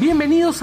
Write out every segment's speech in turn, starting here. Bienvenidos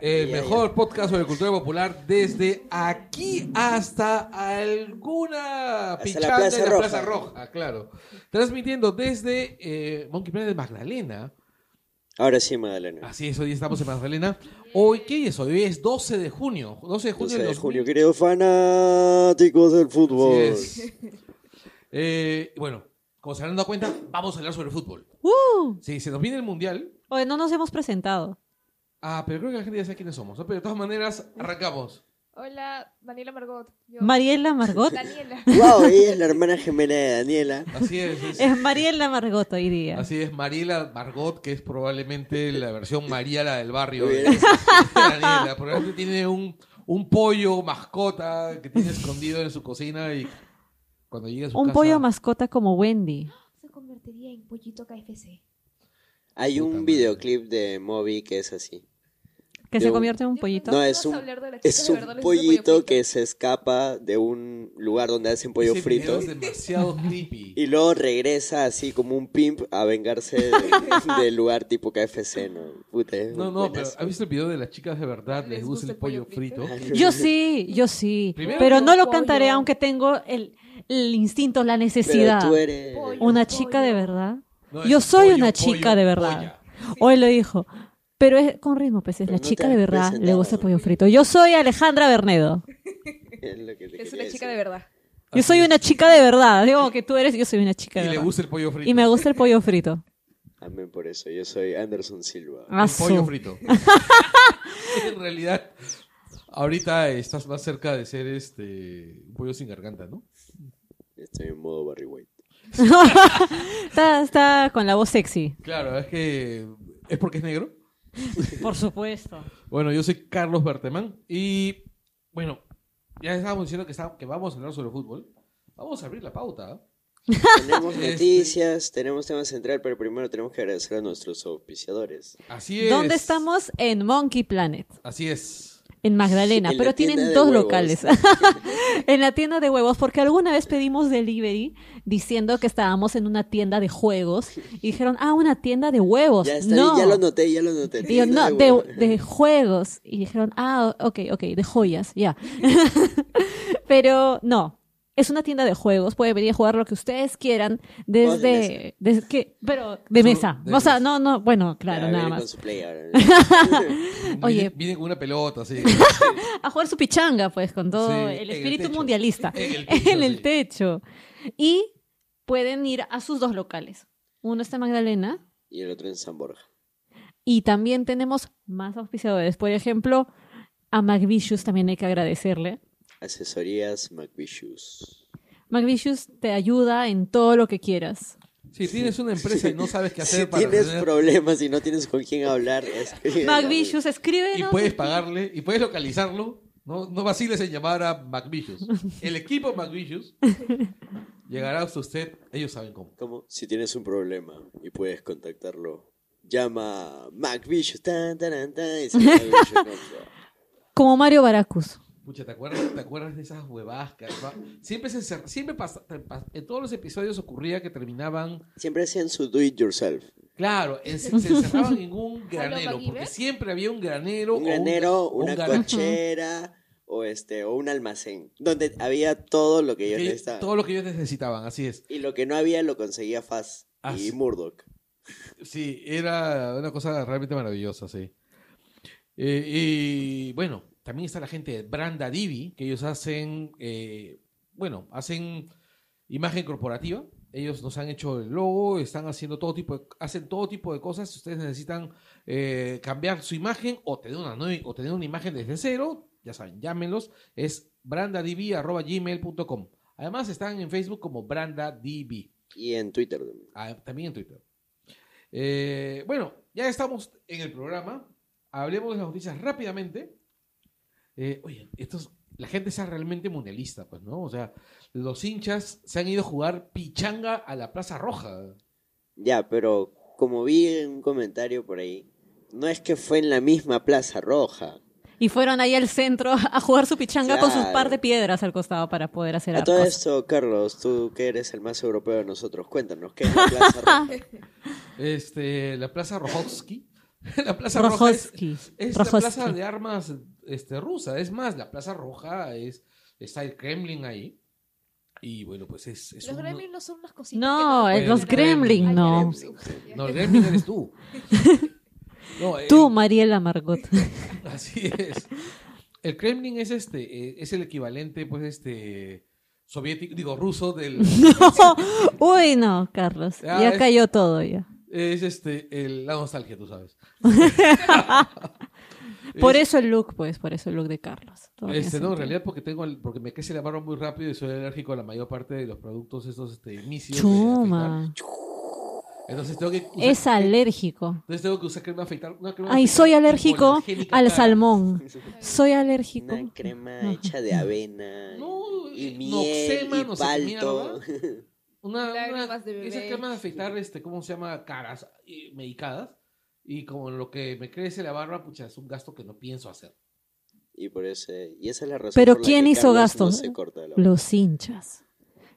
el mejor podcast sobre cultura popular desde aquí hasta alguna la pinchada Plaza de la Roja. Plaza Roja, claro. Transmitiendo desde eh, Monkey Planet de Magdalena. Ahora sí, Magdalena. Así es, hoy estamos en Magdalena. Hoy, ¿qué es? Hoy es 12 de junio. 12 de junio 12 del de 2000. junio, queridos fanáticos del Así fútbol. es. Eh, bueno, como se habrán dado cuenta, vamos a hablar sobre fútbol. ¡Uh! Sí, se nos viene el Mundial. Oye, no nos hemos presentado. Ah, pero creo que la gente ya sabe quiénes somos. ¿no? Pero de todas maneras, arrancamos. Hola, Daniela Margot. Yo. Mariela Margot. Daniela. Wow, ella es la hermana gemela de Daniela. Así es. es- Es Mariela Margot hoy día. Así es, Mariela Margot, que es probablemente la versión María la del barrio. Muy de- bien. de Daniela, probablemente tiene un, un pollo mascota que tiene escondido en su cocina y cuando llega a su Un casa- pollo mascota como Wendy. Se convertiría en pollito KFC. Hay Puta un madre. videoclip de Moby que es así. Que Yo- se convierte en un pollito. No, Vamos es a un, hablar de las chicas es de un verdad, les hice pollito pollo que frito. se escapa de un lugar donde hacen pollo Ese video frito. Es demasiado creepy. Y luego regresa así como un pimp a vengarse de- del lugar tipo KFC, ¿no? Puta, es No, un no, pero buenazo. ¿has visto el video de las chicas de verdad? Les, gusta el pollo frito. Ah, Yo sí, yo sí. Primero Pero no lo pollo. cantaré aunque tengo el, el instinto, la Pero necesidad. tú eres... Pollo. Una chica de verdad. No, Yo es soy pollo, una pollo, chica de verdad. Hoy lo dijo. Pero es con ritmo, pues es Pero la no te chica has de verdad. Le presentado. gusta el pollo frito. Yo soy Alejandra Bernedo. Es, lo que te Es una quería chica de decir. verdad. Yo soy una chica de verdad. Digo que tú eres, yo soy una chica Y de le verdad. gusta el pollo frito. Y me gusta el pollo frito. Amén por eso. Yo soy Anderson Silva. Ah. El Asu. pollo frito. en realidad, ahorita estás más cerca de ser este un pollo sin garganta, ¿no? Estoy en modo Barry White. Está, está con la voz sexy. Claro, es que es porque es negro. Por supuesto. Bueno, yo soy Carlos Bertemán y bueno, ya estábamos diciendo que, está- que vamos a hablar sobre fútbol. Vamos a abrir la pauta. Tenemos Este- noticias, tenemos tema central, pero primero tenemos que agradecer a nuestros auspiciadores. Así es. ¿Dónde estamos? En Monkey Planet, Así es. en Magdalena, En la pero tienda tienen de dos huevos. locales. en la tienda de huevos, porque alguna vez pedimos delivery diciendo que estábamos en una tienda de juegos y dijeron, ah, una tienda de huevos. Ya está, Pues no. ya lo noté, ya lo noté. Y yo, Tienda no, de huevo. de, de juegos. Y dijeron, ah, ok, ok, de joyas, ya. Pero no, es una tienda de juegos, pueden venir a jugar lo que ustedes quieran Juegos de desde... desde que, pero de Solo mesa. de o sea, mesa. no, no, bueno, Ya, claro, viene nada con más. su play ahora. Oye. Vienen, vienen con una pelota, sí. A jugar su pichanga, pues, con todo Sí, en el el espíritu techo. mundialista. En el techo, en el sí. techo. Y pueden ir a sus dos locales. Uno está en Magdalena, y el otro en San Borja. Y también tenemos más auspiciadores. Por ejemplo, a McVicious también hay que agradecerle. Asesorías McVicious. McVicious te ayuda en todo lo que quieras. Si tienes una empresa y no sabes qué hacer Si para tienes tener- problemas y no tienes con quién hablar, escribe a McVicious, eh, y escríbenos. puedes pagarle y puedes localizarlo, no, no vaciles en llamar a McVicious. El equipo McVicious llegará hasta usted, ellos saben cómo. Como si tienes un problema y puedes contactarlo, llama a McVicious. Tan, tan, tan, y se llama McVicious, ¿no? Como Mario Baracus. Pucha, ¿te acuerdas, ¿te acuerdas de esas huevas que acá- Siempre, se encer- siempre pasa- te pas- en todos los episodios ocurría que terminaban, Siempre hacían su do it yourself. claro, en- se, se encerraban en un ¿A granero, lo MacGyver? porque siempre había un granero. un o granero, o un una garaje, cochera o este o un almacén donde había todo lo que que ellos ellos- necesitaban todo lo que ellos necesitaban, así es. y lo que no había lo conseguía Faz Ah, sí. y Murdoch. Sí, era una cosa realmente maravillosa, sí. Eh, y bueno, También está la gente de Branda Divi, que ellos hacen, eh, bueno, hacen imagen corporativa. Ellos nos han hecho el logo, están haciendo todo tipo de, hacen todo tipo de cosas. Si ustedes necesitan eh, cambiar su imagen o tener, una nue- o tener una imagen desde cero, ya saben, llámenlos. Es brandadv.gmail.com. Además están en Facebook como BrandaDB. Y en Twitter también. Ah, también en Twitter. Eh, bueno, ya estamos en el programa. Hablemos de las noticias rápidamente. Eh, oye, estos, la gente está realmente mundialista, pues, ¿no? O sea, los hinchas se han ido a jugar pichanga a la Plaza Roja. Ya, pero como vi en un comentario por ahí, no es que fue en la misma Plaza Roja. Y fueron ahí al centro a jugar su pichanga con sus Claro. par de piedras al costado para poder hacer A todo arcos. esto, Carlos, tú que eres el más europeo de nosotros, cuéntanos, ¿qué es la Plaza Roja? Este, la Plaza Rojovsky. la Plaza Roja es Rojovsky. Es la Rojovsky. plaza de armas este, rusa. Es más, la plaza roja es está el Kremlin ahí. Y bueno, pues es, es Los un- gremlins no son unas cositas. No, que eh, los gremlin, Ay, no. ya, ups, ya. No, el Kremlin eres tú. No, eh, Tú, Mariela Margot. Así es. El Kremlin es este, eh, es el equivalente, pues, este soviético, digo, ruso del Uy, no, Carlos. Ya, ya es- cayó todo ya. es este el- la nostalgia, tú sabes. Por Es- eso el look, pues, por eso el look de Carlos. Todo tiene Este, no, en sentido. realidad porque tengo el- porque me crece la barba muy rápido y soy alérgico a la mayor parte de los productos estos este misiles de afeitar. Chuma. Entonces tengo que usar- Es alérgico. Entonces tengo que usar crema afeitar. una crema Ay, afeitar soy alérgico hipoalergénica al cara. salmón. Soy alérgico. Una crema No. hecha de avena No, eh, y miel noxema, y no sé qué palto. Una, una Lágrimas de bebé. esa crema de afeitar, este, ¿cómo se llama? Caras eh, medicadas. Y como lo que me crece la barba, pucha, es un gasto que no pienso hacer. Y por ese, y esa es la razón Pero por la ¿quién que hizo Carlos gasto? No se corta la Los hinchas.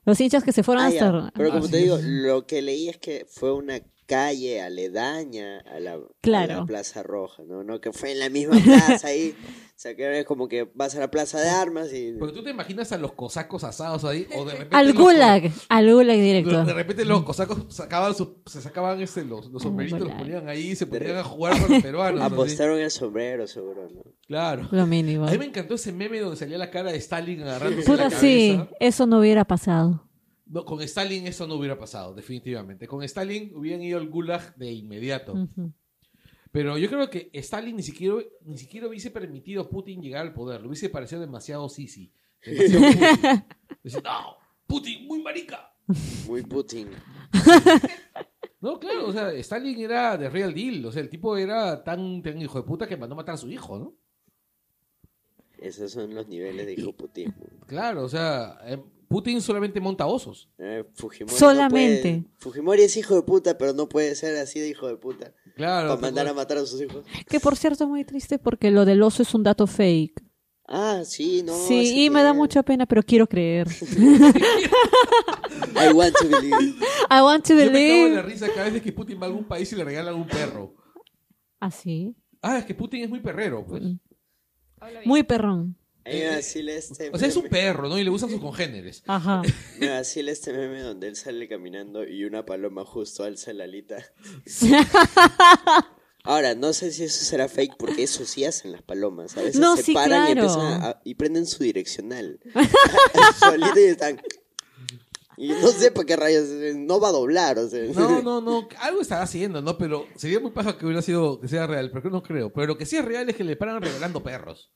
Los hinchas que se fueron Ah, ya, hasta. Pero como Así te digo, es. lo que leí es que fue una calle aledaña a la, a la Claro. Plaza Roja, ¿no? No que fue en la misma plaza ahí. O sea, que ahora es como que vas a la Plaza de Armas y... Porque tú te imaginas a los cosacos asados ahí, o de repente. Al los- gulag. Al gulag De, directo. de repente los cosacos sacaban sus- se sacaban este, los, los Ah, sombreritos, los hola. ponían ahí y se ponían a jugar con los peruanos. así. Apostaron el sombrero, seguro, ¿no? Claro. Lo mínimo. A mí me encantó ese meme donde salía la cara de Stalin agarrándose la Puta, cabeza. sí. Eso no hubiera pasado. No, con Stalin eso no hubiera pasado, definitivamente. Con Stalin hubieran ido al gulag de inmediato. Ujú. Pero yo creo que Stalin ni siquiera, ni siquiera hubiese permitido a Putin llegar al poder. Le hubiese parecido demasiado sisi. Demasiado Putin. Dice, no, Putin, muy marica. Muy Putin. No, claro, o sea, Stalin era de real deal. O sea, el tipo era tan, tan hijo de puta que mandó matar a su hijo, ¿no? Esos son los niveles de hijoputismo. Claro, o sea, eh, Putin solamente monta osos. Eh, Fujimori no Solamente. puede- Fujimori es hijo de puta, pero no puede ser así de hijo de puta. Claro. para mandar a matar a sus hijos. Que por cierto es muy triste porque lo del oso es un dato fake. Ah, sí, no. sí, así y me da que- mucha pena, pero quiero creer. I want to believe. I want to Yo me cago en la believe. risa cada vez que Putin va a algún país y le regala un perro. Así. Ah, es que Putin es muy perrero, pues. Habla bien. Muy perrón. Ahí me vacila este O sea, es un meme. perro, ¿no? Y le usan sus congéneres. Ajá. Me vacila este meme donde él sale caminando y una paloma justo alza la alita. Ahora, no sé si eso será fake porque eso sí hacen las palomas. A veces No, se sí, paran y claro. empiezan a- y prenden su direccional. A su alita y están. Y no sé para qué rayos. No va a doblar, o sea. No, no, no. Algo estará haciendo, ¿no? Pero sería muy paja que hubiera sido, que sea real, pero no creo. Pero lo que sí es real es que le paran regalando perros.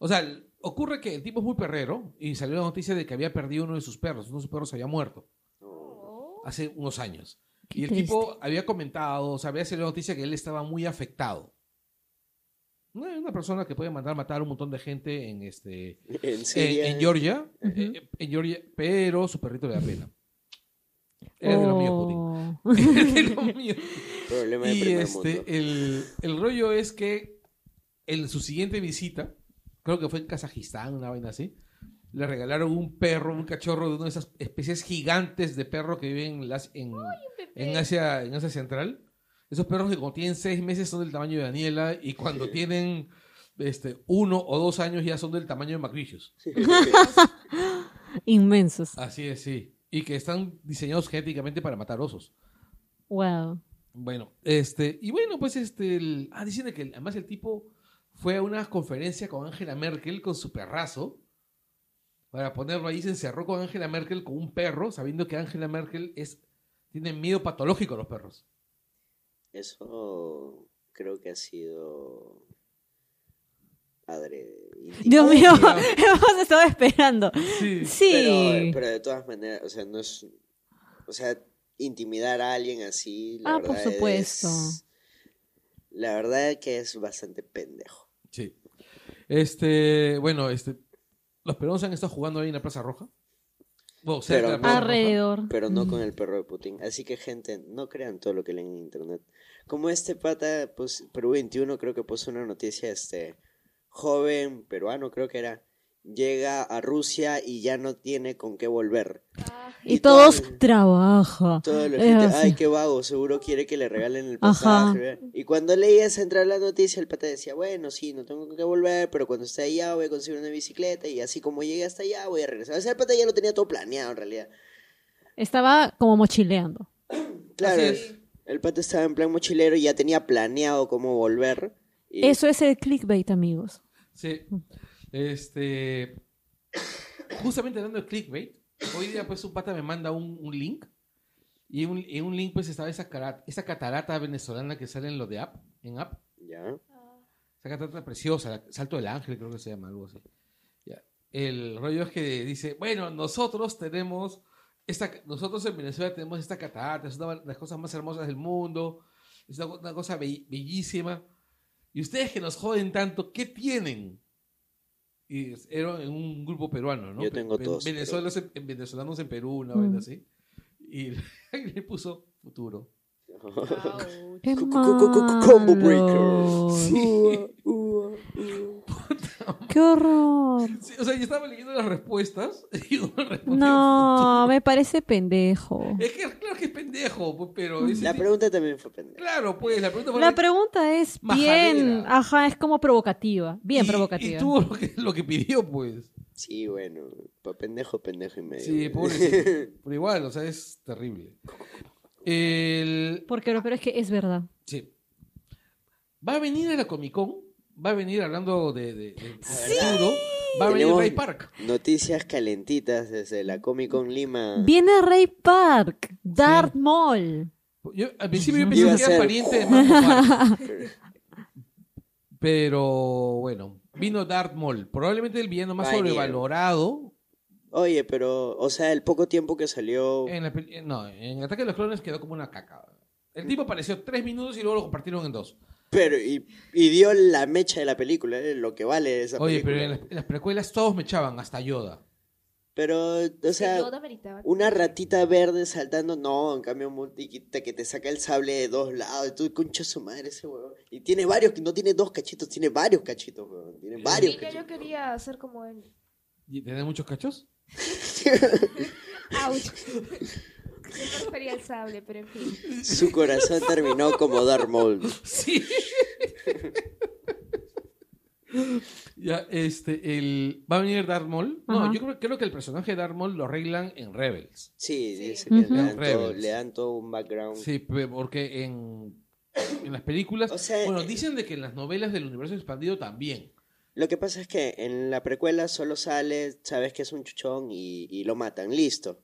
O sea, ocurre que el tipo es muy perrero y salió la noticia de que había perdido uno de sus perros. Uno de sus perros había muerto Oh, hace unos años. Qué y el triste. tipo había comentado, o sea, había salido la noticia que él estaba muy afectado. No hay una persona que puede mandar matar a un montón de gente en este En en, Siria. en Georgia, Ujú. eh, en Georgia, pero su perrito le da pena. Era de los míos, Putin. Oh. Era de los míos. Problema de Y primer este, mundo. el, el rollo es que en su siguiente visita, creo que fue en Kazajistán, una vaina así, le regalaron un perro, un cachorro de una de esas especies gigantes de perro que viven en, las- en, en Asia, en Asia Central. Esos perros que cuando tienen seis meses son del tamaño de Daniela y cuando tienen este, uno o dos años ya son del tamaño de Macrigius. Inmensos. Así es, sí. Y que están diseñados genéticamente para matar osos. Wow. Bueno, este, y bueno, pues este, el- ah, dicen de que el- además el tipo fue a una conferencia con Angela Merkel con su perrazo. Para ponerlo ahí, se encerró con Angela Merkel con un perro, sabiendo que Angela Merkel es, tiene miedo patológico a los perros. Eso creo que ha sido adrede. Dios mío, Dios. hemos estado esperando. Sí. Sí. Pero, eh, pero de todas maneras, o sea, no es. O sea, intimidar a alguien así. La Ah, por verdad supuesto. es- la verdad que es bastante pendejo. Sí. Este, bueno, este, los peruanos han estado jugando ahí en la Plaza Roja. Bueno, cerca de la Pero Plaza no. Roja. Alrededor. Pero no con el perro de Putin. Así que, gente, no crean todo lo que leen en internet. Como este pata, pues, Perú 21, creo que puso una noticia, este. Joven peruano, creo que era. Llega a Rusia y ya no tiene con qué volver. Y, y todos todo- trabaja. Toda la Es gente, así. ay, qué vago, seguro quiere que le regalen el Ajá. pasaje. Y cuando leías entrar la noticia, el pata decía, bueno, sí, no tengo que volver, pero cuando esté allá voy a conseguir una bicicleta y así como llegue hasta allá voy a regresar. O sea, el pata ya lo tenía todo planeado en realidad. Estaba como mochileando. Claro, Así es. el pata estaba en plan mochilero y ya tenía planeado cómo volver. Y Eso es el clickbait, amigos. Sí. Este. Justamente hablando de clickbait, hoy día, pues, un pata me manda un, un link. Y un, en un link, pues, estaba esa, cara- esa catarata venezolana que sale en lo de app, en app. Ya, Esa catarata preciosa, la- Salto del Ángel, creo que se llama, algo así. Ya. El rollo es que dice, bueno, nosotros tenemos, esta, nosotros en Venezuela tenemos esta catarata, es una de las cosas más hermosas del mundo, es una, una cosa be- bellísima. Y ustedes que nos joden tanto, ¿qué tienen? Y es- era en un grupo peruano, ¿no? Yo tengo Pe- dos, venezolanos en- en- venezolanos en Perú, una Mm. vaina así. Y le puso futuro. Ah. Qué Cu- cu- cu- cu- cu- combo malo. Qué horror. Sí, o sea, yo estaba leyendo las respuestas y uno respondió No, me parece pendejo. Es que claro que es pendejo, pues, pero ese Mm. La tipo- pregunta también fue pendeja. claro, pues la pregunta fue- La pregunta es bien, Majadera. ajá, es como provocativa, bien y- provocativa. Y tuvo lo que, lo que pidió, pues. Sí, bueno, pa' pendejo, pendejo y medio. Sí, pobre. pero igual, o sea, es terrible. El, Porque lo peor es que es verdad. sí. Va a venir a la Comic Con, va a venir hablando de, de, de- del futuro, va a venir Tenemos Ray Park. Noticias calentitas desde la Comic Con Lima. Viene Ray Park, Darth Maul. Yo, al principio yo Iba pensé a que era ser- pariente de Marco Park. Pero bueno, vino Darth Maul, probablemente el villano más Va a venir. sobrevalorado Oye, pero, o sea, el poco tiempo que salió. En la peli- eh, no, en Ataque de los Clones quedó como una caca. El tipo apareció tres minutos y luego lo compartieron en dos. Pero, y, y dio la mecha de la película, eh, lo que vale esa Oye, pero película. en las, en las precuelas todos me echaban, hasta Yoda. Pero, o sea, una ratita verde saltando, no, en cambio, un tiquita que te saca el sable de dos lados, y tú, concha su madre, ese huevón. Y tiene varios, no tiene dos cachitos, tiene varios cachitos, huevón. Tiene varios Mira, yo cachitos. quería hacer como él. ¿Y tenés muchos cachos? Ouch. Yo prefería el sable, pero en fin. Su corazón terminó como Darth Maul. Sí. ya, este, el... ¿Va a venir Darth Maul? No, Ajá. yo creo, creo que el personaje de Darth Maul lo arreglan en Rebels. Sí, dice Ujú. que le, dan todo, Rebels. le dan todo un background. Sí, pe- porque en, en las películas... O sea, bueno, eh, dicen de que en las novelas del universo expandido también. Lo que pasa es que en la precuela solo sale, sabes que es un chuchón y, y lo matan, listo.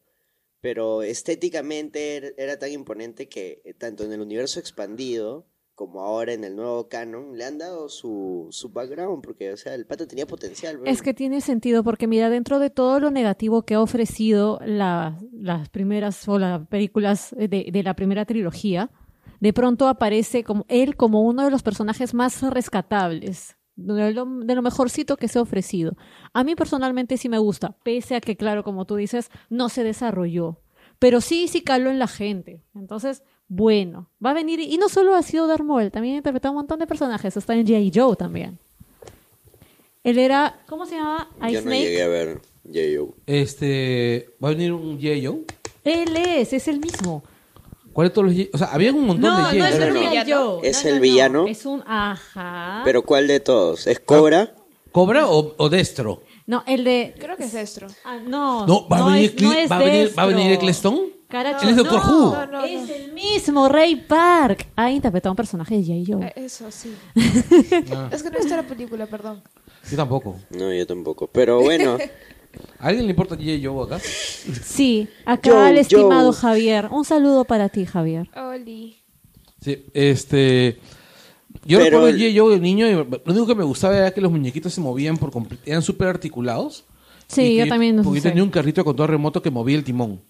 Pero estéticamente er- era tan imponente que eh, tanto en el universo expandido como ahora en el nuevo canon le han dado su, su background porque, o sea, el pato tenía potencial. bro. Es que tiene sentido porque mira, dentro de todo lo negativo que ha ofrecido la- las primeras o las películas eh, de, de la primera trilogía, de pronto aparece como él como uno de los personajes más rescatables, de lo, de lo mejorcito que se ha ofrecido. A mí personalmente sí me gusta, pese a que, claro, como tú dices, no se desarrolló, pero sí, sí caló en la gente. Entonces... Bueno, va a venir, y no solo ha sido Darth Maul, también ha interpretado un montón de personajes, está en G.I. Joe también. Él era, ¿cómo se llamaba? Ice Yo no llegué a ver J.O. Este, ¿va a venir un J.O.? Él es, es el mismo. ¿Cuál de todos los G.I.? O sea, había un montón No, de J.O. no es No, el no, no. G.I. Joe. ¿Es el No, no, no. villano? Es un, ajá. Pero ¿cuál de todos? ¿Es Cobra? ¿Cobra o, o Destro? no, el de, Creo que es Destro. ah, no. No, va a venir, es- Cle- es va a venir, va Destro. a venir Eccleston. Cara Él es Doctor no, Who. No, no, no. Es el mismo Ray Park. Ha interpretado a un personaje de J. Joe. Eh, Eso sí. Ah, Es que no está la película, perdón. yo tampoco. No, yo tampoco. Pero bueno, ¿A alguien le importa G.I. Joe acá? Sí, acá Joe, el estimado Joe. Javier. Un saludo para ti, Javier. Oli. Sí, este. Yo Pero recuerdo el- G.I. Joe de niño y lo único que me gustaba era que los muñequitos se movían por completo. Eran súper articulados. Sí, Y que yo también los Porque yo usé. tenía un carrito de control remoto que movía el timón.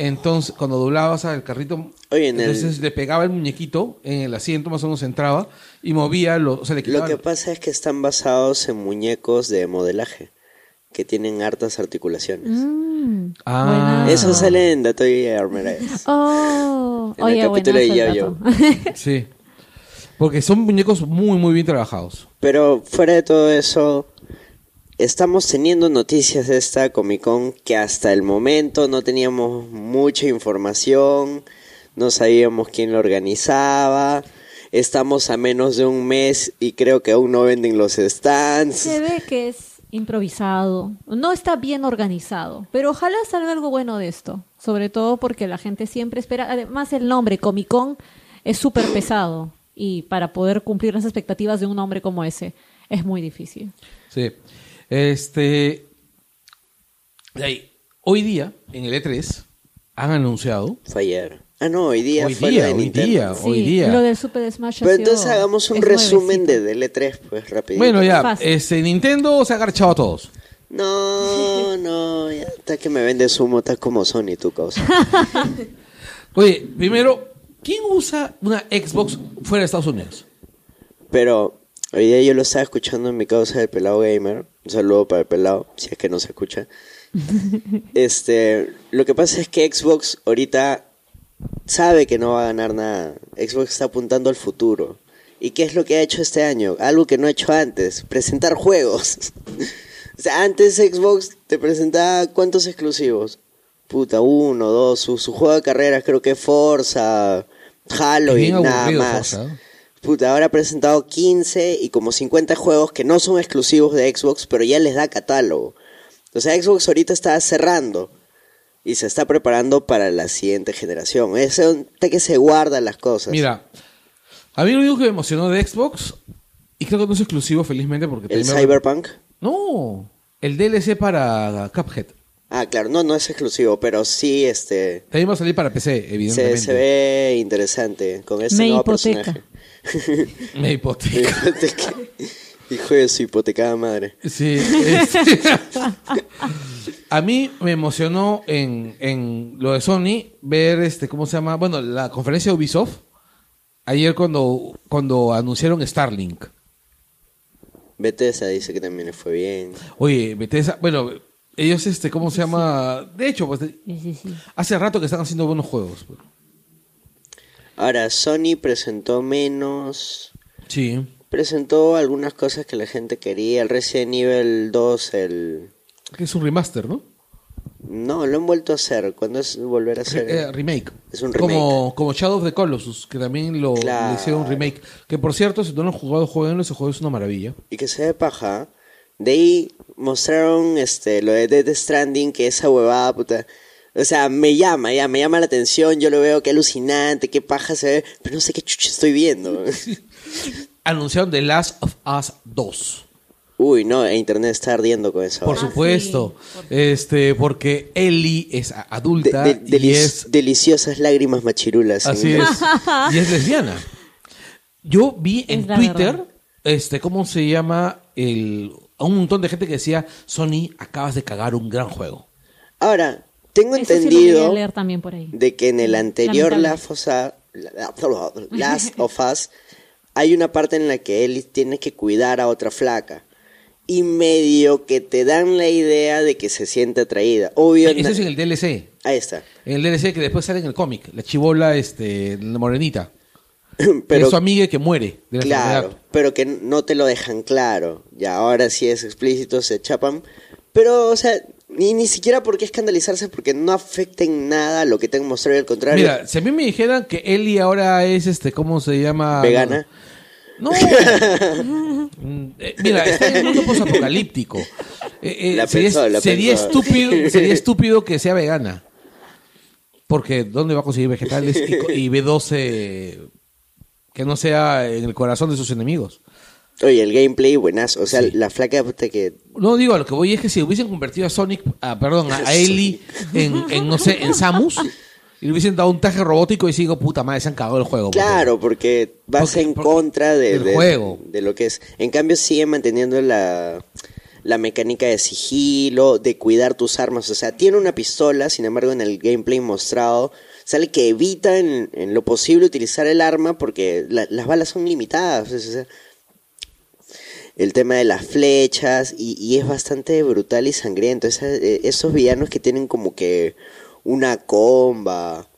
Entonces, cuando doblabas al carrito, Oye, en el- entonces le pegaba el muñequito en el asiento, más o menos entraba y movía, lo, o sea, le lo quitaba. que pasa es que están basados en muñecos de modelaje que tienen hartas articulaciones. Mm, Ah. buena. Eso sale en Dato y Armeráez. Oh, En el oye, capítulo buenazo de el Yayo. dato. Sí. Porque son muñecos muy, muy bien trabajados. Pero fuera de todo eso, estamos teniendo noticias de esta Comic Con que hasta el momento no teníamos mucha información, no sabíamos quién lo organizaba. Estamos a menos de un mes y creo que aún no venden los stands. Se ve que es improvisado, no está bien organizado, pero ojalá salga algo bueno de esto, sobre todo porque la gente siempre espera, además el nombre Comic Con es súper pesado y para poder cumplir las expectativas de un nombre como ese es muy difícil. Sí. Este. de ahí, hoy día, en el E3, han anunciado. Fue ayer. Ah, no, hoy día Hoy fue lo día, de hoy Nintendo. día. Ah, Hoy día. Lo del Super Smash ha Pero sido- entonces hagamos un es resumen nuevecito. de DL3, pues rapidito. Bueno, ya, Fácil. este, Nintendo se ha agarchado a todos. No, no, ya hasta que me vendes humo, estás como Sony, tu causa. Oye, primero, ¿quién usa una Xbox fuera de Estados Unidos? Pero hoy día yo lo estaba escuchando en mi causa del Pelado Gamer. Un saludo para el Pelado, si es que no se escucha. Este, lo que pasa es que Xbox ahorita sabe que no va a ganar nada. Xbox está apuntando al futuro. ¿Y qué es lo que ha hecho este año? Algo que no ha hecho antes, presentar juegos. o sea, antes Xbox te presentaba cuántos exclusivos. Puta, uno, dos, su, su juego de carreras creo que Forza, Halo Es y bien nada aburrido, más. Forza, ¿no? Puta, ahora ha presentado 15 y como 50 juegos que no son exclusivos de Xbox, pero ya les da catálogo. O sea, Xbox ahorita está cerrando y se está preparando para la siguiente generación. Es hasta que se guardan las cosas. Mira, a mí lo único que me emocionó de Xbox, y creo que no es exclusivo, felizmente, porque... el también- Cyberpunk. No, el DLC para Cuphead. Ah, claro, no, no es exclusivo, pero sí este También va a salir para PC, se, evidentemente. se ve interesante con este Me nuevo hipoteca. personaje. Me Me hipoteca. hipoteca. Hijo de su hipotecada madre. Sí. este. a mí me emocionó en, en lo de Sony ver, este, ¿cómo se llama? Bueno, la conferencia de Ubisoft, ayer cuando, cuando anunciaron Starlink. Bethesda dice que también le fue bien. Oye, Bethesda, bueno, ellos, este, ¿cómo se llama? De hecho, pues, de- Sí, sí, sí. hace rato que están haciendo buenos juegos. pues. Ahora, Sony presentó menos. Sí. presentó algunas cosas que la gente quería. El Resident Evil 2, el... Que es un remaster, ¿no? No, lo han vuelto a hacer. ¿Cuándo es volver a hacer? Re- eh, remake. Es un Como, como Shadow of the Colossus, que también lo Claro. le hicieron un remake. Que por cierto, si no lo han jugado, jueguenlo, ese juego es una maravilla. Y que se ve paja. De ahí mostraron este, lo de Death Stranding, que esa huevada, puta... O sea, me llama, ya, me llama la atención, yo lo veo, qué alucinante, qué paja se ve, pero no sé qué chucha estoy viendo. Anunciaron The Last of Us 2. Uy, no, e internet está ardiendo con eso. Por supuesto. Este, porque Ellie es a- De- adulta de- y delic- es Deliciosas lágrimas machirulas. así ¿no? es. Y es lesbiana. Yo vi en Es la Twitter, verdad. este, ¿cómo se llama? El, a un montón de gente que decía, Sony, acabas de cagar un gran juego. Ahora, tengo Eso sí lo entendido... llegué a leer también por ahí. de que en el anterior Lamentable. Last of, Us- Last of Us hay una parte en la que él tiene que cuidar a otra flaca. Y medio que te dan la idea de que se siente atraída. Obvio. Eso na- E, es en el DLC. Ahí está. En el DLC que después sale en el cómic. La chivola, este, la morenita. Pero, Pero es su amiga que muere de la claro, enfermedad. pero que no te lo dejan claro. Y ahora sí es explícito, se chapan. Pero, o sea, ni, ni siquiera por qué escandalizarse porque no afecta en nada lo que te han mostrado y al contrario. Mira, si a mí me dijeran que Ellie ahora es, este, ¿cómo se llama? vegana. ah, No. Mm, eh, Mira, está en un mundo posapocalíptico. Eh, eh, La sería pensó, la sería pensó. estúpido, sería estúpido que sea vegana. Porque ¿dónde va a conseguir vegetales y, co- y B12 que no sea en el corazón de sus enemigos? Oye, el gameplay, buenas. O sea, Sí. la flaca puta que. No digo, a lo que voy es que si hubiesen convertido a Sonic, a, perdón, a, a Ellie en, en, no sé, en Samus, y le hubiesen dado un traje robótico y digo, puta madre, se han cagado el juego. porque- Claro, porque vas Porque- en porque- contra de, del de- juego. de lo que es. En cambio, sigue manteniendo la, la mecánica de sigilo, de cuidar tus armas. O sea, tiene una pistola, sin embargo, en el gameplay mostrado sale que evita en, en lo posible utilizar el arma porque la- las balas son limitadas. o sea, el tema de las flechas y, y es bastante brutal y sangriento. Esa- eh, esos villanos que tienen como que una comba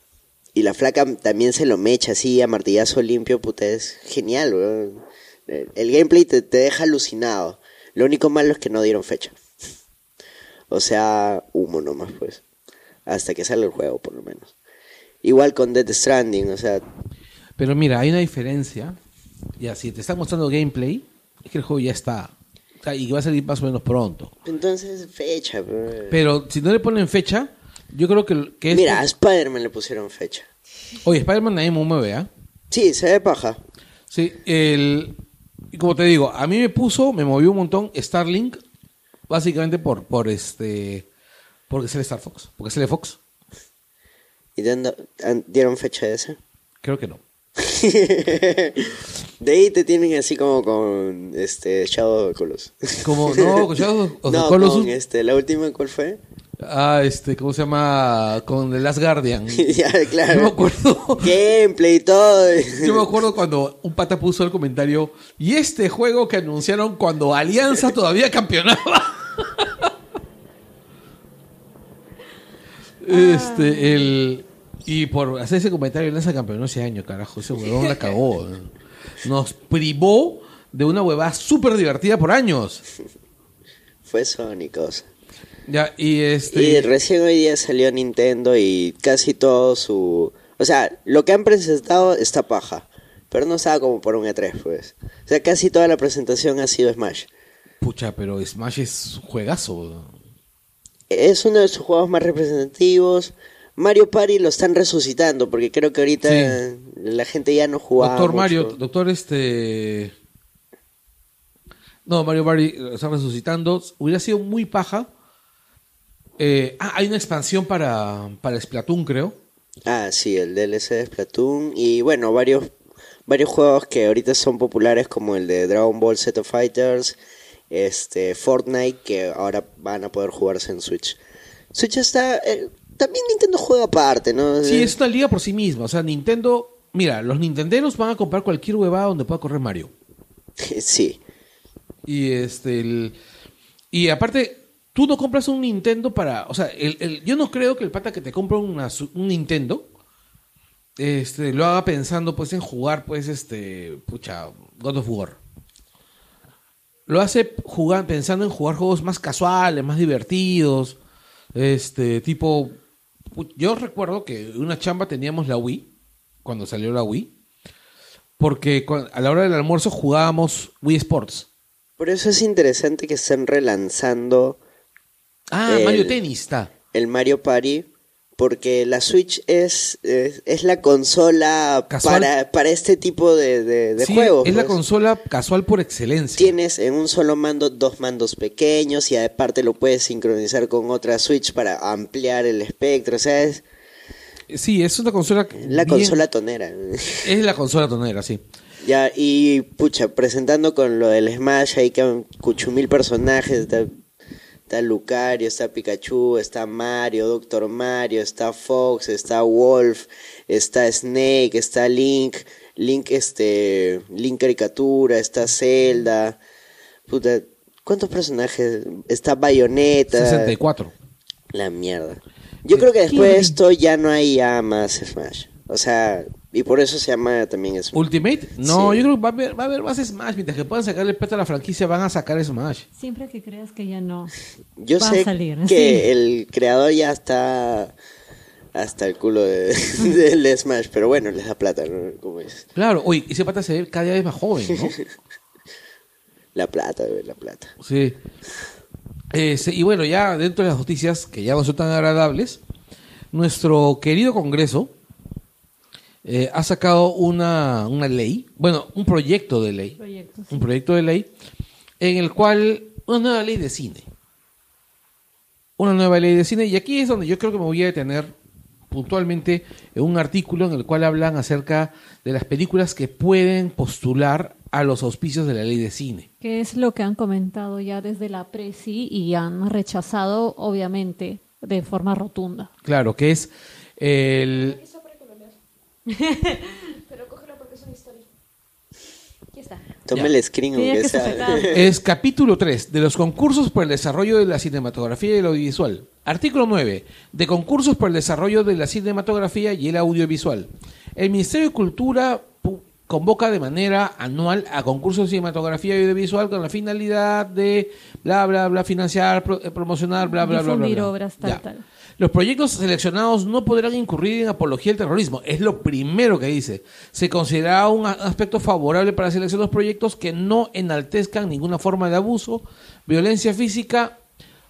y la flaca también se lo mecha así a martillazo limpio, puta, es genial, weón. Eh, El gameplay te, te deja alucinado. Lo único malo es que no dieron fecha. O sea, humo nomás, pues. Hasta que sale el juego, por lo menos. Igual con Death Stranding, o sea, Pero mira, hay una diferencia. Ya, si te están mostrando gameplay, es que el juego ya está. O sea, Y que va a salir más o menos pronto. entonces fecha. pues. weón. Pero si no le ponen fecha, yo creo que, que esto- Mira, a Spider-Man le pusieron fecha. Oye, Spider-Man nadie me mueve, ¿ah? Sí, se ve paja. Sí, el... y como te digo, a mí me puso, me movió un montón Starlink, básicamente por, por este... Porque sale Star Fox, porque sale Fox. ¿Y dando- an- dieron fecha de esa? Creo que no. De ahí te tienen así como con este Shadow of the Colossus. Como, Oh, no, pues con Shadow of the no, Colossus. con este, la última, ¿cuál fue? Ah, este, ¿cómo se llama? Con The Last Guardian. ya, claro. Yo me acuerdo. Gameplay y todo. Yo me acuerdo cuando un pata puso el comentario y este juego que anunciaron cuando Alianza todavía campeonaba. este, el. Y por hacer ese comentario, Alianza campeonó ese año, carajo. Ese huevón la cagó. Nos privó de una huevada súper divertida por años. Fue Sony, cosa. Ya, y este. Y recién hoy día salió Nintendo y casi todo su... O sea, lo que han presentado está paja. Pero no estaba como por un E3, pues. O sea, casi toda la presentación ha sido Smash. Pucha, pero Smash es un juegazo. Es uno de sus juegos más representativos. Mario Party lo están resucitando porque creo que ahorita Sí. la gente ya no jugaba. Doctor mucho. Mario, doctor este... No, Mario Barry eh, está resucitando. Hubiera sido muy paja. Eh, ah, hay una expansión para, para Splatoon, creo. Ah, sí, el DLC de Splatoon y bueno, varios varios juegos que ahorita son populares como el de Dragon Ball Z of Fighters, este Fortnite que ahora van a poder jugarse en Switch. Switch está eh, también Nintendo juega aparte, ¿no? Sí, es una liga por sí misma. O sea, Nintendo... Mira, los nintenderos van a comprar cualquier huevada donde pueda correr Mario. Sí. Y este... el- Y aparte, tú no compras un Nintendo para... O sea, el- el- yo no creo que el pata que te compra una su- un Nintendo este, lo haga pensando pues en jugar pues este... Pucha, God of War. Lo hace jugar, pensando en jugar juegos más casuales, más divertidos. Este, tipo... pu- Yo recuerdo que en una chamba teníamos la Wii, cuando salió la Wii. Porque cua- a la hora del almuerzo jugábamos Wii Sports. Por eso es interesante que estén relanzando Ah, El- Mario Tennis está. el Mario Party porque la Switch es es, es la consola Casual. para para este tipo de, de, de Sí, juegos. Es la pues. consola casual por excelencia. Tienes en un solo mando dos mandos pequeños y aparte lo puedes sincronizar con otra Switch para ampliar el espectro. O sea, es Sí, es una consola. la bien- consola tonera. Es la consola tonera, sí. ya, y pucha, presentando con lo del Smash, ahí que han cuchumil personajes. Está, está Lucario, está Pikachu, está Mario, Doctor Mario, está Fox, está Wolf, está Snake, está Link, Link este, Link caricatura, está Zelda. Puta, ¿cuántos personajes? Está Bayonetta. 64. La mierda. Yo creo que después de esto ya no hay ya más Smash. O sea, y por eso se llama también Smash. Ultimate, no, Sí. yo creo que va a, haber, va a haber más Smash. Mientras que puedan sacarle peto a la franquicia, van a sacar Smash. Siempre que creas que ya no. Yo va a sé salir, que sí. el creador ya está hasta el culo de- del Smash, pero bueno, les da plata, ¿no? Como es. Claro, oye, ese pata se ve cada vez más joven, ¿no? La plata, güey, la plata. Sí. Este, y bueno, ya dentro de las noticias que ya no son tan agradables, nuestro querido Congreso eh, ha sacado una, una ley, bueno, un proyecto de ley, Proyectos. un proyecto de ley en el cual una nueva ley de cine. Una nueva ley de cine. Y aquí es donde yo creo que me voy a detener puntualmente en un artículo en el cual hablan acerca de las películas que pueden postular a los auspicios de la ley de cine. Que es lo que han comentado ya desde la presi y han rechazado, obviamente, de forma rotunda. Claro, que es el... Pero cógelo porque es una historia. Aquí está. Toma Ya. el screen, Tienes aunque que sea. sujetar. Es capítulo 3 de los concursos por el desarrollo de la cinematografía y el audiovisual. Artículo 9 de concursos por el desarrollo de la cinematografía y el audiovisual. El Ministerio de Cultura pu- convoca de manera anual a concursos de cinematografía y audiovisual con la finalidad de bla bla bla financiar, pro- eh, promocionar, bla bla bla, bla, Difundir bla. obras, tal, Ya. tal. Los proyectos seleccionados no podrán incurrir en apología del terrorismo. Es lo primero que dice. Se considerará un a- aspecto favorable para la selección de los proyectos que no enaltezcan ninguna forma de abuso, violencia física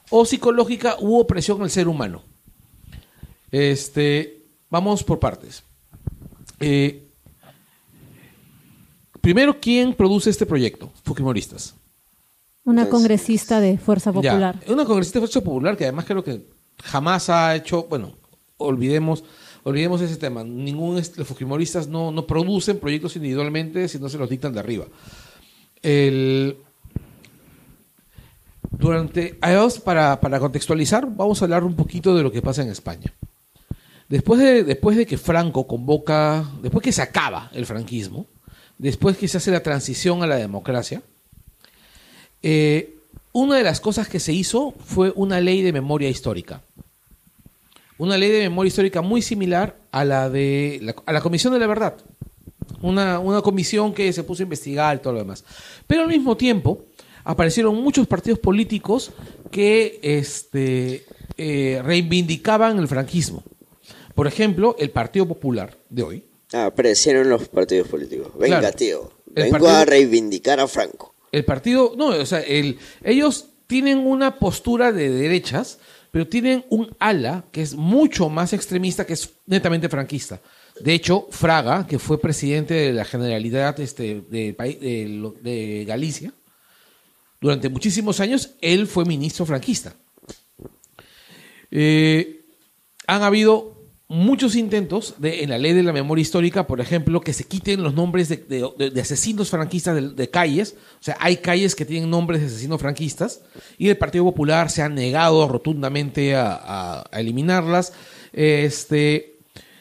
o psicológica u opresión al ser humano. Este, vamos por partes. Eh, primero, ¿quién produce este proyecto? Fujimoristas. Una Entonces, congresista de Fuerza Ya, Popular. Una congresista de Fuerza Popular que además creo que jamás ha hecho, bueno, olvidemos, olvidemos ese tema. Ningún est- los fujimoristas no, no producen proyectos individualmente, sino se los dictan de arriba. El, durante, además, para, para contextualizar, vamos a hablar un poquito de lo que pasa en España. Después de, después de que Franco convoca, después que se acaba el franquismo, después que se hace la transición a la democracia, eh, una de las cosas que se hizo fue una ley de memoria histórica. Una ley de memoria histórica muy similar a la de la, a la Comisión de la Verdad. Una, una comisión que se puso a investigar y todo lo demás. Pero al mismo tiempo aparecieron muchos partidos políticos que este, eh, reivindicaban el franquismo. Por ejemplo, el Partido Popular de hoy, Aparecieron Ah, los partidos políticos. Venga, Claro. tío. El Vengo partido- a reivindicar a Franco. El partido, no, o sea, el, ellos tienen una postura de derechas, pero tienen un ala que es mucho más extremista, que es netamente franquista. De hecho, Fraga, que fue presidente de la Generalidad este, del país- de, lo- de Galicia, durante muchísimos años, él fue ministro franquista. Eh, han habido muchos intentos de, en la ley de la memoria histórica, por ejemplo, que se quiten los nombres de, de- de- de asesinos franquistas de, de calles. O sea, hay calles que tienen nombres de asesinos franquistas y el Partido Popular se ha negado rotundamente a, a- a eliminarlas. Este,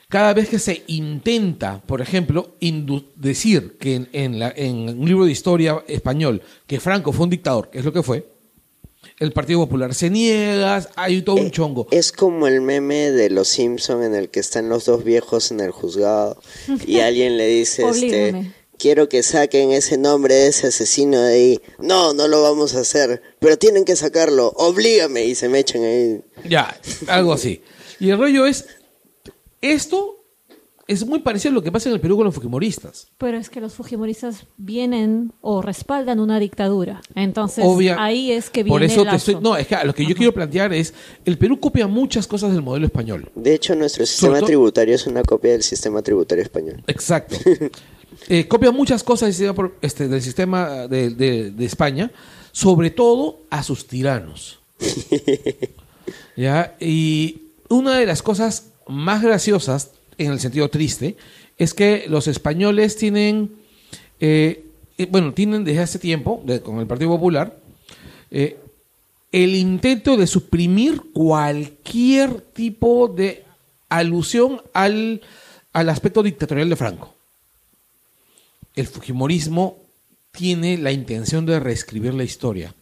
cada vez que se intenta, por ejemplo, indu- decir que en, en la- en un libro de historia español que Franco fue un dictador, que es lo que fue, el Partido Popular se niega, hay todo un Eh, chongo. Es como el meme de los Simpson en el que están los dos viejos en el juzgado y alguien le dice, este, Oblígame. quiero que saquen ese nombre de ese asesino de ahí. No, no lo vamos a hacer, pero tienen que sacarlo, oblígame y se me echan ahí. Ya, algo así. Y el rollo es, esto es muy parecido a lo que pasa en el Perú con los fujimoristas. Pero es que los fujimoristas vienen o respaldan una dictadura. Entonces, Obvia- ahí es que viene Por eso el te estoy- lazo. No, es que a lo que yo quiero plantear es, el Perú copia muchas cosas del modelo español. De hecho, nuestro sistema todo- tributario es una copia del sistema tributario español. Exacto. Eh, copia muchas cosas del sistema, por- este, del sistema de, de- de España, sobre todo a sus tiranos. ¿Ya? Y una de las cosas más graciosas, en el sentido triste, es que los españoles tienen, eh, eh, bueno, tienen desde hace tiempo, de- con el Partido Popular, eh, el intento de suprimir cualquier tipo de alusión al, al aspecto dictatorial de Franco. El Fujimorismo tiene la intención de reescribir la historia.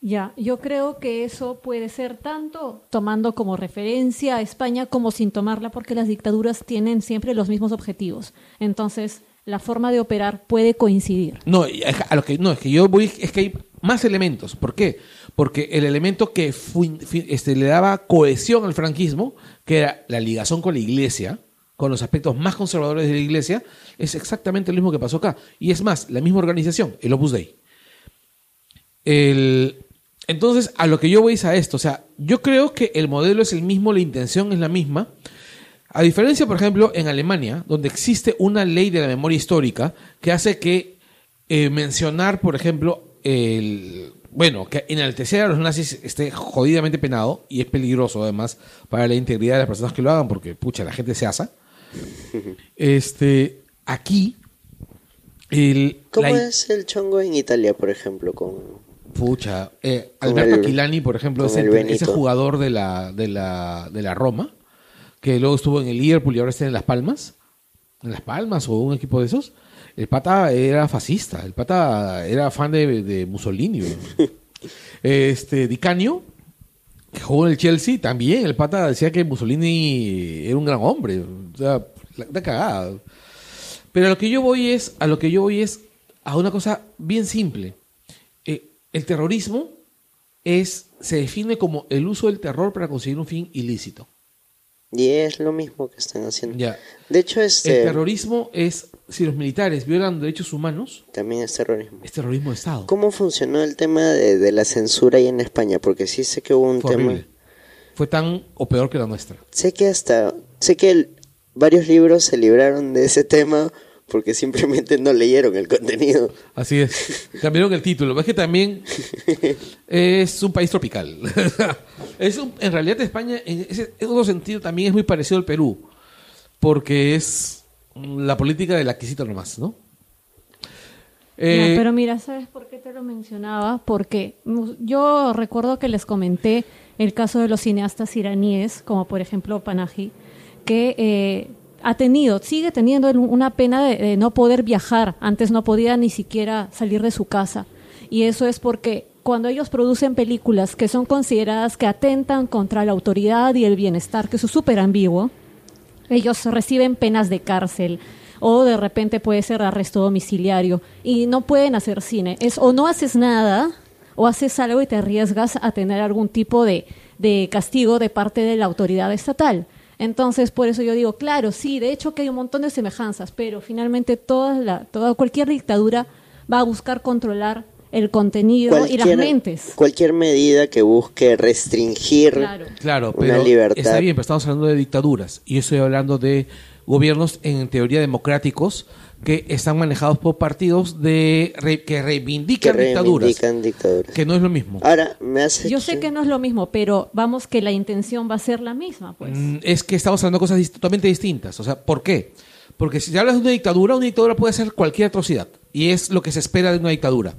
Ya, yo creo que eso puede ser tanto tomando como referencia a España como sin tomarla, porque las dictaduras tienen siempre los mismos objetivos. Entonces, la forma de operar puede coincidir. No, y es que- a lo que, no, es que yo voy, es que hay más elementos. ¿Por qué? Porque el elemento que fu- fi- este, le daba cohesión al franquismo, que era la ligación con la iglesia, con los aspectos más conservadores de la iglesia, es exactamente lo mismo que pasó acá. Y es más, la misma organización, el Opus Dei. El- entonces, a lo que yo voy es a esto. O sea, yo creo que el modelo es el mismo, la intención es la misma, A diferencia, por ejemplo, en Alemania, donde existe una ley de la memoria histórica que hace que eh, mencionar, por ejemplo, el bueno, que enaltecer a los nazis esté jodidamente penado y es peligroso además para la integridad de las personas que lo hagan porque pucha, la gente se asa. Este, aquí el ¿Cómo la- es el chongo en Italia, por ejemplo? Con... Pucha, eh, Con Alberto el- Aquilani, por ejemplo, con es el- el ese Benito. jugador de la, de la, de la Roma, que luego estuvo en el Liverpool y ahora está en Las Palmas. En Las Palmas o un equipo de esos. El pata era fascista, el pata era fan de, de Mussolini. weón. este, Di Canio, que jugó en el Chelsea, también el pata decía que Mussolini era un gran hombre. O sea, la, la cagada. Pero a lo que yo voy es, a lo que yo voy es a una cosa bien simple. Eh, el terrorismo es, se define como el uso del terror para conseguir un fin ilícito. Y es lo mismo que están haciendo. Ya. De hecho, El este terrorismo es, si los militares violan derechos humanos, también es terrorismo. es terrorismo de Estado. ¿Cómo funcionó el tema de, de la censura ahí en España? Porque sí sé que hubo un Fue tema... horrible. Fue tan o peor que la nuestra. Sé que hasta... Sé que el- varios libros se libraron de ese tema porque simplemente no leyeron el contenido. Así es. Cambiaron el título. Es que también es un país tropical. es un- en realidad España, en, ese, en otro sentido, también es muy parecido al Perú. Porque es la política del aquisito nomás, ¿no? Eh, No, pero mira, ¿sabes por qué te lo mencionaba? Porque mu- yo recuerdo que les comenté el caso de los cineastas iraníes, como por ejemplo Panahi, que eh, ha tenido, sigue teniendo el- una pena de, de no poder viajar. Antes no podía ni siquiera salir de su casa. Y eso es porque cuando ellos producen películas que son consideradas que atentan contra la autoridad y el bienestar, que eso es súper ambiguo, ellos reciben penas de cárcel o de repente puede ser arresto domiciliario y no pueden hacer cine. Es o no haces nada o haces algo y te arriesgas a tener algún tipo de, de castigo de parte de la autoridad estatal. Entonces, por eso yo digo, claro, sí, de hecho que hay un montón de semejanzas, pero finalmente toda la, toda, cualquier dictadura va a buscar controlar el contenido y las mentes. cualquier medida que busque restringir... Claro. Claro, Una pero libertad. está bien, pero estamos hablando de dictaduras y yo estoy hablando de gobiernos en teoría democráticos que están manejados por partidos de re- que Que reivindican dictaduras, reivindican Ah. dictaduras. que no es lo mismo. Ahora, me hace... Yo sé que no es lo mismo, pero vamos que la intención va a ser la misma, pues. Mm, Es que estamos hablando de cosas dist- totalmente distintas. O sea, ¿por qué? Porque si hablas de una dictadura, una dictadura puede hacer cualquier atrocidad y es lo que se espera de una dictadura.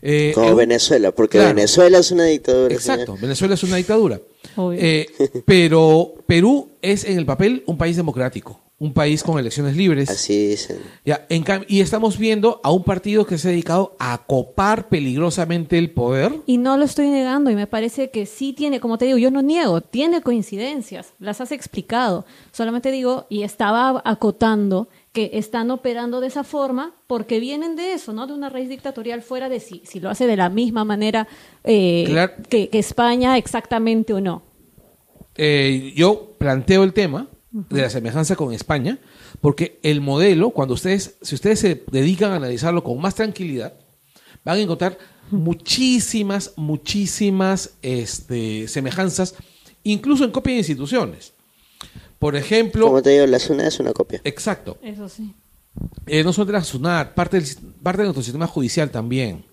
Eh, Como en- Venezuela, porque Claro. Venezuela es una dictadura. ¿eh? Exacto, señor. Venezuela es una dictadura. Obvio. Eh, pero Perú es en el papel un país democrático, un país con elecciones libres. Así dicen. Ya, en cam- y estamos viendo a un partido que se ha dedicado a copar peligrosamente el poder. Y no lo estoy negando y me parece que sí tiene, como te digo, yo no niego, tiene coincidencias, las has explicado. Solamente digo, y estaba acotando que están operando de esa forma porque vienen de eso, ¿no? De una raíz dictatorial fuera de si, si lo hace de la misma manera eh, Claro. que, que España exactamente o no. Eh, yo planteo el tema de la semejanza con España, porque el modelo, cuando ustedes, si ustedes se dedican a analizarlo con más tranquilidad, van a encontrar muchísimas, muchísimas este, semejanzas, incluso en copia de instituciones. Por ejemplo, Como te digo, la zona es una copia. exacto, Eso sí. eh, no solo de la SUNAT, parte, del- parte de nuestro sistema judicial también.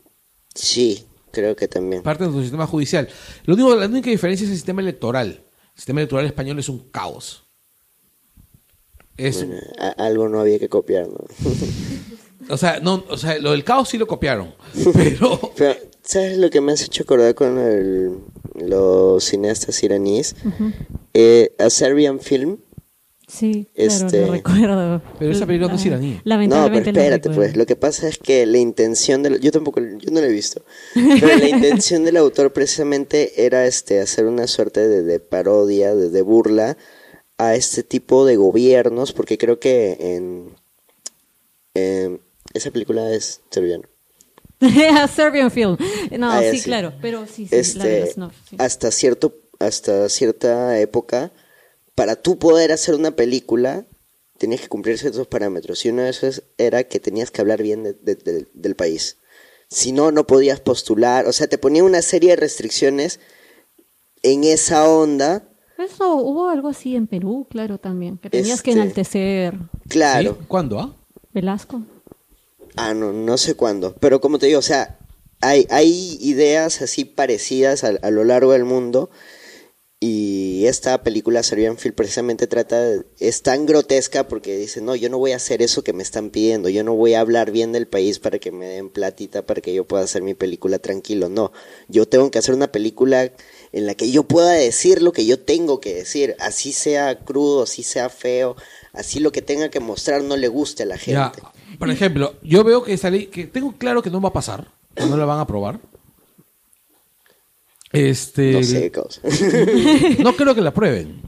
Sí, creo que también. parte de nuestro sistema judicial. Lo único, la única diferencia es el sistema electoral. El sistema electoral español es un caos. Es, Bueno, a- algo no había que copiar, ¿no? o, sea, no, o sea, lo del caos sí lo copiaron, pero Pero, ¿sabes lo que me has hecho acordar con el- los cineastas iraníes? Eh, a Serbian Film. Sí, claro, Este- lo recuerdo. Pero esa película no es La- iraní. No, pero Lamentablemente lo espérate, recuerdo. pues. Lo que pasa es que la intención del. Yo tampoco. Yo no lo he visto. Pero la intención del autor precisamente era este hacer una suerte de, de parodia, de, de burla a este tipo de gobiernos, porque creo que en. en- esa película es serbiana. A Serbian Film. No, Ah, ya, sí, sí. claro, pero sí, sí, la de este, Snuff, sí. hasta cierto hasta cierta época para tú poder hacer una película tenías que cumplir ciertos parámetros y uno de esos era que tenías que hablar bien de- de- de- del país si no no podías postular o sea te ponían una serie de restricciones en esa onda Eso hubo algo así en Perú, claro, también. Que tenías que Este- enaltecer Claro. ¿Sí? ¿Cuándo, ah? Velasco. Ah, no, no sé cuándo. Pero como te digo, o sea, hay, hay ideas así parecidas a, a lo largo del mundo. Y esta película, Serbian Film, precisamente trata, de- es tan grotesca porque dice, no, yo no voy a hacer eso que me están pidiendo, yo no voy a hablar bien del país para que me den platita, para que yo pueda hacer mi película tranquilo, no, yo tengo que hacer una película en la que yo pueda decir lo que yo tengo que decir, así sea crudo, así sea feo, así lo que tenga que mostrar no le guste a la Ya, gente. por ejemplo, yo veo que esa ley, que tengo claro que no va a pasar, que no la van a aprobar. Este, No sé, causa. no creo que la aprueben.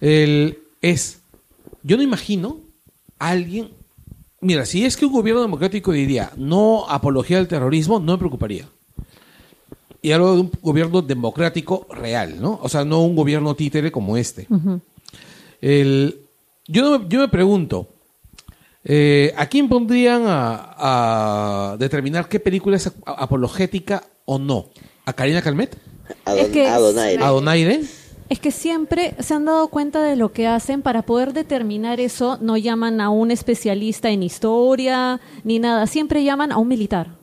El, es, yo no imagino a alguien, mira, si es que un gobierno democrático diría no apología al terrorismo, no me preocuparía. Y hablo de un gobierno democrático real, ¿no? O sea, no un gobierno títere como este. El- yo, no me- yo me pregunto, eh, ¿a quién pondrían a, a determinar qué película es ap- apologética o no? ¿A Karina Calmet? Adon- Es que- Adonaire. ¿A Donaire? Es que siempre se han dado cuenta de lo que hacen para poder determinar eso. No llaman a un especialista en historia ni nada. Siempre llaman a un militar.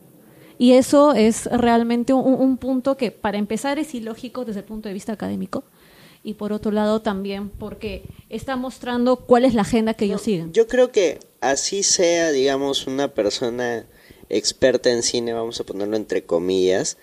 Y eso es realmente un, un punto que, para empezar, es ilógico desde el punto de vista académico. Y por otro lado, también porque está mostrando cuál es la agenda que ellos siguen. Yo creo que así sea, digamos, una persona experta en cine, vamos a ponerlo entre comillas,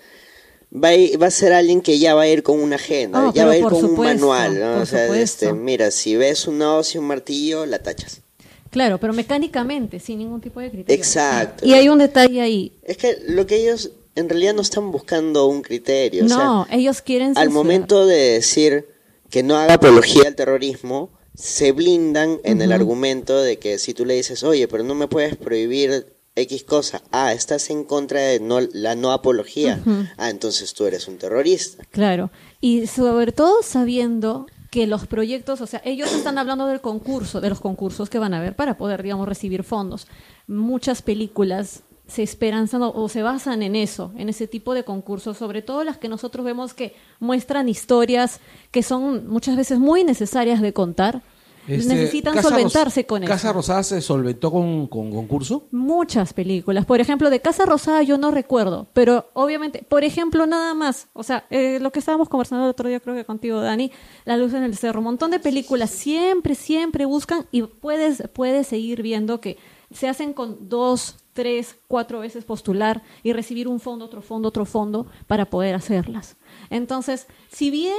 va a, ir- va a ser alguien que ya va a ir con una agenda, Ah, ya va a ir pero por con un supuesto, manual, ¿no? por O sea, este, supuesto. mira, si ves un hoz y un martillo, la tachas. Claro, pero mecánicamente, sin ningún tipo de criterio. Exacto. Y hay un detalle ahí. Es que lo que ellos en realidad no están buscando un criterio, o sea, no, ellos quieren al censurar. momento de decir que no haga apología al terrorismo, se blindan en el argumento de que si tú le dices, oye, pero no me puedes prohibir X cosa, ah, estás en contra de no, la no apología, ah, entonces tú eres un terrorista. Claro, y sobre todo sabiendo que los proyectos, o sea, ellos están hablando del concurso, de los concursos que van a haber para poder, digamos, recibir fondos. Muchas películas se esperanzan o, o se basan en eso, en ese tipo de concursos, sobre todo las que nosotros vemos que muestran historias que son muchas veces muy necesarias de contar. Este, Necesitan Casa Ros- solventarse con eso. Casa Rosada se solventó con, con concurso. Muchas películas. Por ejemplo, de Casa Rosada yo no recuerdo, pero obviamente, por ejemplo, nada más. O sea, eh, lo que estábamos conversando el otro día, creo que contigo, Dani, La Luz en el Cerro, un montón de películas, siempre, siempre buscan y puedes, puedes seguir viendo que se hacen con dos, tres, cuatro veces postular y recibir un fondo, otro fondo, otro fondo para poder hacerlas. Entonces, si bien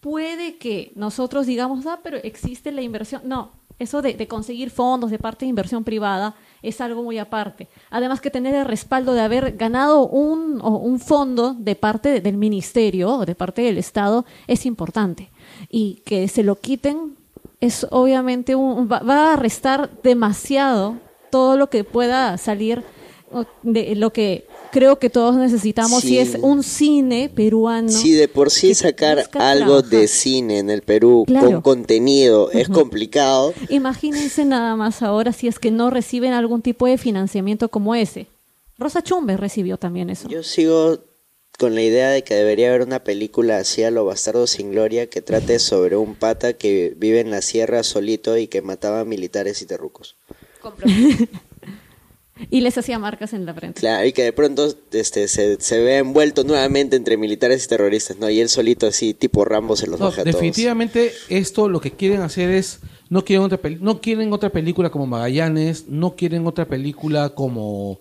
puede que nosotros digamos, ah, pero existe la inversión, no, eso de, de conseguir fondos de parte de inversión privada es algo muy aparte. Además que tener el respaldo de haber ganado un, o un fondo de parte de- del ministerio o de parte del Estado es importante. Y que se lo quiten es obviamente un, va, va a restar demasiado todo lo que pueda salir o, de lo que creo que todos necesitamos Sí. y es un cine peruano. Si de por sí que sacar busca algo de trabajar. cine en el Perú con Claro. contenido es complicado, Imagínense nada más ahora si es que no reciben algún tipo de financiamiento como ese. Rosa Chumbe recibió también eso. Yo sigo con la idea de que debería haber una película así a lo bastardo sin gloria que trate sobre un pata que vive en la sierra solito y que mataba militares y terrucos. Compro. Y les hacía marcas en la frente. Claro, y que de pronto este, se, se ve envuelto nuevamente entre militares y terroristas, ¿no? Y él solito así, tipo Rambo, se los No, baja a todos. definitivamente esto lo que quieren hacer es no quieren otra peli- no quieren otra película como Magallanes, no quieren otra película como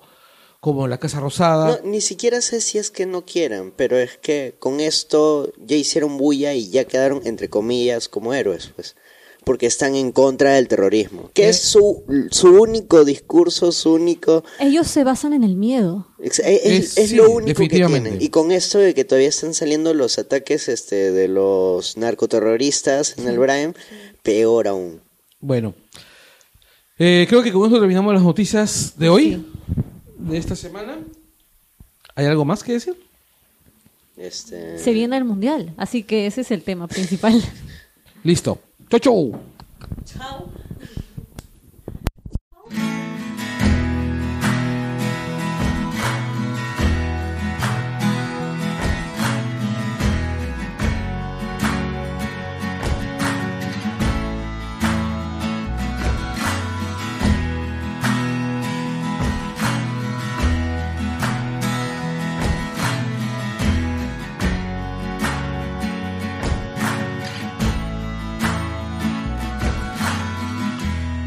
como La Casa No, Rosada. ni siquiera sé si es que no quieran, pero es que con esto ya hicieron bulla y ya quedaron, entre comillas, como héroes, pues. Porque están en contra del terrorismo. Que Eh. es su, su único discurso, su único... Ellos se basan en el miedo. Ex- Es, es- Es- es lo sí, único que definitivamente. tienen. Y con esto de que todavía están saliendo los ataques este, de los narcoterroristas en el Brahem, peor aún. Bueno, eh, creo que con esto terminamos las noticias de hoy, de esta semana. ¿Hay algo más que decir? Este, Se viene el mundial, así que ese es el tema principal. Listo. Chau, chau.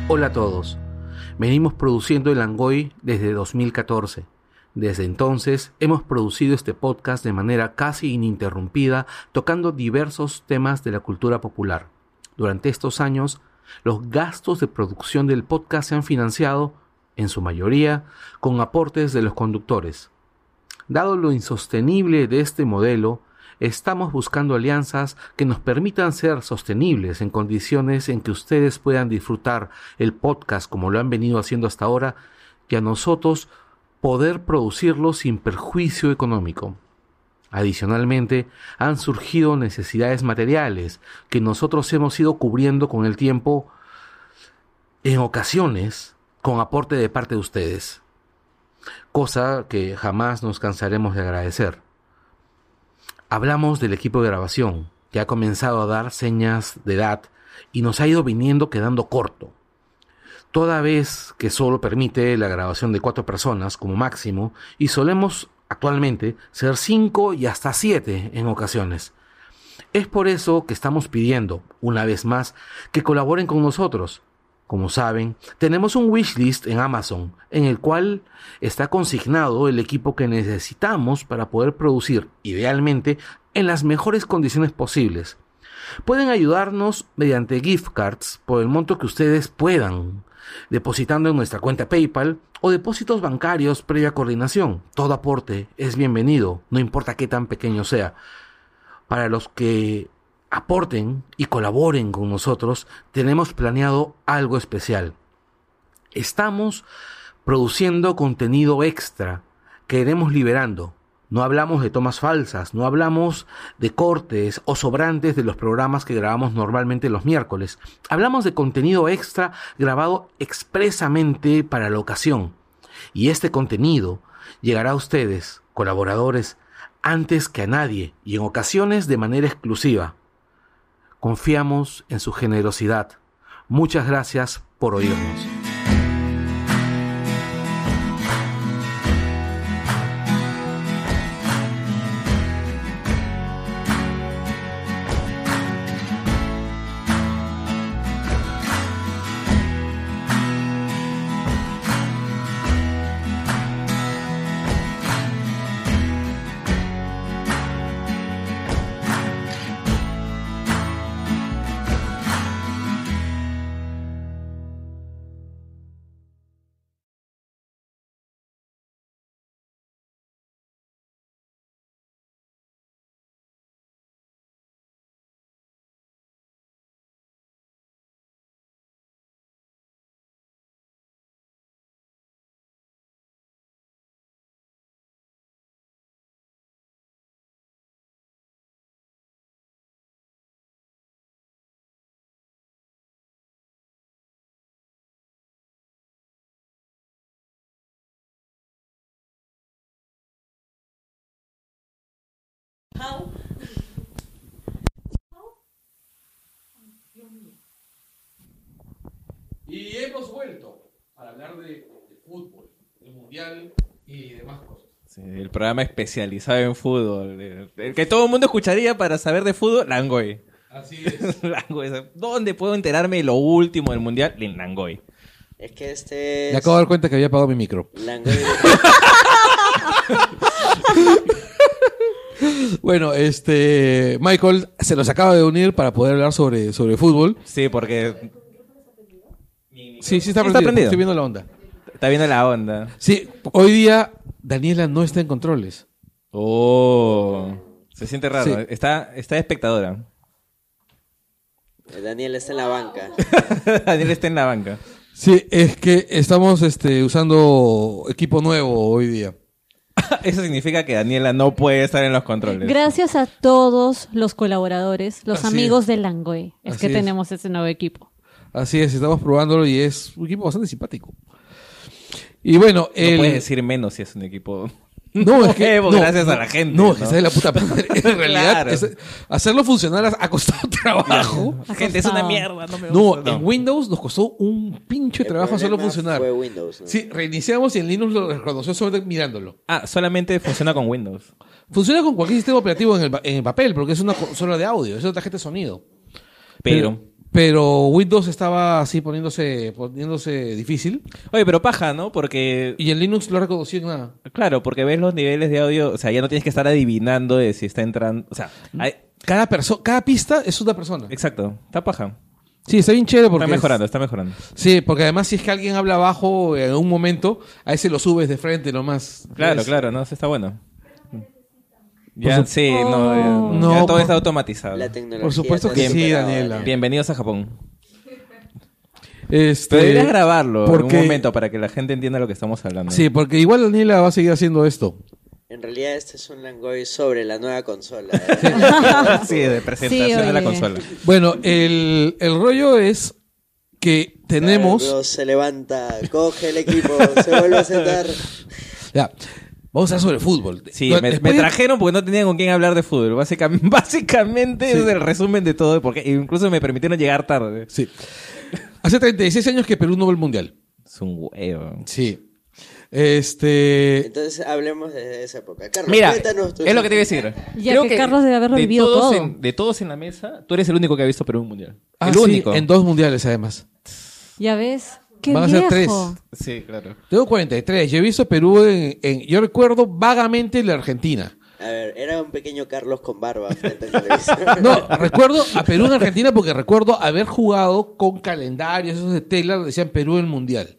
Hola a todos. Venimos produciendo el Angoy desde 2014. Desde entonces hemos producido este podcast de manera casi ininterrumpida, tocando diversos temas de la cultura popular. Durante estos años, los gastos de producción del podcast se han financiado, en su mayoría, con aportes de los conductores. Dado lo insostenible de este modelo, estamos buscando alianzas que nos permitan ser sostenibles en condiciones en que ustedes puedan disfrutar el podcast como lo han venido haciendo hasta ahora y a nosotros poder producirlo sin perjuicio económico. Adicionalmente, han surgido necesidades materiales que nosotros hemos ido cubriendo con el tiempo, en ocasiones, con aporte de parte de ustedes, cosa que jamás nos cansaremos de agradecer. Hablamos del equipo de grabación, que ha comenzado a dar señas de edad y nos ha ido viniendo quedando corto. Toda vez que solo permite la grabación de cuatro personas como máximo, y solemos actualmente ser cinco y hasta siete en ocasiones. Es por eso que estamos pidiendo, una vez más, que colaboren con nosotros. Como saben, tenemos un wishlist en Amazon, en el cual está consignado el equipo que necesitamos para poder producir, idealmente, en las mejores condiciones posibles. Pueden ayudarnos mediante gift cards por el monto que ustedes puedan, depositando en nuestra cuenta PayPal o depósitos bancarios previa coordinación. Todo aporte es bienvenido, no importa qué tan pequeño sea. Para los que aporten y colaboren con nosotros, tenemos planeado algo especial. Estamos produciendo contenido extra que iremos liberando. No hablamos de tomas falsas, no hablamos de cortes o sobrantes de los programas que grabamos normalmente los miércoles. Hablamos de contenido extra grabado expresamente para la ocasión. Y este contenido llegará a ustedes, colaboradores, antes que a nadie y en ocasiones de manera exclusiva. Confiamos en su generosidad. Muchas gracias por oírnos. Y hemos vuelto para hablar de, de fútbol, del mundial y demás cosas. Sí, el programa especializado en fútbol. El- El que todo el mundo escucharía para saber de fútbol, Langoy. Así es. Langoy. ¿Dónde puedo enterarme de lo último del mundial? En Langoy. Es que este es eh, Me acabo de dar cuenta que había apagado mi micro. Langoy- Bueno, este Michael se los acaba de unir para poder hablar sobre, sobre fútbol. Sí, porque Sí, sí está Está prendido. prendido. Estoy viendo la onda. está viendo la onda. Sí, hoy día Daniela no está en controles. Oh. Se siente raro. ¿eh? Sí. Está, está de espectadora. Daniel está en la banca. Daniel está en la banca. Sí, es que estamos este, usando equipo nuevo hoy día. Eso significa que Daniela no puede estar en los controles. Gracias a todos los colaboradores, los Así amigos es. de Langoy. Es Así que es. tenemos ese nuevo equipo. Así es, estamos probándolo y es un equipo bastante simpático. Y bueno, No el... puedes decir menos si es un equipo. No, es que. Nuevo, no, gracias no, a la gente, No, es que ¿no? está de la puta madre. En realidad, Claro. es- hacerlo funcionar ha- ha costado trabajo. Gente, es una mierda. No, me No, gusta. en Windows nos costó un pinche El trabajo hacerlo problema funcionar. Fue Windows, Pues, ¿no? Sí, reiniciamos y en Linux lo reconoció solo mirándolo. Ah, solamente funciona con Windows. Funciona con cualquier sistema operativo en el, pa- en el papel, porque es una consola de audio, es una tarjeta de sonido. Pero, Pero Windows estaba así poniéndose, poniéndose difícil. Oye, pero paja, ¿no? Porque Y en Linux lo reconocí en nada. Claro, porque ves los niveles de audio, o sea, ya no tienes que estar adivinando de si está entrando, o sea, Mm. hay- Cada, perso- cada pista es una persona. exacto, está paja. Sí, está bien chévere porque... Está es- mejorando, está mejorando. sí, porque además si es que alguien habla abajo en un momento, a ese lo subes de frente nomás. Claro, Es- Pues claro, no, sí está bueno. Ya, sup- sí, no, Oh. ya- No, ya todo por- está automatizado. La tecnología. Por supuesto te que ha sí, superado, Daniela. Daniel. Bienvenidos a Japón. Este, Deberías grabarlo porque- en un momento para que la gente entienda lo que estamos hablando. Sí, porque igual Daniela va a seguir haciendo esto. En realidad este es un Langoy sobre la nueva consola. ¿eh? Sí, de presentación Sí, de la oye. consola. Bueno, el, el rollo es que tenemos... Dios se levanta, coge el equipo, se vuelve a sentar. Ya, vamos a hablar sobre fútbol. Sí, No, me, me después de- trajeron porque no tenían con quién hablar de fútbol. Básicamente, básicamente es el resumen de todo, porque incluso me permitieron llegar tarde. Sí. Hace 36 años que Perú no va al Mundial. Es un huevo. Sí. Este... Entonces hablemos desde esa época. Carlos, Mira, cuéntanos tu- es lo que te iba a decir. Ya que Carlos debe haberlo de vivido todos todo. En, de todos en la mesa, tú eres el único que ha visto Perú en un mundial. Ah, el sí, único. en dos mundiales además. Ya ves, qué Van a viejo. ser tres. Sí, claro. Tengo 43. Yo he visto Perú en, en- Yo recuerdo vagamente la Argentina. A ver, era un pequeño Carlos con barba frente al televisor. No, recuerdo a Perú en Argentina porque recuerdo haber jugado con calendarios, esos de tela, donde decían Perú en el Mundial,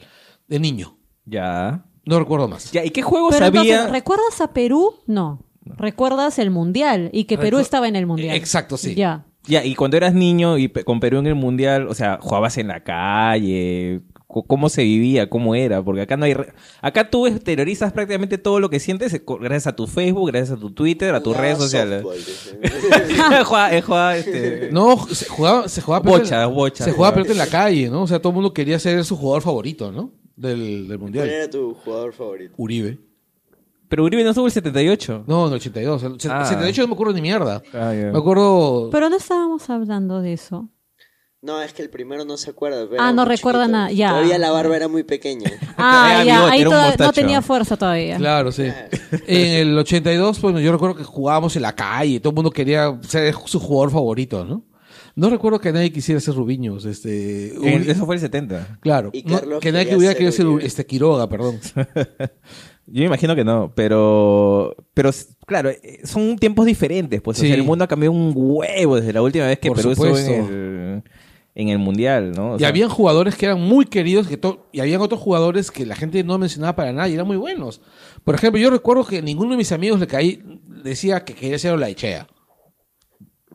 de niño. Ya. No recuerdo más. Ya, ¿y qué juegos Pero había? entonces, ¿recuerdas a Perú? No. Recuerdas el mundial y que Perú Recu- estaba en el mundial. Exacto, sí. Ya. Ya, y cuando eras niño y pe- con Perú en el mundial, o sea, jugabas en la calle, Co- cómo se vivía, cómo era, porque acá no hay re- acá tú exteriorizas prácticamente todo lo que sientes eh, co- gracias a tu Facebook, gracias a tu Twitter, a tus redes sociales. Softball, dicen. Jugaba- eh, jugaba, este- No, se jugaba, se jugaba pelota en- Bocha, bocha. Se jugaba pelota en la calle, ¿no? O sea, todo el mundo quería ser su jugador favorito, ¿no? Del, del ¿Cuál Mundial. era tu jugador favorito? Uribe. Pero Uribe no estuvo el 78. No, en el 82. El se- Ah. 78 no me acuerdo ni mierda. Ah, Eh. ya. Me acuerdo... Pero no estábamos hablando de eso. No, es que el primero no se acuerda. pero Ah, era no muy recuerda chiquito. nada, ya. Todavía la barba era muy pequeña. Ah, Era ya, bigote, ahí era un toda- no mostacho. tenía fuerza todavía. Claro, sí. Eh. En el 82, bueno, pues, yo recuerdo que jugábamos en la calle, todo el mundo quería ser su jugador favorito, ¿no? No recuerdo que nadie quisiera ser Rubiños, este... En- Uri- Eso fue el 70. Claro, Y no, Carlos que nadie quería que hubiera ser querido ser Uribe. este Quiroga, perdón. Yo me imagino que no, pero, pero s- claro, eh, son tiempos diferentes, pues o Sí. sea, el mundo ha cambiado un huevo desde la última vez que Por Perú estuvo en supuesto. el, en el mundial, ¿no? O Y sea, habían jugadores que eran muy queridos que to- y habían otros jugadores que la gente no mencionaba para nada y eran muy buenos. Por ejemplo, yo recuerdo que ninguno de mis amigos le caí decía que quería ser Olaichea.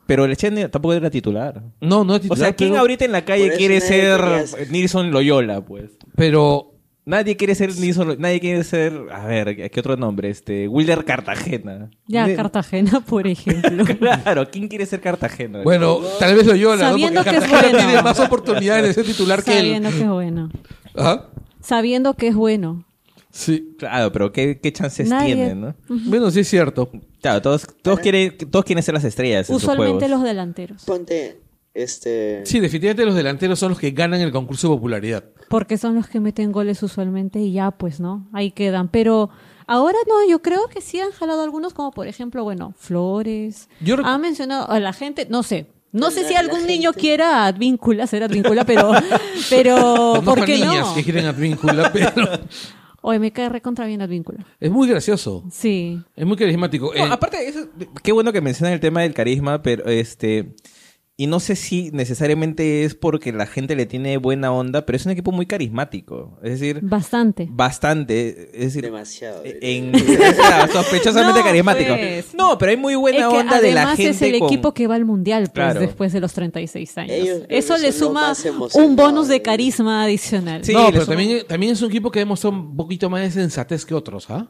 pero el Echene tampoco era titular. No, no es O titular, sea, ¿quién pero, ahorita en la Por calle eso quiere nadie ser quería ser- Nilsson Loyola, pues? pero Nadie quiere ser Nilsson, Lo- nadie quiere ser, a ver, ¿qué otro nombre? Este, Wilder Cartagena. Ya, Ni- Cartagena, por ejemplo. Claro, ¿quién quiere ser Cartagena? bueno, tal vez Loyola, ¿no? Sabiendo Porque que es Cartagena bueno. tiene más oportunidades de ser titular que él. Sabiendo que es bueno. Ajá. Sabiendo que es bueno. Sí. Claro, pero ¿qué, qué chances Nadie- tienen, no? Bueno, sí es cierto. Claro, todos, todos, quieren, todos quieren ser las estrellas. en sus Usualmente juegos. los delanteros. Ponte, este... Sí, definitivamente los delanteros son los que ganan el concurso de popularidad. Porque son los que meten goles usualmente y ya, pues, ¿no? Ahí quedan. Pero ahora no, yo creo que sí han jalado algunos, como por ejemplo, bueno, Flores. Yo recu- Han mencionado a la gente, no sé. No sé La- si la algún gente. niño quiera Advíncula, ser Advíncula, pero, pero Conozco Oh, ¿por qué niñas no? que quieren advíncula, pero Hoy me cae recontra bien Advíncula. es muy gracioso. Sí. Es muy carismático. No, Eh, aparte, eso, qué bueno que mencionan el tema del carisma, pero este. Y no sé si necesariamente es porque la gente le tiene buena onda, pero es un equipo muy carismático. Es decir, Bastante. bastante. Es decir, e, Demasiado. en- o sea, sospechosamente No, carismático. pues. No, pero hay muy Es buena que onda de la además gente. es el con- equipo que va al mundial pues, Claro. después de los 36 años. Ellos creo Eso que le son lo suma más emocionado, un bonus de ¿eh? carisma adicional. Sí, no, le pero sumo- también, también es un equipo que ha demostrado un poquito más de sensatez que otros, ¿ah?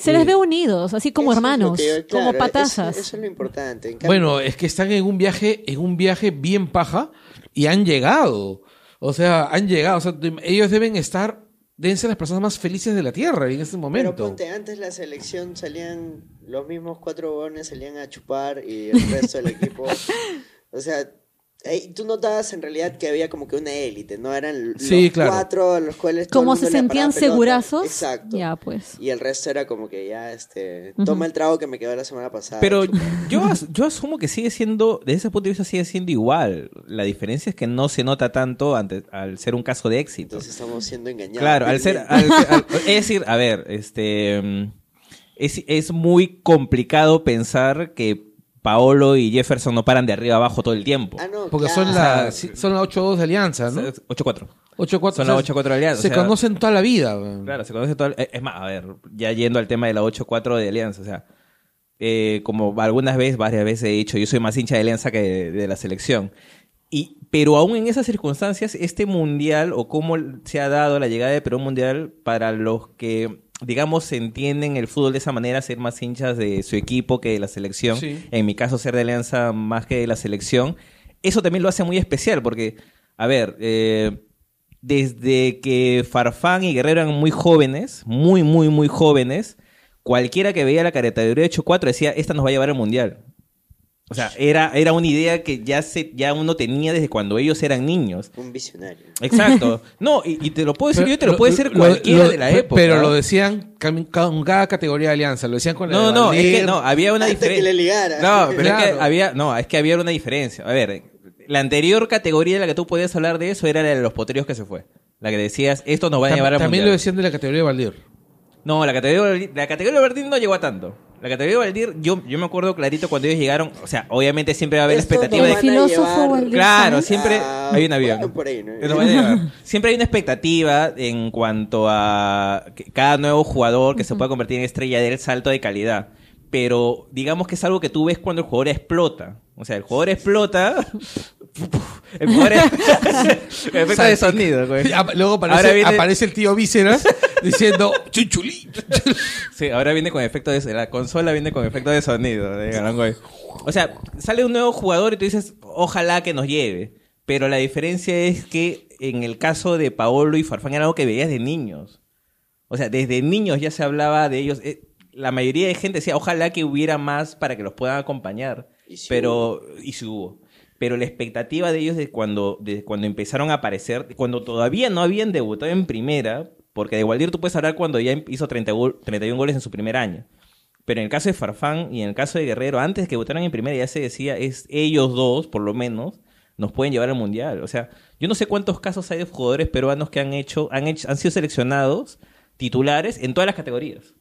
Se les ve unidos, así como hermanos, como patazas. Eso, es lo importante. En cambio, Bueno, es que están en un viaje, en un viaje bien paja y han llegado. O sea, han llegado. O sea, te- ellos deben estar, deben ser las personas más felices de la Tierra en este Pero momento. ponte, antes la selección salían los mismos cuatro huevones, salían a chupar y el resto del equipo. O sea, ahí tú notabas en realidad que había como que una élite, ¿no? Eran los Sí, claro. cuatro a los cuales... todo el Como se mundo le sentían paraba pelota. segurazos. Exacto. Ya, pues. Y el resto era como que ya, este, Ujú. toma el trago que me quedó la semana pasada. Pero chupa. yo, as- yo asumo que sigue siendo, desde ese punto de vista, sigue siendo igual. La diferencia es que no se nota tanto ante- al ser un caso de éxito. Entonces estamos siendo engañados. Ah, Claro, al ser, al ser- al- es decir, a ver, este mm, es, es muy complicado pensar que Paolo y Jefferson no paran de arriba abajo todo el tiempo. Ah, no, Porque claro. son la, si- son la 8-2 de Alianza, O sea, ¿no? es 8-4. 8-4. Son o sea, la 8-4 de Alianza, Se o sea- conocen toda la vida. weón. Claro, se conoce todo. el- eh, Es más, a ver, ya yendo al tema de la 8-4 de Alianza, o sea, eh, como algunas veces, varias veces he dicho, yo soy más hincha de Alianza que de, de la selección. Y, pero aún en esas circunstancias, este mundial o cómo se ha dado la llegada de Perú al mundial para los que, digamos, entienden el fútbol de esa manera, ser más hinchas de su equipo que de la selección. Sí. En mi caso, ser de Alianza más que de la selección. Eso también lo hace muy especial porque, a ver, eh, desde que Farfán y Guerrero eran muy jóvenes, muy, muy, muy jóvenes, cualquiera que veía la caretería de 8-4 decía, esta nos va a llevar al Mundial. O sea, era, era una idea que ya, se, ya uno tenía desde cuando ellos eran niños. Un visionario. Exacto. No, y, y te lo puedo decir Pero yo, y te lo, puede ser cualquiera lo- de la pe- época. Pero lo decían con cada, con cada categoría de Alianza, lo decían con la No, de no, es Valdir. que no, había una Antes que le diferencia. ligara. No, pero es Claro. que había, no, es que había una diferencia. A ver, la anterior categoría de la que tú podías hablar de eso era la de los potreros que se fue. La que decías, esto nos va a Tam- llevar al También mundial. lo decían de la categoría de Valdir. No, la categoría, la categoría de Valdir no llegó a tanto. La categoría de Valdir, yo, yo me acuerdo clarito cuando ellos llegaron. O sea, obviamente siempre va a haber la Esto expectativa no de van a Filósofo llevar Valdés, Claro, ¿sabes? siempre Ah, hay un avión. por ahí, ¿no? Nos van a llevar. Siempre hay una expectativa en cuanto a que cada nuevo jugador que se pueda convertir en estrella del salto de calidad. Pero digamos que es algo que tú ves cuando el jugador explota. O sea, el jugador explota. El jugador. Efecto de sonido, güey. Ah, Luego Ahora aparece, viene- aparece el tío Víceras diciendo chuchulí. Sí, ahora viene con efecto de la consola viene con efecto de sonido de Galangoy. O sea, sale un nuevo jugador y tú dices, ojalá que nos lleve. Pero la diferencia es que en el caso de Paolo y Farfán era algo que veías de niños. O sea, desde niños ya se hablaba de ellos. Eh, La mayoría de gente decía, ojalá que hubiera más para que los puedan acompañar. Y sí pero, y sí hubo. Pero la expectativa de ellos de cuando, de cuando empezaron a aparecer, cuando todavía no habían debutado en primera, porque de Waldir tú puedes hablar cuando ya hizo 30 gol- 31 goles en su primer año. Pero en el caso de Farfán y en el caso de Guerrero, antes que votaran en primera ya se decía, es ellos dos, por lo menos, nos pueden llevar al Mundial. O sea, yo no sé cuántos casos hay de jugadores peruanos que han hecho, han, hecho, han sido seleccionados titulares en todas las categorías.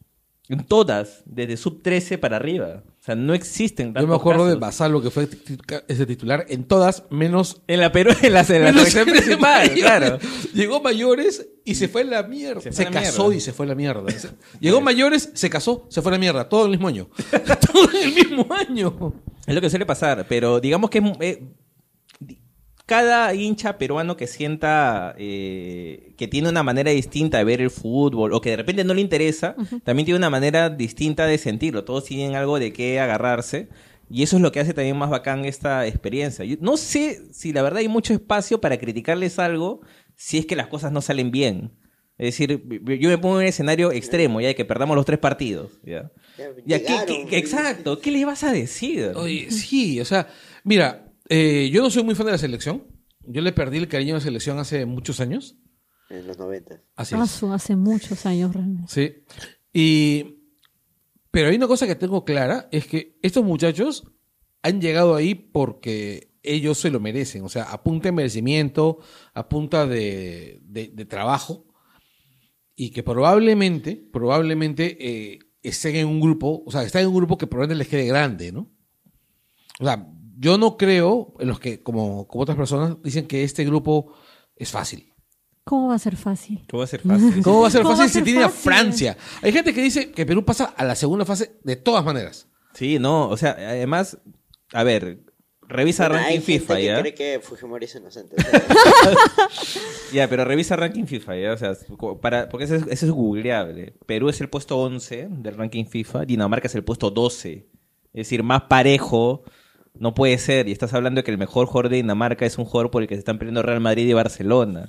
En todas, desde sub 13 para arriba. O sea, no existen Yo tantos me acuerdo de casos. Basalo, que fue tit- ese titular en todas, menos En la Perú, en la, en la menos selección en principal, mayores. claro. Llegó mayores y se fue a la mierda. Se Se, fue a la casó mierda. y se fue a la mierda. Se- Llegó mayores, se casó, se fue a la mierda. Todo en el mismo año. todo en el mismo año. Es lo que suele pasar, pero digamos que es mu- eh, di- cada hincha peruano que sienta eh, que tiene una manera distinta de ver el fútbol o que de repente no le interesa, también tiene una manera distinta de sentirlo. Todos tienen algo de qué agarrarse. Y eso es lo que hace también más bacán esta experiencia. Yo no sé si la verdad hay mucho espacio para criticarles algo si es que las cosas no salen bien. Es decir, yo me pongo en un escenario extremo, ya de que perdamos los tres partidos. ¿ya? Ya Ya, ¿qué- llegaron, qué- güey. exacto, ¿qué le vas a decir? Oye, sí, o sea, mira, eh, yo no soy muy fan de la selección. Yo le perdí el cariño a la selección hace muchos años. En los 90. Así Ah, es. su, hace muchos años realmente. Sí. Y, pero hay una cosa que tengo clara, es que estos muchachos han llegado ahí porque ellos se lo merecen. O sea, a punta de merecimiento, a punta de, de- de trabajo. Y que probablemente, probablemente eh, estén en un grupo, o sea, están en un grupo que probablemente les quede grande, ¿no? O sea, yo no creo en los que, como, como otras personas, dicen que este grupo es fácil. ¿Cómo va a ser fácil? ¿Cómo va a ser fácil? ¿Cómo va a ser ¿Cómo va fácil a ser si tiene a fácil? Francia? Hay gente que dice que Perú pasa a la segunda fase de todas maneras. Sí, no, o sea, además, a ver, revisa Bueno, ranking hay gente FIFA, que ¿ya? cree que Fujimori es inocente. o sea, Ya, pero revisa ranking FIFA, ¿ya? O sea, co- para, porque eso es, eso es googleable. Perú es el puesto 11 del ranking FIFA, Dinamarca es el puesto 12. Es decir, más parejo no puede ser. Y estás hablando de que el mejor jugador de Dinamarca es un jugador por el que se están peleando Real Madrid y Barcelona.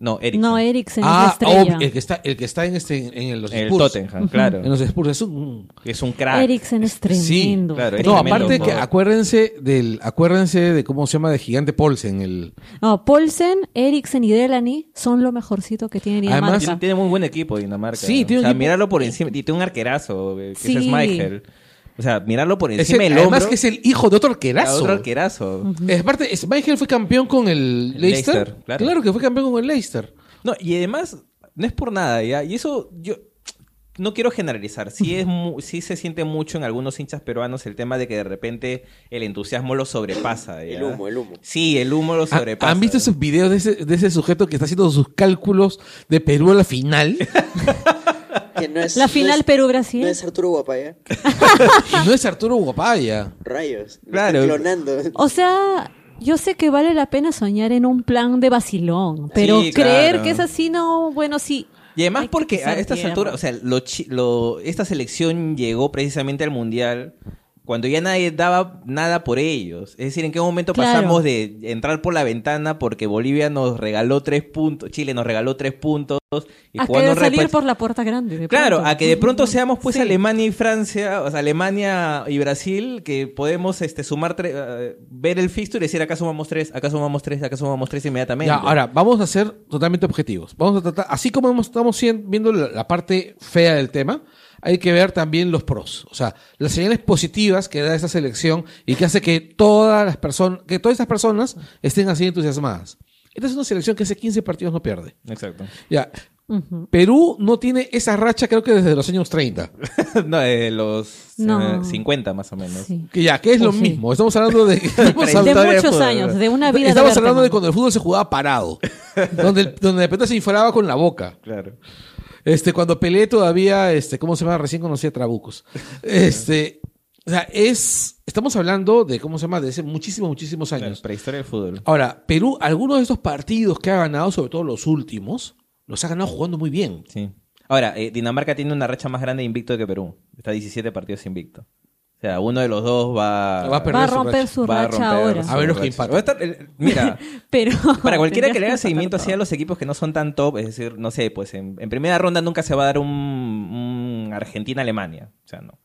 No, Eriksen. No, Eriksen ah, es la estrella. obvio, el que está, el que está en este, en, en los el Spurs. Tottenham, claro. En los Spurs es un Es un crack. Eriksen es Sí, tremendo. claro, es No, tremendo aparte que jugador. acuérdense del, acuérdense de cómo se llama de gigante Paulsen, el No, Paulsen, Eriksen y Delany son lo mejorcito que tiene Además, Dinamarca. Tiene, tiene muy buen equipo Dinamarca. Ah, Sí, tiene o un sea, equipo- míralo por encima. Y tiene un arquerazo, eh, que Sí. ese es Michael. O sea, míralo por es encima el- del además hombro. que es el hijo de otro arquerazo. Otro arquerazo. Es parte, es- Michael fue campeón con el El Leicester. Leicester, claro. claro. que fue campeón con el Leicester. No, y además, no es por nada, ¿ya? Y eso yo no quiero generalizar. Sí, es mu- sí se siente mucho en algunos hinchas peruanos el tema de que de repente el entusiasmo lo sobrepasa. ¿ya? El humo, el humo. Sí, el humo lo Ah, sobrepasa. ¿Han visto esos videos de ese, de ese sujeto que está haciendo sus cálculos de Perú a la final? Que no es- La no final es- Perú-Brasil. No es Arturo Guapaya. Y no es Arturo Guapaya. Rayos. lo Claro. están clonando. O sea, yo sé que vale la pena soñar en un plan de vacilón, pero Sí, creer claro. que es así, no, bueno, sí. Y además Hay que porque a pisar estas tierra. alturas, o sea, lo chi- lo- esta selección llegó precisamente al Mundial cuando ya nadie daba nada por ellos. Es decir, ¿en qué momento Claro. pasamos de entrar por la ventana porque Bolivia nos regaló tres puntos, Chile nos regaló tres puntos y A jugando querer un salir repechaje- por la puerta grande. de Claro, pronto. a que de pronto seamos pues Sí. Alemania y Francia, o sea, Alemania y Brasil, que podemos este, sumar, tre- eh, ver el fixture y decir acá sumamos tres, acá sumamos tres, acá sumamos tres inmediatamente. Ya, ahora, vamos a ser totalmente objetivos. Vamos a tratar, así como hemos- estamos sien- viendo la, la parte fea del tema, hay que ver también los pros. O sea, las señales positivas que da esta selección y que hace que todas las personas, que todas estas personas estén así entusiasmadas. Esta es una selección que hace 15 partidos no pierde. Exacto. Ya. Ujú. Perú no tiene esa racha creo que desde los años 30. no, de los No. eh, 50 más o menos. Sí. Que ya, que es Oh, lo sí. mismo. Estamos hablando de... estamos De hablando- muchos años, de una vida. Estamos de hablando de vértigo. cuando el fútbol se jugaba parado. donde, el- donde de repente se inflaba con la boca. Claro. Este, cuando peleé todavía, este, ¿cómo se llama? Recién conocí a Trabucos. Este, o sea, es, estamos hablando de, ¿cómo se llama? De hace muchísimos, muchísimos La años. prehistoria del fútbol. Ahora, Perú, algunos de estos partidos que ha ganado, sobre todo los últimos, los ha ganado jugando muy bien. Sí. Ahora, eh, Dinamarca tiene una racha más grande de invicto que Perú. Está 17 partidos invicto. O sea, uno de los dos va, Va a perder Va a su romper racha. su va a racha romper ahora. su A ver los que racha. empatan. Va a estar- el- mira, Pero Para cualquiera que le tendrías haga empatar seguimiento todo. hacia los equipos que no son tan top, es decir, no sé, pues en, en primera ronda nunca se va a dar un, un Argentina-Alemania. O sea, no.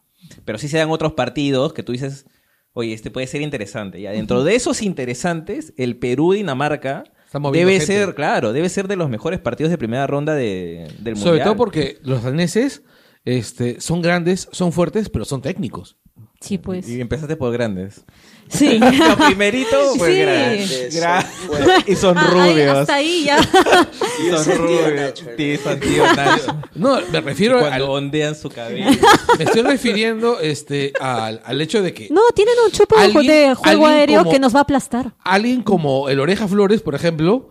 Pero sí se dan otros partidos que tú dices, oye, este puede ser interesante. Y adentro de esos interesantes, el Perú-Dinamarca Está moviendo debe gente. ser, claro, debe ser de los mejores partidos de primera ronda de, del Mundial. Sobre todo porque los daneses este, son grandes, son fuertes, pero son técnicos. Sí, pues. Y empezaste por grandes. Sí. Lo primerito fue Sí. grandes. Gra- Son fuertes. y son Ah, ahí- rubios. hasta ahí ya. Y Yo son soy tío rubios. Nacho, ¿no? Sí, son tío Nacho. No, me refiero Y cuando al- ondean su cabello. me estoy refiriendo este, al, al hecho de que No, tienen un chupo de Alguien- de juego alguien aéreo como- que nos va a aplastar. alguien como el Oreja Flores, por ejemplo,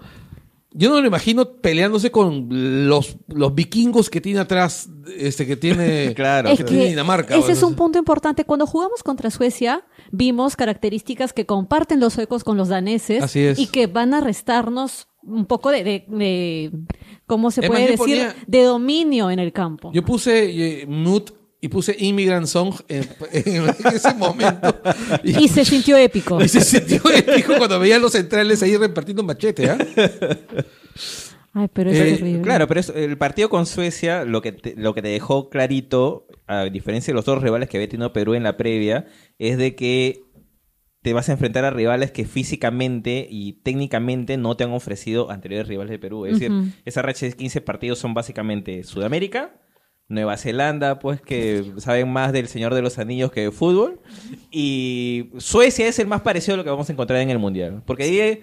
yo no lo imagino peleándose con los, los vikingos que tiene atrás, este que tiene Claro. Es que que tiene Dinamarca. ese es o un punto importante. Cuando jugamos contra Suecia, vimos características que comparten los suecos con los daneses Así es. y que van a restarnos un poco de, de- de- ¿cómo se Es puede más, yo decir? ponía- De dominio en el campo. Yo puse eh, Mute y puse Immigrant Song en, en ese momento. Y se sintió épico. Y se sintió épico cuando veía a los centrales ahí repartiendo machete, ¿ah? Ay, pero es Eh, terrible. Claro, pero es- el partido con Suecia, lo que, te, lo que te dejó clarito, a diferencia de los otros rivales que había tenido Perú en la previa, es de que te vas a enfrentar a rivales que físicamente y técnicamente no te han ofrecido anteriores rivales de Perú. Es Ujú. decir, esa racha de 15 partidos son básicamente Sudamérica, Nueva Zelanda, pues que saben más del Señor de los Anillos que de fútbol, y Suecia es el más parecido a lo que vamos a encontrar en el Mundial. Porque ahí,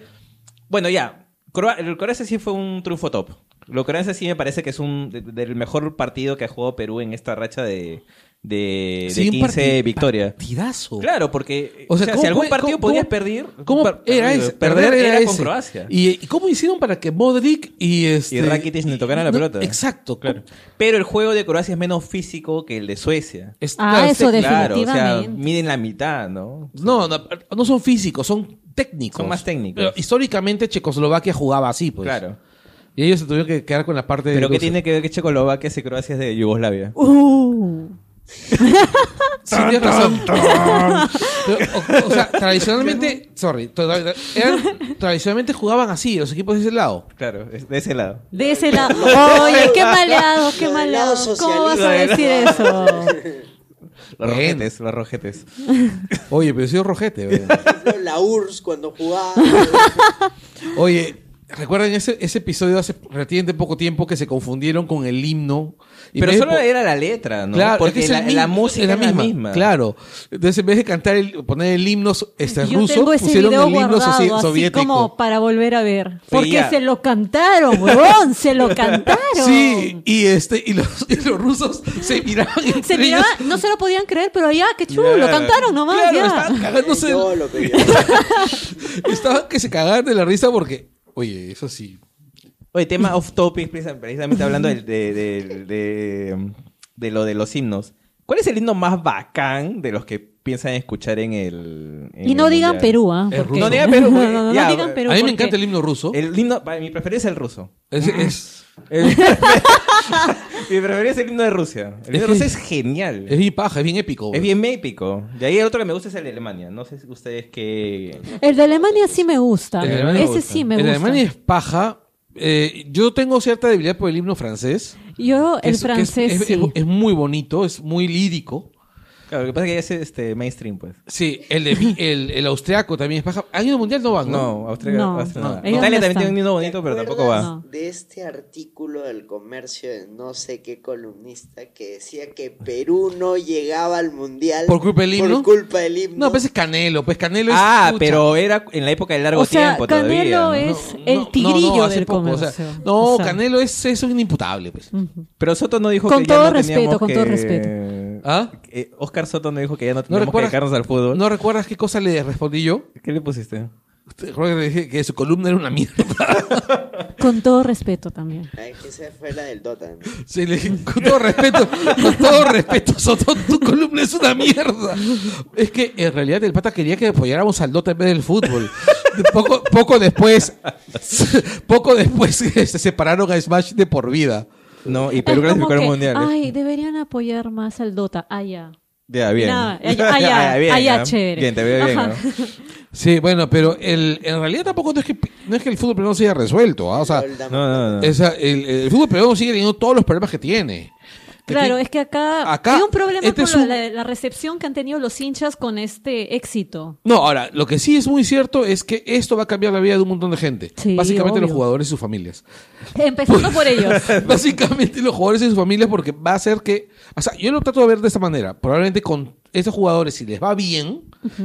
bueno, ya, Croa- el Croacia sí fue un triunfo top. Lo Croacia sí me parece que es un de- del mejor partido que ha jugado Perú en esta racha de, de, de Sí, un 15 parti- victorias. Partidazo. Claro, porque O o sea, sea, ¿cómo si algún puede- partido cómo- podías cómo- perder, ¿Cómo per- era perdido, ese? Perder era, con ese. Croacia. ¿Y, y cómo hicieron para que Modric y, este, Y Rakitic ni tocaran la no, pelota. Exacto, claro. Pero el juego de Croacia es menos físico que el de Suecia. Es- Ah, es eso técnico. Claro, o sea, definitivamente. miden la mitad, ¿no? No, no, no son físicos, son técnicos. Son más técnicos. Pero históricamente Checoslovaquia jugaba así, pues. Claro. Y ellos se tuvieron que quedar con la parte Pero de ¿qué tiene que ver que Checoslovaquia y Croacia es de Yugoslavia? Uh, Sí, tienes razón. O, o sea, tradicionalmente, sorry, tra- tra- eran- tradicionalmente jugaban así los equipos de ese lado. Claro, es de ese lado. De ese lado. Oye, qué maleado, qué Lo del maleado. lado ¿Cómo vas a socialista. decir eso? Los Bueno. rojetes, los rojetes. Oye, pero soy un rojete. ¿verdad? Por ejemplo, La URSS cuando jugaba. Oye, recuerden ese, ese episodio hace relativamente poco tiempo que se confundieron con el himno. Y Pero me- solo era la letra, ¿no? Claro, Porque es que es la, el mismo- la música es la misma. Claro. Entonces, en vez de cantar el, poner el himno so- este, Yo ruso, tengo ese pusieron video el himno guardado, soci- así soviético. como para volver a ver. Porque ya. se lo cantaron, huevón, se lo cantaron. Sí, y este, y los, y los rusos se miraban entre Se ellos. miraba, no se lo podían creer, pero ya, qué chulo, lo Claro. cantaron nomás, Claro, ya. estaban cagándose. Yo lo que yo. Estaban que se cagaban de la risa porque, oye, eso sí. Oye, tema off topic, precisa- precisamente hablando del- de, de- de- de lo de los himnos. ¿Cuál es el himno más bacán de los que piensan escuchar en el. en Y no el digan mundial? Perú, ¿ah? Es Porque- ruso. No digan Perú, No, no, no ya, digan Perú. a mí me porque- encanta el himno ruso. El himno, para- mi preferido es el ruso. Es- es- El- mi preferido es el himno de Rusia. El himno de que- Rusia es genial. es bien paja, es bien épico. Es bien épico. De ahí el otro que me gusta es el de Alemania. No sé si ustedes qué. El de Alemania sí me gusta. El de Alemania me Ese gusta. sí me El gusta. de Alemania es paja. Eh, yo tengo cierta debilidad por el himno francés. Yo, que el es- que es- francés es, sí. es- es muy bonito, es muy lírico. Claro, lo que pasa es que ya es este, mainstream, pues. Sí, el, de- el, el austriaco también es paja. ¿Han ido al mundial? No van, ¿no? No, Austria. No. Austria No. no. Ellos Italia no también están. tiene un himno bonito, pero ¿Te tampoco va. acuerdas De este artículo del comercio de no sé qué columnista que decía que Perú no llegaba al mundial ¿Por culpa del himno? Por culpa del himno. No, pues es Canelo. Pues Canelo es. Ah, pucha, pero era en la época de largo O sea, tiempo Canelo todavía. ¿no? es- el tigrillo del sea, comercio. no, O sea. Canelo es, es un inimputable, pues. Mm. Ujú. Pero Soto no dijo Con que ya todo no teníamos respeto, con que- todo respeto. ¿Ah? Eh, Oscar Soto no dijo que ya no ¿No teníamos que recuerdas, dedicarnos al fútbol. ¿No recuerdas qué cosa le respondí yo? ¿Qué le pusiste? Recuerdo que le dije que su columna era una mierda. Con todo respeto también. Ay, que esa fue la del Dota. ¿no? Sí, le dije, con todo respeto, con todo respeto, Soto, tu columna es una mierda. Es que en realidad el pata quería que apoyáramos al Dota en vez del fútbol. Poco, poco después, poco después eh, se separaron a Smash de por vida. No, y Perú Es como clasificó al que, mundial. ¿eh? Ay, deberían apoyar más al Dota. Ah, Allá. Ya, bien. Nada, allá, allá, bien, allá, ¿ah? chévere. Bien, te veo bien. Ajá. ¿no? Sí, bueno, pero el, en realidad tampoco no es que, no es que el fútbol peruano se haya resuelto. ¿ah? O sea, Pero el dam- No, no, no. esa- el, el fútbol peruano sigue teniendo todos los problemas que tiene. Que Claro, tiene- es que acá, Acá, hay un problema este con es lo- un- la, la recepción que han tenido los hinchas con este éxito. No, ahora, lo que sí es muy cierto es que esto va a cambiar la vida de un montón de gente. Sí, Básicamente los obvio. jugadores y sus familias. Empezando por ellos. Básicamente los jugadores y sus familias porque va a hacer que... O sea, yo lo trato de ver de esta manera. Probablemente con estos jugadores, si les va bien,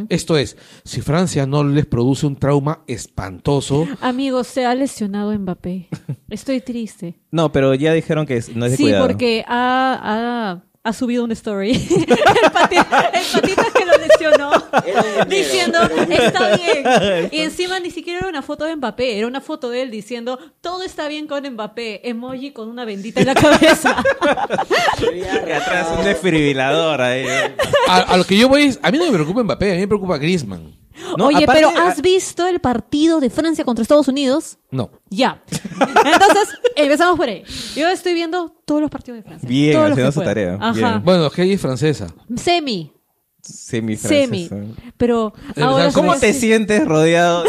esto es, si Francia no les produce un trauma espantoso... Amigos, se ha lesionado Mbappé. Estoy triste. No, pero ya dijeron que es- no es de sí, cuidado. porque ha, ha- ha subido una story. el, pati- el patita que lo lesionó. Era de enero, diciendo, pero bueno. está bien. Y encima ni siquiera era una foto de Mbappé, era una foto de él diciendo, todo está bien con Mbappé. Emoji con una bendita en la cabeza. Había Y atrás un arrasado. desfibrilador ahí. eh. A, a lo que yo voy es... A mí no me preocupa Mbappé, a mí me preocupa Griezmann. No, Oye, aparte- pero ¿has visto el partido de Francia contra Estados Unidos? No. Ya. Entonces, empezamos por ahí. Yo estoy viendo todos los partidos de Francia. Bien, todos los haciendo que su pueda. tarea, Ajá. bien. Bueno, es que ella es francesa. Semi. Semi Semi. francesa. Pero Pero, ahora ¿Cómo Pues sí- te sientes rodeado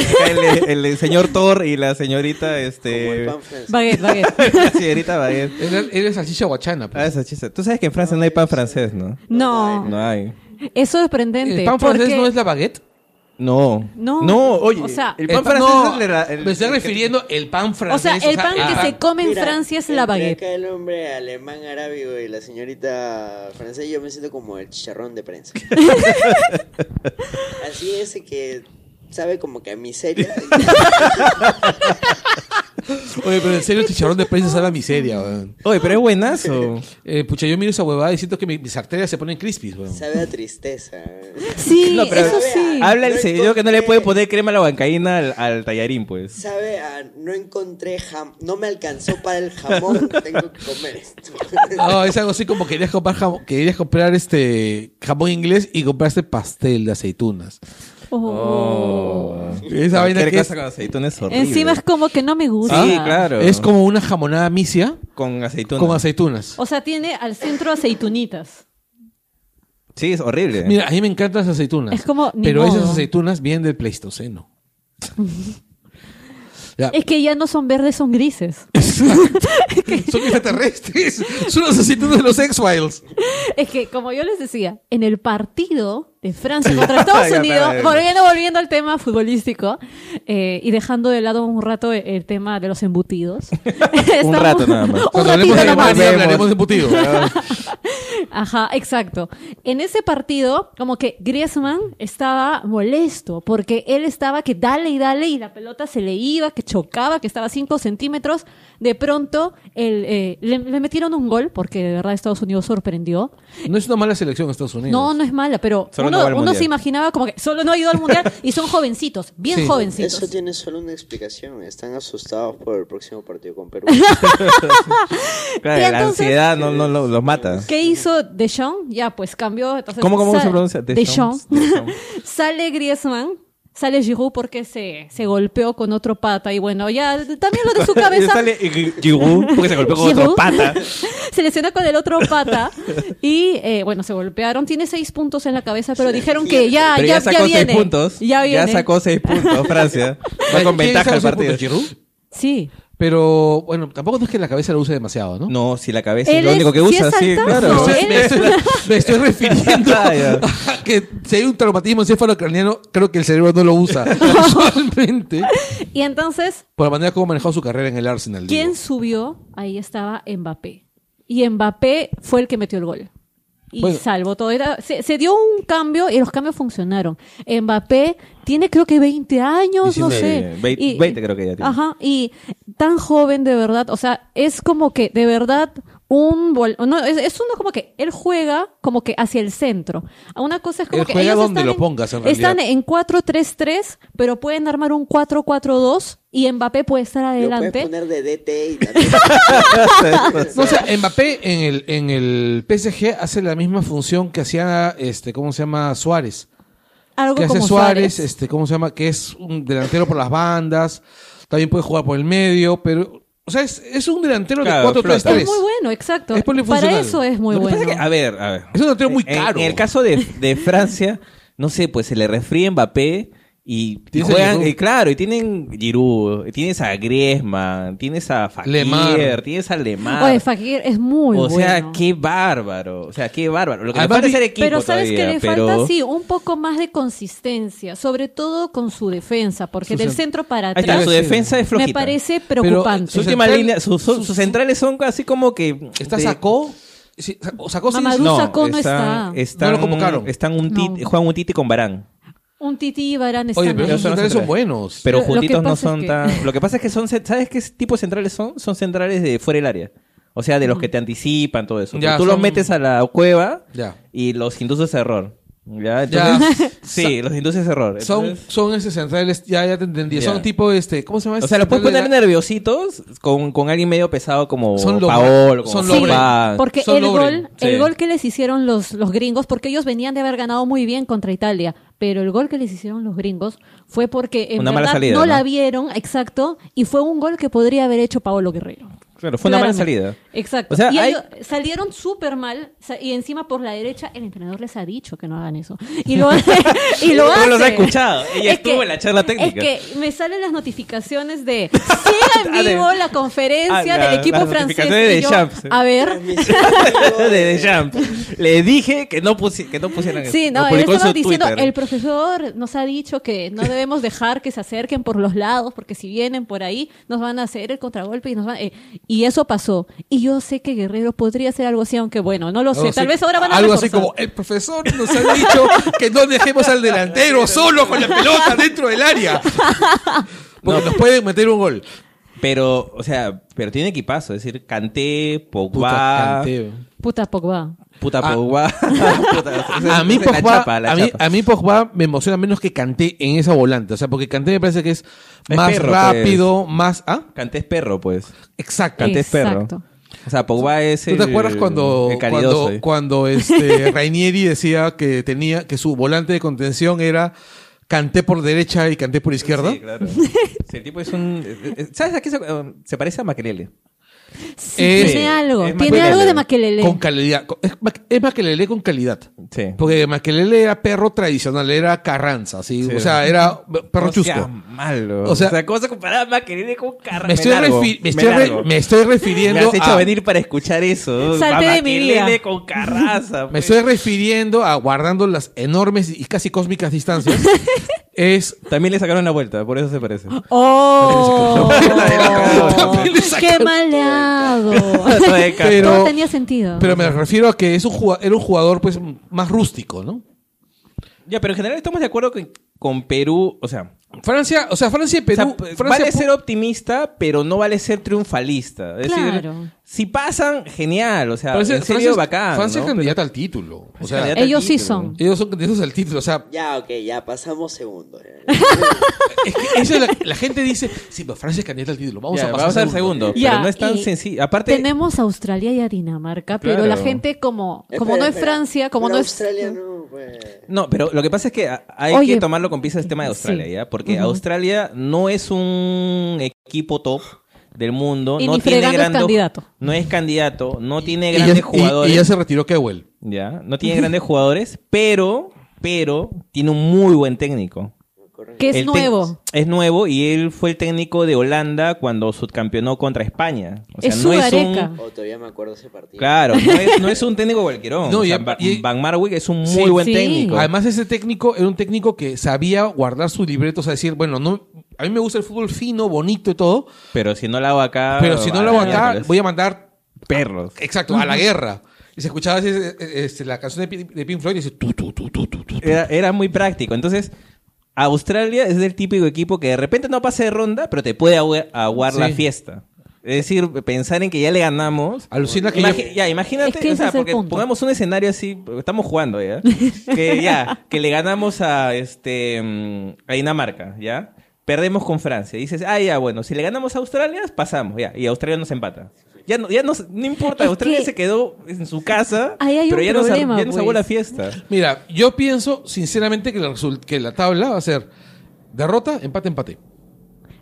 el, el señor Thor y la señorita Como el este pan francés. Baguette, baguette. la señorita Baguette? Eres, eres salchicha guachana. pues. Ah, esa chiste. Tú sabes que en Francia no hay pan francés, ¿no? No, No hay. es sorprendente. ¿El pan francés porque- no es la baguette? No. No. oye. O sea, el pan pa- francés no, es el- el- me estoy el- refiriendo el pan O francés. sea, el pan que se come en Mira, Francia es la entre baguette. Acá el hombre alemán arábigo y la señorita francesa, yo me siento como el chicharrón de prensa. Así es que sabe como que a miseria. Oye, pero en serio, el chicharrón de prensa es la miseria, weón. Oye, pero es buenazo. Eh, pucha, yo miro esa huevada y siento que mi- mis arterias se ponen crispies, weón. sabe a tristeza. Sí, No, pero- Ah, eso sí. Habla el No señor que no le puede encontré- poner crema a la bancaína al, al tallarín, pues. Sabe a no encontré jam, no me alcanzó para el jamón, tengo que comer esto. No, es algo así como querías comprar jam- querías comprar este jamón inglés y compraste pastel de aceitunas. Oh. Esa vaina Cualquier que es, cosa con aceituna es horrible. Encima es como que no me gusta. Sí, claro. es como una jamonada misia Con aceituna. con aceitunas. O sea, tiene al centro aceitunitas. Sí, es horrible. Mira, a mí me encantan las aceitunas. Es como, ni pero esas modo. aceitunas vienen del Pleistoceno. Ya, Es que ya no son verdes, son grises. Son extraterrestres. Son las aceitunas de los X-Files. Es que, como yo les decía, en el partido de Francia contra Estados Ya está, Unidos, ya está. volviendo, volviendo al tema futbolístico eh, y dejando de lado un rato el, el tema de los embutidos. Estamos- rato nada más. un Cuando hablemos ratito de nomás. Bolivia, hablaremos de embutido. Ajá, exacto. En ese partido, como que Griezmann estaba molesto porque él estaba que dale y dale y la pelota se le iba, que chocaba, que estaba 5 centímetros. De pronto el, eh, le, le metieron un gol porque de verdad Estados Unidos sorprendió. No es una mala selección Estados Unidos. No, no es mala, pero Solo uno, no va al uno Mundial. se imaginaba como que solo no ha ido al mundial y son jovencitos, bien Sí. jovencitos. Eso tiene solo una explicación. Están asustados por el próximo partido con Perú. Claro, Y la entonces- ansiedad no, no, lo- los mata. ¿Qué hizo Deschamps? Ya, pues cambió. entonces, ¿Cómo, cómo sal- se pronuncia? Deschamps. Deschamps. sale Griezmann, sale Giroud porque se, se golpeó con otro pata y bueno, ya también lo de su Y cabeza. sale Gi- Giroud porque se golpeó con otro Giroud. pata. se lesiona con el otro pata y eh, bueno, se golpearon. Tiene seis puntos en la cabeza, pero dijeron que Ah, ya, Pero ya, ya, sacó ya seis viene. puntos. Ya viene. sacó seis puntos Francia. Va ¿Quién con ventaja sabe el sus partido. puntos, Giroud? Sí. Pero bueno, tampoco es que la cabeza la use demasiado, ¿no? No, si la cabeza Él es lo es- único que sí usa, es sí, altazo, claro. ¿eh? Me- me, estoy, me estoy refiriendo Ah, ya. a que si hay un traumatismo encéfalo-craneano, creo que el cerebro no lo usa usualmente. Y entonces, Por la manera como manejó su carrera en el Arsenal. digo. ¿quién subió? Ahí estaba Mbappé. Y Mbappé fue el que metió el gol. Y Bueno. salvó todo. Era, se, se dio un cambio y los cambios funcionaron. Mbappé tiene creo que 20 años, no 19, sé. veinte- Y- 20 creo que ya tiene. Ajá, y tan joven de verdad, o sea, es como que de verdad un... vol- No, es, es uno como que él juega como que hacia el centro. Una cosa es como Él que juega ellos donde están lo en- pongas, en Están realidad. en 4-3-3, pero pueden armar un 4-4-2 y Mbappé puede estar Lo puedes adelante. poner de DT y también. No, o sea, Mbappé en el, en el PSG hace la misma función que hacía, este, ¿cómo se llama? Suárez. Algo que hace como Suárez, Suárez. este, ¿cómo se llama? Que es un delantero por las bandas, también puede jugar por el medio, pero, o sea, es, es un delantero Claro, de 4-3-3. Es muy bueno, exacto. Es Para polifuncional. eso es muy Lo que bueno. pasa es que, a ver, a ver. Es un delantero muy En- caro. En el caso de, de Francia, no sé, pues se le refríe Mbappé y, y Tienes a juegan, Giroud. y claro, y tienen Giroud, y tienes a Griezmann, tienes a Fakir, Lemar. tienes a Lemar. Oye, Fakir es muy ah, o bueno. sea, qué bárbaro, o sea, qué bárbaro. Lo que le Además, falta es vi- el equipo pero sabes todavía, que le pero- falta sí un poco más de consistencia, sobre todo con su defensa, porque Su del cen- centro para Ahí está, atrás su defensa es flojita. eh, me parece preocupante. Su Su última central- línea, sus- sus- sus centrales son así como que... Está de- sacó, sí, sacó, sacó sí, Mamadou no. sacó. no está. están- No lo convocaron. Están un No. Titi- juegan un titi con Barán. Un Titi y Varane están Oye, pero ahí. Pero esos son centrales centrales. son buenos. Pero Lo- lo que juntitos no pasa son es que- tan. Lo que pasa es que son. cent- ¿Sabes qué tipo de centrales son? Son centrales de fuera del área. O sea, de los que te anticipan, todo eso. Ya, Pero tú los son- metes a la cueva Ya. y los induces a error. ¿Ya? Ya. Entonces- Sí, los induces a error. son, Entonces, son esos centrales, ya, ya te entendí. Ya. Son tipo, este, ¿cómo se llama? o sea, los los puedes poner nerviositos con, con alguien medio pesado como Son los- Paolo, como son Sí, los- Fofana. porque Son el Lobren, gol, sí. el gol que les hicieron los, los gringos, porque ellos venían de haber ganado muy bien contra Italia, pero el gol que les hicieron los gringos fue porque en Una mala verdad salida, no, ¿no? la vieron, exacto, y fue un gol que podría haber hecho Paolo Guerrero. Claro, fue una mala Claramente. salida. Exacto. O sea, y hay- ellos salieron súper mal sa- y encima por la derecha el entrenador les ha dicho que no hagan eso. Y lo, y lo Tú hace. los has escuchado. Ella estuvo en la charla técnica. Es que me salen las notificaciones de sigue Ah, en de- vivo la conferencia Ah, la- del equipo las francés. notificaciones de Y yo, Champs. a ver, de Deschamps. Le dije que no, pusi- que no pusieran eso. Sí, no, Lo él publicó en estaba su diciendo, Twitter. el profesor nos ha dicho que no debemos dejar que se acerquen por los lados, porque si vienen por ahí, nos van a hacer el contragolpe y nos van... eh, y eso pasó. Y yo sé que Guerrero podría hacer algo así, aunque bueno, no lo sé. Algo Tal así- vez ahora van a Algo así reforzar. como, el profesor nos ha dicho que no dejemos al delantero solo con la pelota dentro del área. Porque nos pueden meter un gol. Pero, o sea, pero tiene equipazo. Es decir, Canté, Pogba... canteo. Puta Pogba. Puta Ah. Pogba. Puta, o sea, A mí, la Pogba, chapa, la a, mí, chapa. a mí Pogba me emociona menos que Canté en esa volante. O sea, porque Canté me parece que es Es más perro, rápido, más... ¿Ah? Kanté es perro, pues. Exacto. Canté es perro. Exacto. O sea, Pogba es ¿Tú te el- acuerdas cuando, el caridoso, cuando, cuando eh. este Rainieri decía que tenía que su volante de contención era Canté por derecha y Canté por izquierda? Sí, claro. Sí, el tipo es un... eh, eh, ¿Sabes a qué se, eh, se parece a Makelele? Sí, Es- tiene algo. es tiene Maquelele. algo de Maquelele. Con calidad. con- Es, ma- es Maquelele con calidad. Sí. Porque Maquelele era perro tradicional, era carranza, ¿sí? Sí. O sea, era perro No chusco. sea malo. O O sea- sea, cosa comparada a Maquelele con Carmen. Me estoy, largo, refi- me me estoy re- largo. me estoy Me refiriendo has hecho a, venir para escuchar eso. Salte A de mi vida. Maquelele con Carraza. me pues. estoy refiriendo a guardando las enormes y casi cósmicas distancias. es También le sacaron la vuelta, por eso se parece. Ah. ¡Oh! También le ¡Qué sacaron- maleado! Pero- Todo tenía sentido. pero me refiero a que es un jua- era un jugador pues m- más rústico, ¿no? ya, pero en general estamos de acuerdo con, con Perú. O sea, Francia, o sea, Francia y o sea, Perú, p- Francia vale pu- ser optimista, pero no vale ser triunfalista. Es Claro. decir, si pasan, genial. O sea, Francia- en serio, Francia es- bacán. Francia es ¿no? candidata al título. O sea, Candidata al Ellos sí título. son. ellos son candidatos al título. O sea, Ya, ok, ya, pasamos segundo. es que eso es la, la gente dice, sí, pero Francia es candidata al título. Vamos Ya, a pasar vamos al segundo. segundo. Ya, pero no es tan y sencillo. Aparte, Tenemos a Australia y a Dinamarca, pero Claro. la gente como, como no es Francia, como no es... Australia, no, pues. No, pero lo que pasa es que a- hay Oye, que tomarlo con piezas el tema de Australia, sí. ¿ya? Porque Ujú. Australia no es un equipo top del mundo, Y no ni tiene fregando es grandes candidato. no es candidato, no tiene Y ya, grandes y- jugadores, y ya se retiró Kewell. ya, no tiene grandes jugadores, pero pero tiene un muy buen técnico. Que es El tec- nuevo. Es nuevo y él fue el técnico de Holanda cuando subcampeonó contra España. O sea, Es no es Sudareca. un O Oh, todavía me acuerdo ese partido. Claro, no es, no es un técnico cualquiera. No, o y- sea, Ba- y- Van Marwijk es un muy Sí. buen Sí. técnico. Además, ese técnico era un técnico que sabía guardar sus libretos, a decir, bueno, no, a mí me gusta el fútbol fino, bonito y todo, pero si no la hago acá, pero si no lo hago acá, miércoles. voy a Eh, mandar, perros. exacto, a la guerra. Y se escuchaba ese- ese- este, la canción de Pink de Pink Floyd y dice, tu, tu, tu, tu, tu, tu. Era, era muy práctico. Entonces, Australia es el típico equipo que de repente no pasa de ronda, pero te puede agu- aguar la Sí. fiesta. Es decir, pensar en que ya le ganamos. Alucina que Imagi- yo- ya, imagínate, Este Es que o ese sea, es el porque punto. pongamos un escenario así, porque estamos jugando ya, que ya, que le ganamos a este mm, a Dinamarca, ¿ya? Perdemos con Francia. Dices, ah, ya, bueno, si le ganamos a Australia, pasamos, ya. Y Australia nos empata. Ya no, ya nos- no importa, Es Australia que- se quedó en su casa, Ahí hay pero un ya, problema, nos, ya nos aguó pues. la fiesta. Mira, yo pienso sinceramente que la, result- que la tabla va a ser derrota, empate, empate.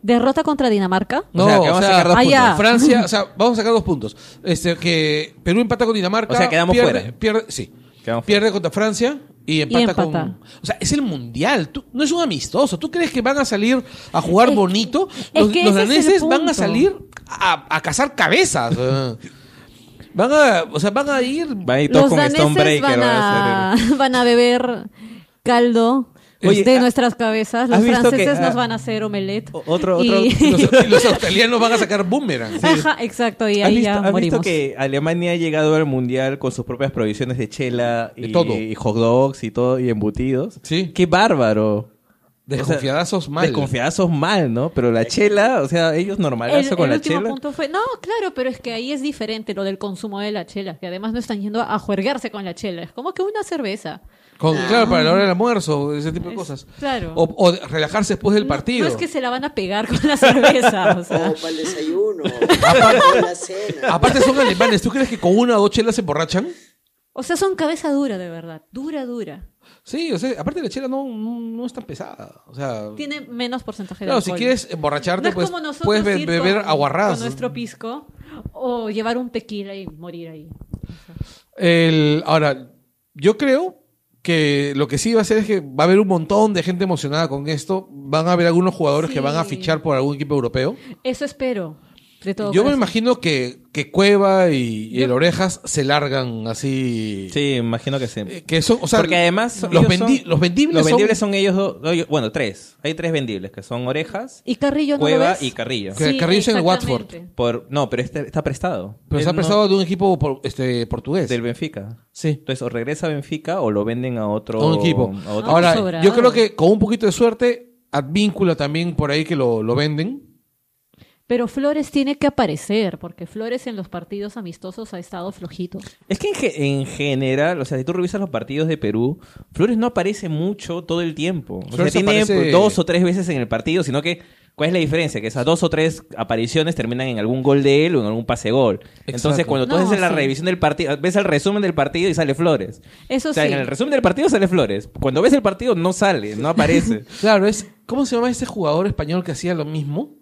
Derrota contra Dinamarca. O sea, que vamos a sacar dos Ah, ya. puntos. Francia, o sea, vamos a sacar dos puntos. Este, que Perú empata con Dinamarca. O sea, quedamos pierde, fuera. Pierde, sí. Quedamos pierde contra Francia y empata, empata. con. O sea, es el mundial. Tú- no es un amistoso. ¿Tú crees que van a salir a jugar Es- bonito? es Los, que los ese es el daneses van a punto. salir a, a cazar cabezas. eh. van a, o sea, van a ir. Van a ir todos Los con Stone daneses Breaker. van van a a, hacer van a beber caldo Oye, de ¿ha- nuestras cabezas. Los has visto franceses que, ah, nos van a hacer omelette. o- otro- Y- Y los, y los australianos van a sacar boomerang. Ajá, exacto. Y el- ¿Has ahí visto, ya has visto morimos. que Alemania ha llegado al mundial con sus propias provisiones de chela De y, todo. y hot dogs y todo y embutidos? Sí. ¡Qué bárbaro! Desconfiadazos mal. Desconfiadazos mal, ¿no? Pero la chela, o sea, ellos El, normalazo con el la último chela. punto fue, no, claro, pero es que ahí es diferente lo del consumo de la chela, que además no están yendo a juergarse con la chela, es como que una cerveza. Con- Claro, para la hora del almuerzo, ese tipo de cosas. Ah. claro. O, o de- relajarse después del No- partido. No, es que se la van a pegar con la cerveza, o Oh. sea. O para el Oh, desayuno, o para la cena. Aparte son alemanes, ¿tú crees que con una o dos chelas se emborrachan? O sea, son cabeza dura, de verdad, dura, dura. Sí, o sea, aparte la chela no, no, no es tan pesada. O sea, Tiene menos porcentaje de claro, si alcohol. quieres emborracharte, No es pues como nosotros puedes be- ir con- beber aguarradas. Con nuestro pisco o llevar un tequila y morir ahí. El- ahora, yo creo que lo que sí va a ser es que va a haber un montón de gente emocionada con esto. Van a haber algunos jugadores Sí. que van a fichar por algún equipo europeo. Eso espero. De todo Yo me caso. imagino que, que Cueva y, y el Orejas se largan así. Sí, imagino que sí. Eh, Que son, o sea, Porque además son- los, ellos son- vendi- los vendibles, los vendibles son, son, ellos dos, no, yo- bueno, tres. Hay tres vendibles, que son Orejas, ¿Y Carrillo no lo Cueva ves? y Carrillo. Que Carrillo es en el Watford. exactamente. Por, no, pero este está prestado. pero se Él ha no- prestado de un equipo por- este, portugués. del Benfica. sí. Entonces, o regresa a Benfica o lo venden a otro, A un equipo. a otro Ahora, Sobrado. yo creo que con un poquito de suerte, Advíncula también por ahí que lo, lo venden. Pero Flores tiene que aparecer, porque Flores en los partidos amistosos ha estado flojito. Es que en, ge- en general, o sea, si tú revisas los partidos de Perú, Flores no aparece mucho todo el tiempo. O sea, Flores tiene aparece- dos o tres veces en el partido, sino que ¿cuál es la diferencia? Que esas dos o tres apariciones terminan en algún gol de él o en algún pase gol. Entonces, Exacto. cuando tú No, haces la sí. revisión del partido, ves el resumen del partido y sale Flores. Eso o sea, sí. en el resumen del partido sale Flores. Cuando ves el partido no sale, no aparece. Claro, es. ¿Cómo se llama ese jugador español que hacía lo mismo?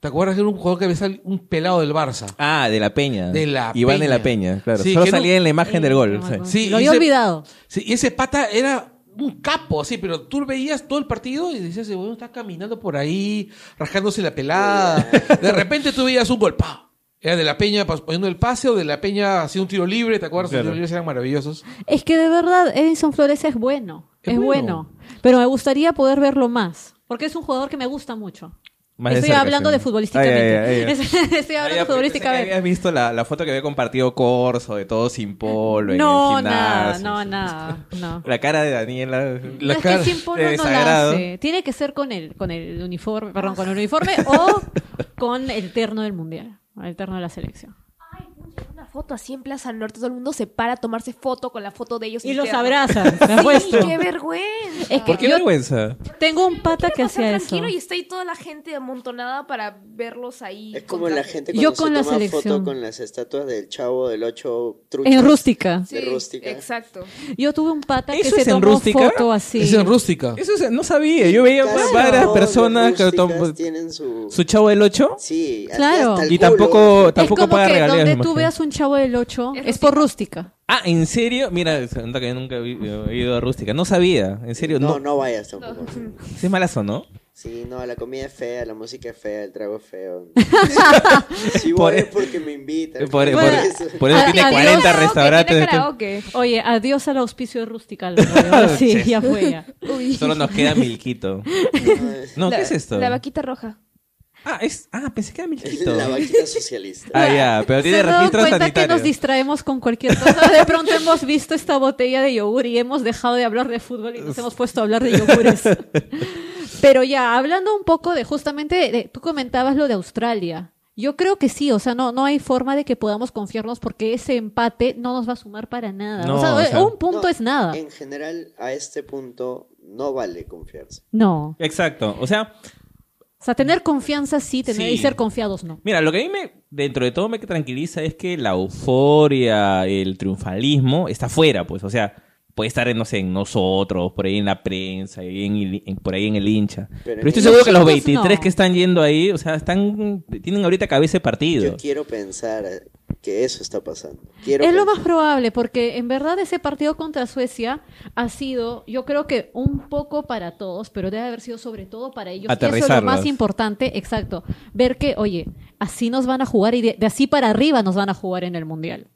¿Te acuerdas de un jugador que había salido un pelado del Barça? Ah, de la Peña. De la Iván de la Peña. Peña, claro. Sí, Solo que no- salía en la imagen del gol. no sí. me acuerdo. Sí, Lo y había se- olvidado. Sí, y ese pata era un capo, así, pero tú lo veías todo el partido y decías, "Ese huevón está caminando por ahí, rascándose la pelada. De repente tú veías un gol, ¡pa! Era de la Peña pas- poniendo el pase o de la Peña haciendo un tiro libre, ¿te acuerdas? Los Claro. tiros libres eran maravillosos. Es que de verdad Edison Flores es bueno, Es es, bueno. bueno. pero me gustaría poder verlo más, porque es un jugador que me gusta mucho. Más Estoy cerca, hablando sí. de futbolísticamente. Ay, ay, ay, ay. Estoy hablando Ah, ya, pensé que futbolísticamente. Habías visto la, la foto que había compartido Corso de todo sin polo. en No, el nada, gimnasio, no, sí. nada, no. La cara de Daniela. La No, es cara que sin polo de no la desagrado. hace. Tiene que ser con el, con el uniforme, perdón, con el uniforme o con el terno del mundial, el terno de la selección. Ay, pucha, una foto así en Plaza Norte, todo el mundo se para a tomarse foto con la foto de ellos. Y en los terno. abrazan, Sí, te apuesto. qué vergüenza. Es que ¿Por qué yo vergüenza? tengo un pata que Quiero pasar hacía eso. tranquilo y está ahí toda la gente amontonada para verlos ahí. Es como con la traje. gente Yo cuando se toma con la foto selección. con las estatuas del chavo del 8 truchas. En rústica. de rústica. Exacto. Yo tuve un pata que ¿Eso se es en tomó rústica? foto así. Es en rústica. Eso se- no sabía. Yo veía Casi pues, varias todos los personas que rústicas tom- tienen su, su chavo del 8. sí, así Claro. hasta el Y culo. tampoco, Es tampoco como paga que regalías. donde me tú imagino. veas un chavo del 8 Es es por rústica. Ah, ¿en serio? Mira, se nota que yo nunca he vi- he ido a Rústica. No sabía. En serio, No, no. no vayas tampoco. Sí es malazo, ¿no? Sí, no, la comida es fea, la música es fea, el trago es feo. Si voy Por- es porque me invitan. Por, por- Eso. por eso Ah, tiene adiós, 40 karaoke, restaurantes. Tiene después. karaoke. Oye, adiós al auspicio de rústica. Alfredo. Ahora Sí, Sí. ya fue ya. Solo nos queda Milquito. No, La- ¿qué es esto? La vaquita roja. Ah, es, ah, pensé que era Milquito. La vaquita socialista. Ah, ya, pero tiene Se han dado registro cuenta que sanitario. nos distraemos con cualquier cosa. De pronto hemos visto esta botella de yogur y hemos dejado de hablar de fútbol y nos hemos puesto a hablar de yogures. Pero ya, hablando un poco de justamente, de- de- tú comentabas lo de Australia. Yo creo que sí, o sea, no, no hay forma de que podamos confiarnos porque ese empate no nos va a sumar para nada. No, o, sea, o sea, un punto No, Eh. es nada. En general, a este punto no vale confiarse. No. Exacto. O sea, O sea, tener confianza sí, tener, Sí. y ser confiados no. mira, lo que a mí me, dentro de todo me tranquiliza es que la euforia, el triunfalismo está fuera, pues. O sea, puede estar en, no sé, en nosotros, por ahí en la prensa, ahí en el- en- por ahí en el hincha. Pero, en estoy el- seguro que los Nosotros 23 pues, no. que están yendo ahí, o sea, están tienen ahorita cabeza de partido. Yo quiero pensar eh, que eso está pasando. Quiero es lo pensar. más probable, porque en verdad ese partido contra Suecia ha sido, yo creo que un poco para todos, pero debe haber sido sobre todo para ellos. Y eso es lo Aterrizarlos. más importante, exacto. Ver que, oye, así nos van a jugar y de, de así para arriba nos van a jugar en el Mundial.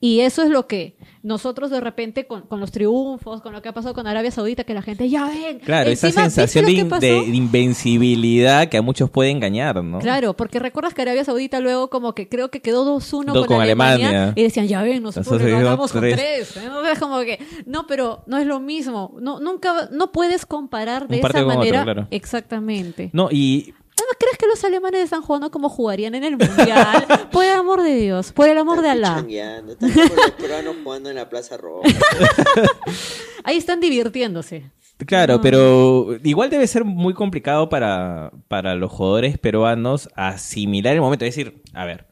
Y eso es lo que nosotros de repente con, con los triunfos, con lo que ha pasado con Arabia Saudita, que la gente, ya ven. Claro, esa Encima, ¿viste sensación lo de, que in- pasó? de invencibilidad que a muchos puede engañar, ¿no? Claro, porque recuerdas que Arabia Saudita luego como que creo que quedó 2-1 con, Dos con Alemania, Alemania. y decían, ya ven, nosotros Nosotros le ganamos con hicimos 3. Es como que, no, pero no es lo mismo. No, nunca, no puedes comparar de Un partido esa con otro, manera. claro. Exactamente. No, y Además, ¿crees que los alemanes están jugando como jugarían en el Mundial? por el amor de Dios, por el amor de Están Alá. pichangueando, están como los peruanos jugando en la Plaza Roja. Ahí están divirtiéndose. Claro, No. pero igual debe ser muy complicado para, para los jugadores peruanos asimilar el momento. Es decir, a ver,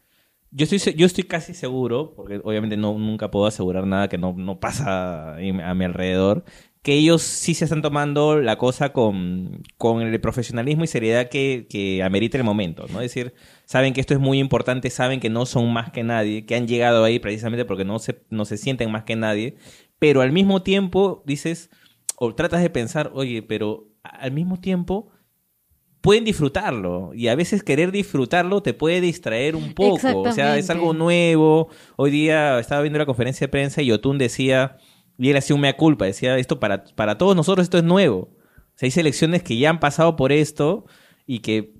yo estoy, se- yo estoy casi seguro, porque obviamente no, nunca puedo asegurar nada que no, no pasa en- a mi alrededor, que ellos sí se están tomando la cosa con, con el profesionalismo y seriedad que, que amerita el momento, ¿no? Es decir, saben que esto es muy importante, saben que no son más que nadie, que han llegado ahí precisamente porque no se, no se sienten más que nadie, pero al mismo tiempo dices o tratas de pensar, oye, pero al mismo tiempo pueden disfrutarlo y a veces querer disfrutarlo te puede distraer un poco, o sea, es Exactamente. algo nuevo. Hoy día estaba viendo la conferencia de prensa y Otún decía, y él hacía un mea culpa, decía, esto para, para todos nosotros esto es nuevo. O sea, hay selecciones que ya han pasado por esto y que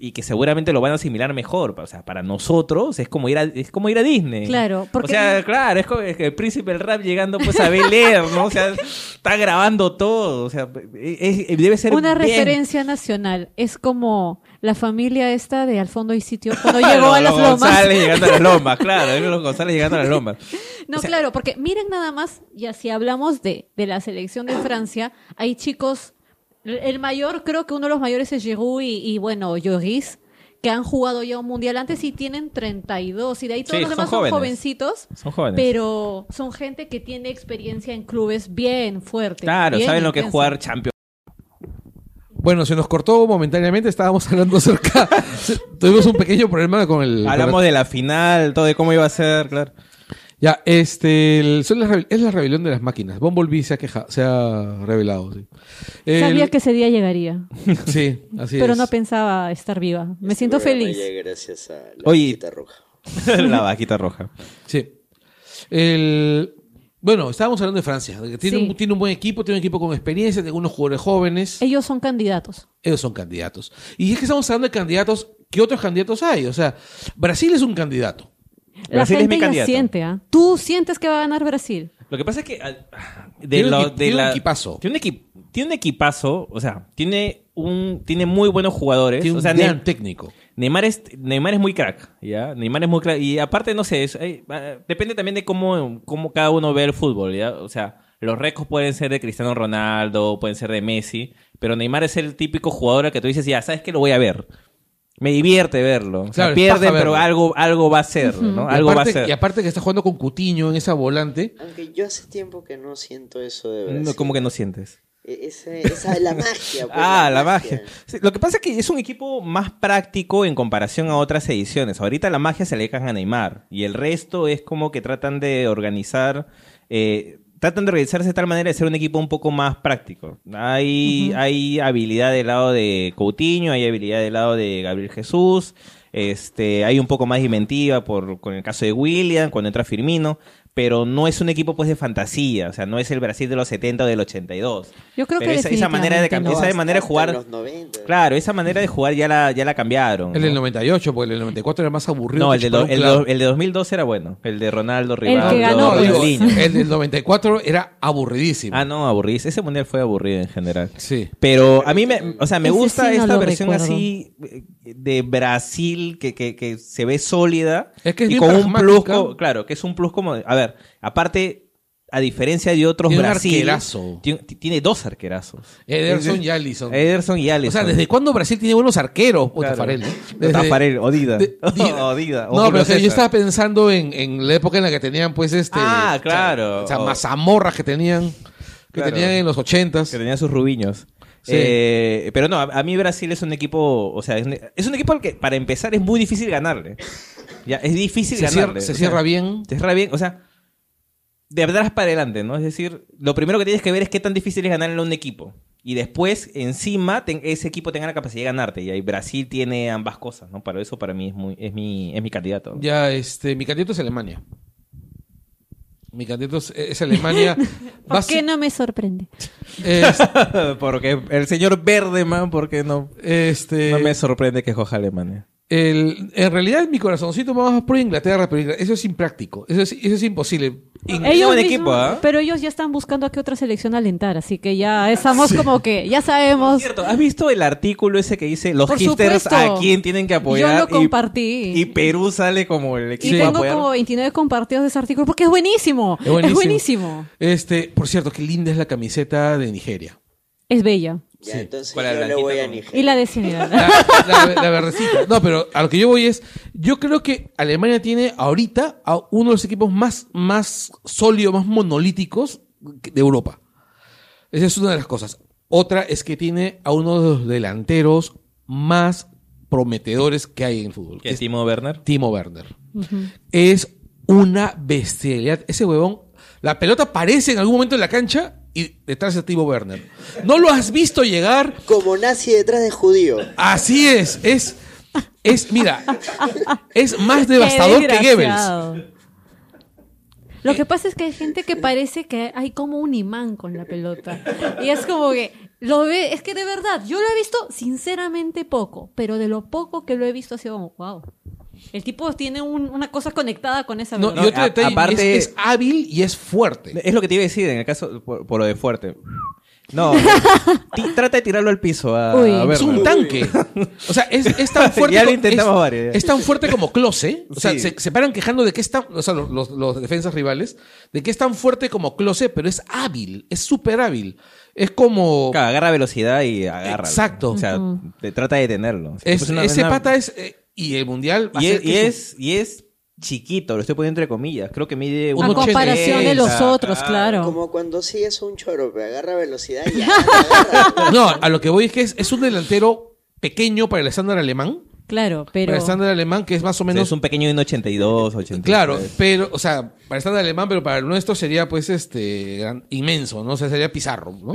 y que seguramente lo van a asimilar mejor, o sea, para nosotros es como ir a, es como ir a Disney. Claro, porque- O sea, claro, es como es que el príncipe del rap llegando pues a Bel Air, ¿no? O sea, está grabando todo, o sea, e, es- es- debe ser Una bien- referencia nacional. Es como la familia esta de Al fondo y sitio cuando llegó a las Los lomas. González llegando a las lomas, claro, es los González llegando a las lomas. No, O sea- claro, porque miren nada más, ya si hablamos de, de la selección de Francia, hay chicos, el mayor, creo que uno de los mayores es Giroud y, y, bueno, Lloris, que han jugado ya un mundial antes y tienen 32, y de ahí todos Sí, los son demás jóvenes. son jovencitos, Son jóvenes. pero son gente que tiene experiencia en clubes bien fuerte. claro, bien saben lo que es intensa. jugar Champions. Bueno, se nos cortó momentáneamente, estábamos hablando acerca. se- tuvimos un pequeño problema con el. Hablamos de la final, todo de cómo iba a ser, claro. Ya, este. el- son las rebe- es la rebelión de las máquinas. Bumblebee se ha, queja, se ha revelado, sí. Eh, El- Sabía que ese día llegaría, Sí, así pero es. no pensaba estar viva. Me Este siento programa feliz. llega gracias a la Oye. Oye. roja. la vaquita roja. Sí. El- Bueno, estábamos hablando de Francia. de que Tiene, Sí. un, tiene un buen equipo, tiene un equipo con experiencia, tiene unos jugadores jóvenes. Ellos son candidatos. Ellos son candidatos. Y es que estamos hablando de candidatos. ¿Qué otros candidatos hay? O sea, Brasil es un candidato. La Brasil es gente mi ya candidato. siente, ¿ah? Tú sientes que va a ganar Brasil. Lo que pasa es que al- ah, de Tiene un lo- equi- de tiene un la- equipazo. Tiene un, equi- tiene un equipazo, o sea, tiene un tiene muy buenos jugadores, Tiene un o sea, gran Ne- técnico. Neymar es Neymar es muy crack, ¿ya? Neymar es muy crack y aparte no sé, es- eh, eh, depende también de cómo cómo cada uno ve el fútbol, ¿ya? O sea, los récords pueden ser de Cristiano Ronaldo, pueden ser de Messi, pero Neymar es el típico jugador al que tú dices, ya, sabes que lo voy a ver. Me divierte verlo. O sea, Claro, es pierde, paja pero verlo. algo, algo va a ser, ¿no? Y Algo aparte, va a y ser. aparte que está jugando con Cutiño en esa volante. Aunque yo hace tiempo que no siento eso de verdad. E-, No, como que no sientes. esa, la magia. pues, Ah, la magia. Sí, lo que pasa es que es un equipo más práctico en comparación a otras ediciones. Ahorita la magia se le dejan a Neymar y el resto es como que tratan de organizar, eh, tratan de organizarse de tal manera de ser un equipo un poco más práctico. Hay, hay habilidad del lado de Coutinho, hay habilidad del lado de Gabriel Jesús. Este, hay un poco más de inventiva por, con el caso de William, cuando entra Firmino, pero no es un equipo pues de fantasía, o sea, no es el Brasil de los 70 o del 82. Yo creo Pero que esa, esa manera de definitivamente no cam- esa va a manera de Jugar. jugar, claro, esa manera de jugar ya la, ya la cambiaron. El del ¿no? 98, porque el del 94 era más aburrido. No, que el de, chupar do- un el, clavo. do- el de 2002 era bueno. El de Ronaldo, que Rivaldo, ganó, No, pues. digo, Ronaldinho. el del 94 era aburridísimo. Ah, no, aburrido. Ese mundial fue aburrido en general. Sí. Pero a mí me, o sea, me Ese gusta sí no esta lo versión recuerdo. así eh, de Brasil que, que, que se ve sólida Es que es y bien con un plus, pragmática. co- claro, que es un plus como, de- a ver, aparte, a diferencia de otros Tiene un Brasil, arquerazo. Tiene, tiene dos arquerazos. Ederson y Alisson. Ederson y o Alisson. sea, ¿desde cuándo Brasil tiene buenos arqueros? O Claro. Tafarel, ¿no? Desde- Desde- Tafarel, Odida. de- di- Odida. No, o Julio pero o sea, yo César. estaba pensando en, en la época en la que tenían, pues, este. Ah, o sea, claro. O sea, O- mazamorras que tenían. Que Claro. tenían en los ochentas. Que tenía sus rubiños. Sí. Eh, pero no, a, a mí Brasil es un equipo, o sea, es un, es un equipo al que para empezar es muy difícil ganarle. Ya, es difícil Se cierra, ganarle. se o cierra sea, bien. Se cierra bien, o sea, de atrás para adelante, ¿no? Es decir, lo primero que tienes que ver es qué tan difícil es ganarle a un equipo. Y después, encima, ten- ese equipo tenga la capacidad de ganarte. Y ahí Brasil tiene ambas cosas, ¿no? Para eso, para mí, es, muy, es, mi, es mi candidato. ¿no? Ya, este. Mi candidato es Alemania. Mi candidato es, es Alemania. ¿Por Basi- qué no me sorprende? Es- porque el señor Verdeman, porque no, este. no me sorprende que coja Alemania. el- en realidad, mi corazoncito va más por Inglaterra, pero Ingl- eso es impráctico. Eso es, eso es imposible. In- Ey. Ellos buen mismos- equipo, ¿ah? Pero ellos ya están buscando a qué otra selección alentar, así que ya estamos como que, ya sabemos. Cierto, ¿has visto el artículo ese que dice los Por hipsters supuesto. a quién tienen que apoyar? Yo lo Y- compartí. Y, Perú sale como el Y equipo a tengo apoyar. como 29 compartidos de ese artículo porque es buenísimo. Es Es buenísimo. buenísimo. Es, Este, por cierto, qué linda es la camiseta de Nigeria. bella. Ya, Sí. entonces Con la yo le blanquita voy a con- Y Nigeria. la de Senegal. La, la- la verdecita. No, pero a lo que yo voy es, yo creo que Alemania tiene ahorita a uno de los equipos más, más sólidos, más monolíticos de Europa. Esa es una de las cosas. Otra es que tiene a uno de los delanteros más prometedores que hay en el fútbol. ¿Qué, que es Timo Werner? Timo Werner. Es una bestialidad. Ese huevón, la pelota aparece en algún momento en la cancha y detrás de Timo Werner. No lo has visto llegar. Como nazi detrás de judío. Así es, es, es, mira, es más devastador que Goebbels. Eh. Goebbels. Lo que pasa es que hay gente que parece que hay como un imán con la pelota. Y es como que lo ve, es que de verdad, yo lo he visto sinceramente poco, pero de lo poco que lo he visto ha sido como, wow. El tipo tiene un- una cosa conectada con esa No, pelota. y otro a- detalle, aparte- es, es hábil y es fuerte. Es lo que te iba a decir en el caso por, por lo de fuerte. No, ti- trata de tirarlo al piso a, Uy. a Werner. Es un tanque. O sea, es, es tan fuerte. Ya lo co- intentamos es- varias, ya. es tan fuerte como Close. ¿eh? O sea, Sí. se, se paran quejando de que es tan. O sea, los, los- los defensas rivales. De que es tan fuerte como Close, pero es hábil. Es súper hábil. Es como. Claro, agarra velocidad y agárralo. Exacto. O sea, te trata de detenerlo. O sea, es- pues una- ese una- pata es. eh, y el mundial. va a Y ser es, que y es un- es, y es chiquito, lo estoy poniendo entre comillas. Creo que mide A 1.80. comparación de los otros, ah, claro. Como cuando sigues un choro, pero agarra velocidad y ya. agarra. No, a lo que voy es que es, es un delantero pequeño para el estándar alemán. Claro, Para el pero estándar alemán, que es más o O sea, menos. es un pequeño de un 82, 83. Claro, pero, o sea, para el estándar alemán, pero para el nuestro sería, pues, este, gran- inmenso, ¿no? O sea, sería Pizarro, ¿no?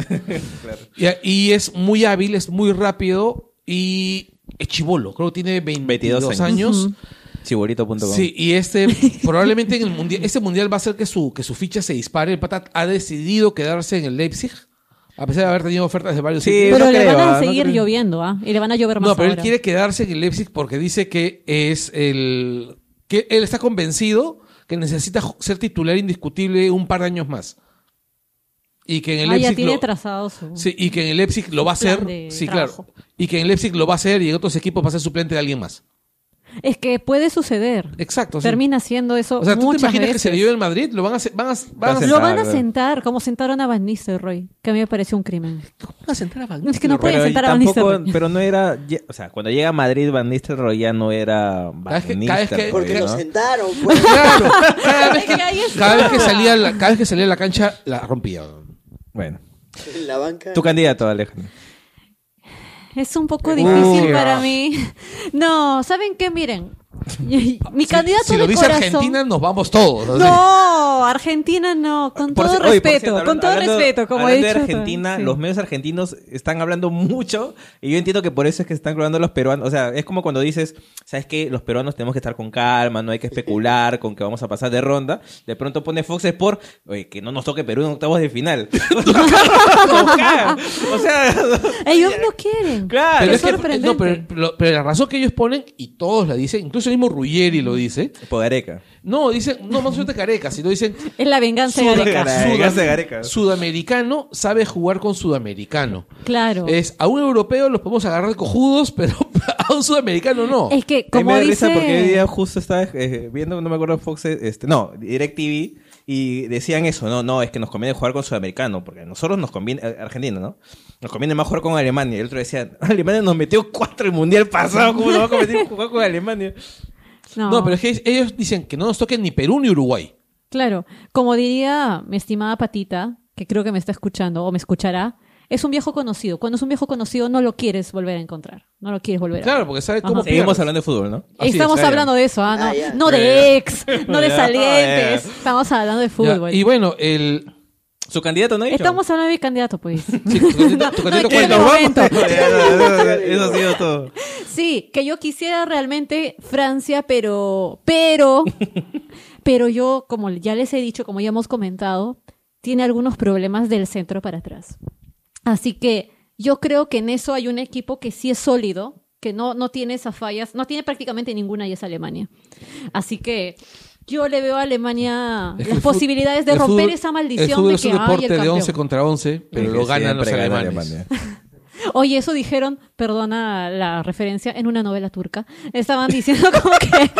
y, y es muy hábil, es muy rápido y es chivolo. Creo que tiene 22, 22 años. Ujú. Chibolito.com. Sí, y este probablemente en el mundial, este mundial va a hacer que su que su ficha se dispare. El pata ha decidido quedarse en el Leipzig a pesar de haber tenido ofertas de varios Sí, sitios. pero no le creo, van ah, a no seguir creo. lloviendo, ¿ah? Y le van a llover más No, pero él ahora. quiere quedarse en el Leipzig porque dice que es el que él está convencido que necesita ju- ser titular indiscutible un par de años más. Y que en el Ah, Leipzig ya tiene lo- trazado su... sí, y que en el Leipzig lo va a plan hacer, de sí, trabajo. claro. Y que en el Leipzig lo va a hacer y en otros equipos va a ser suplente de alguien más. Es que puede suceder. Exacto. sí. Termina siendo eso o sea, ¿tú te muchas imaginas que veces. se le dio el Madrid? Lo van a hacer, van a, van a Lo Lo van a Claro. sentar, como sentaron a Van Nistelrooy, que a mí me pareció un crimen. ¿Cómo vas a entrar a Van Es que no Nistelrooy? puede Pero, sentar a Van tampoco, Nistelrooy. pero no era. ya- O sea, cuando llega a Madrid, Van Nistelrooy ya no era Van vez que- cada vez que- Nistelrooy, Porque ¿no? lo sentaron, pues. Claro, cada vez Es que, que ahí está. cada vez que salía la, cada vez que salía a la cancha la rompía. Bueno, En la banca. tu candidato, Alejandro. Es un poco Uy. difícil ah. para mí. No, ¿saben qué? Miren, mi candidato Si de lo dice corazón... Argentina, nos vamos todos. así. No, Argentina no, con Por todo ci- oye, por respeto, cierto, hablan- con todo hablando- respeto, como he hablando dicho. de Argentina, sí. los medios argentinos están hablando mucho y yo entiendo que por eso es que están clonando a los peruanos. O sea, es como cuando dices, ¿sabes qué? Los peruanos tenemos que estar con calma, no hay que especular con que vamos a pasar de ronda. De pronto pone Fox Sport, oye, que no nos toque Perú en octavos de final. Como cagan. o sea, Ellos no quieren. Claro. Pero, Qué es que- sorprendente. no, pero- pero- pero la razón que ellos ponen, y todos la dicen, incluso el mismo Ruggeri lo dice, Pogareca. no, dicen, no, más suerte careca, sino dicen, Es la venganza de Sudaca- Gareca. La venganza de Gareca. sudamericano sabe jugar con sudamericano. Claro. Es, Es, a un europeo los podemos agarrar cojudos, pero a un sudamericano no. que, A mí me Eh, como da dice... risa porque hoy día justo estaba eh, viendo, no me acuerdo Fox, este, no, DirecTV, y decían eso, no, no, es que nos conviene jugar con Sudamericano, porque a nosotros nos conviene, eh, Argentina, ¿no? Nos conviene más jugar con Alemania. Y el otro decía, Alemania nos metió cuatro el mundial pasado, ¿cómo nos va a convenir jugar con Alemania? No, No, pero es que ellos dicen que no nos toquen ni Perú ni Uruguay. Claro, como diría mi estimada Patita, que creo que me está escuchando o me escuchará, es un viejo conocido. Cuando es un viejo conocido no lo quieres volver a encontrar, no lo quieres volver a Claro, porque sabe cómo Ajá. Seguimos pierdes. hablando de fútbol, ¿no? así es, Estamos claro. hablando de eso, ¿ah? no, Ah, ya. no Ya, de ex, no de Ya, salientes. ya. Estamos hablando de Ya, fútbol. Y bueno, el, Su candidato no ha dicho. Estamos hablando de mi candidato, pues. Sí, tu candidato- tu No, candidato que Eh, cuenta. en el nos vamos. momento. Ya, ya, ya, Eso ha sido todo. Sí, que yo quisiera realmente Francia, pero, pero, pero yo, como ya les he dicho, como ya hemos comentado, tiene algunos problemas del centro para atrás. Así que yo creo que en eso hay un equipo que sí es sólido, que no, no tiene esas fallas, no tiene prácticamente ninguna y es Alemania. Así que yo le veo a Alemania Es que las el fut- posibilidades de el romper fútbol- esa maldición El fútbol de es que un hay el deporte de campeón. 11 contra 11, pero Que lo ganan los siempre gana alemanes. Alemania. Oye, eso dijeron, perdona la referencia, en una novela turca. Estaban diciendo como que.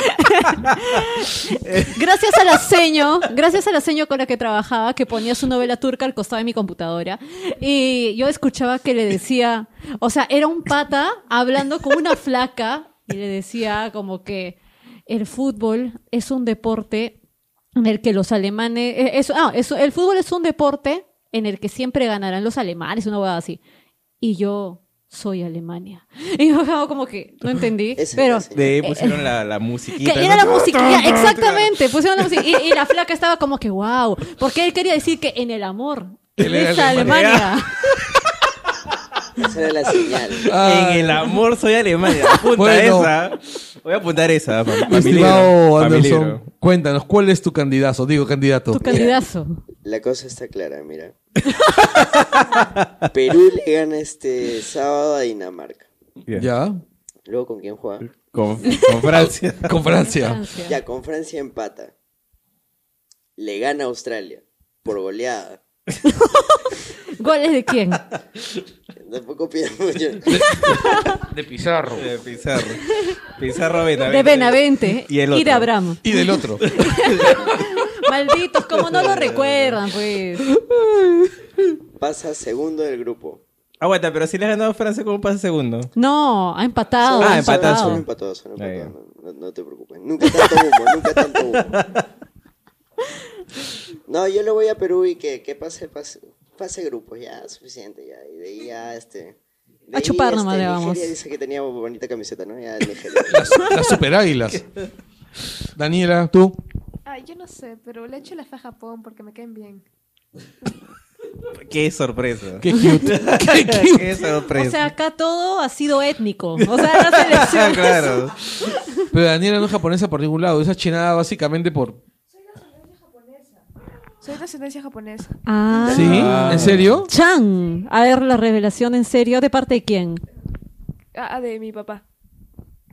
gracias a la seño, gracias a la seño con la que trabajaba, que ponía su novela turca al costado de mi computadora. Y yo escuchaba que le decía. O sea, era un pata hablando con una flaca y le decía como que el fútbol es un deporte en el que los alemanes. eh, Eso, ah, eso, el fútbol es un deporte en el que siempre ganarán los alemanes, una hueá así y yo soy Alemania. Y yo como- como que no entendí, Esa pero... es la De ahí pusieron la, la musiquita. Que era la ¿no? musiquilla, exactamente, pusieron la música y, y la flaca estaba como que wow, porque él quería decir que en el amor él Él era es Alemania. Alemania. Esa era la señal. En el amor soy Alemania. Apunta Ah. Bueno. esa. Voy a apuntar esa. pa- pa' mi libro, Estimado pa' mi Anderson, libro. cuéntanos, ¿cuál es tu candidato? Digo, candidato. Tu candidazo. La cosa está clara, mira. Perú le gana este sábado a Dinamarca. Bien. ¿Ya? Luego, ¿con quién juega? Con, con Francia. Con Francia. Francia. Ya, con Francia empata. Le gana a Australia. Por goleada. ¿Goles de quién? Tampoco pido mucho. De Pizarro. Eh, Pizarro. Pizarro Benavente. De Benavente Y el otro. de Abraham. Y del otro. Malditos, como no lo recuerdan, pues. Pasa segundo del grupo. Aguanta, pero si le has ganado a Francia, ¿cómo pasa segundo? No, ha empatado. Ah, ha empatado. empatado. Son empatados, son Ahí. empatados. No, no- no te preocupes. Nunca tanto humo, nunca tanto humo. No, yo le voy a Perú y que, que pase, pase, pase grupos, ya, suficiente, ya. Y de ahí ya, este... de A ahí, este, chupar nomás le Nigeria vamos. dice que tenía bonita camiseta, ¿no? Ya, Nigeria. Las, las super águilas. Daniela, tú. Ay, yo no sé, pero le echo la fe a Japón porque me caen bien. Qué sorpresa. Qué cute. Qué cute. Qué O sorpresa. Ah, sea, acá todo ha sido étnico. O sea, la selección. es- claro. Pero Daniela no es japonesa por ningún lado. Esa es chinada básicamente por... Soy de ascendencia japonesa. Ah. ¿Sí? ¿En serio? Chan. A ver, la revelación en serio, ¿de parte de quién? Ah, ah, de mi papá.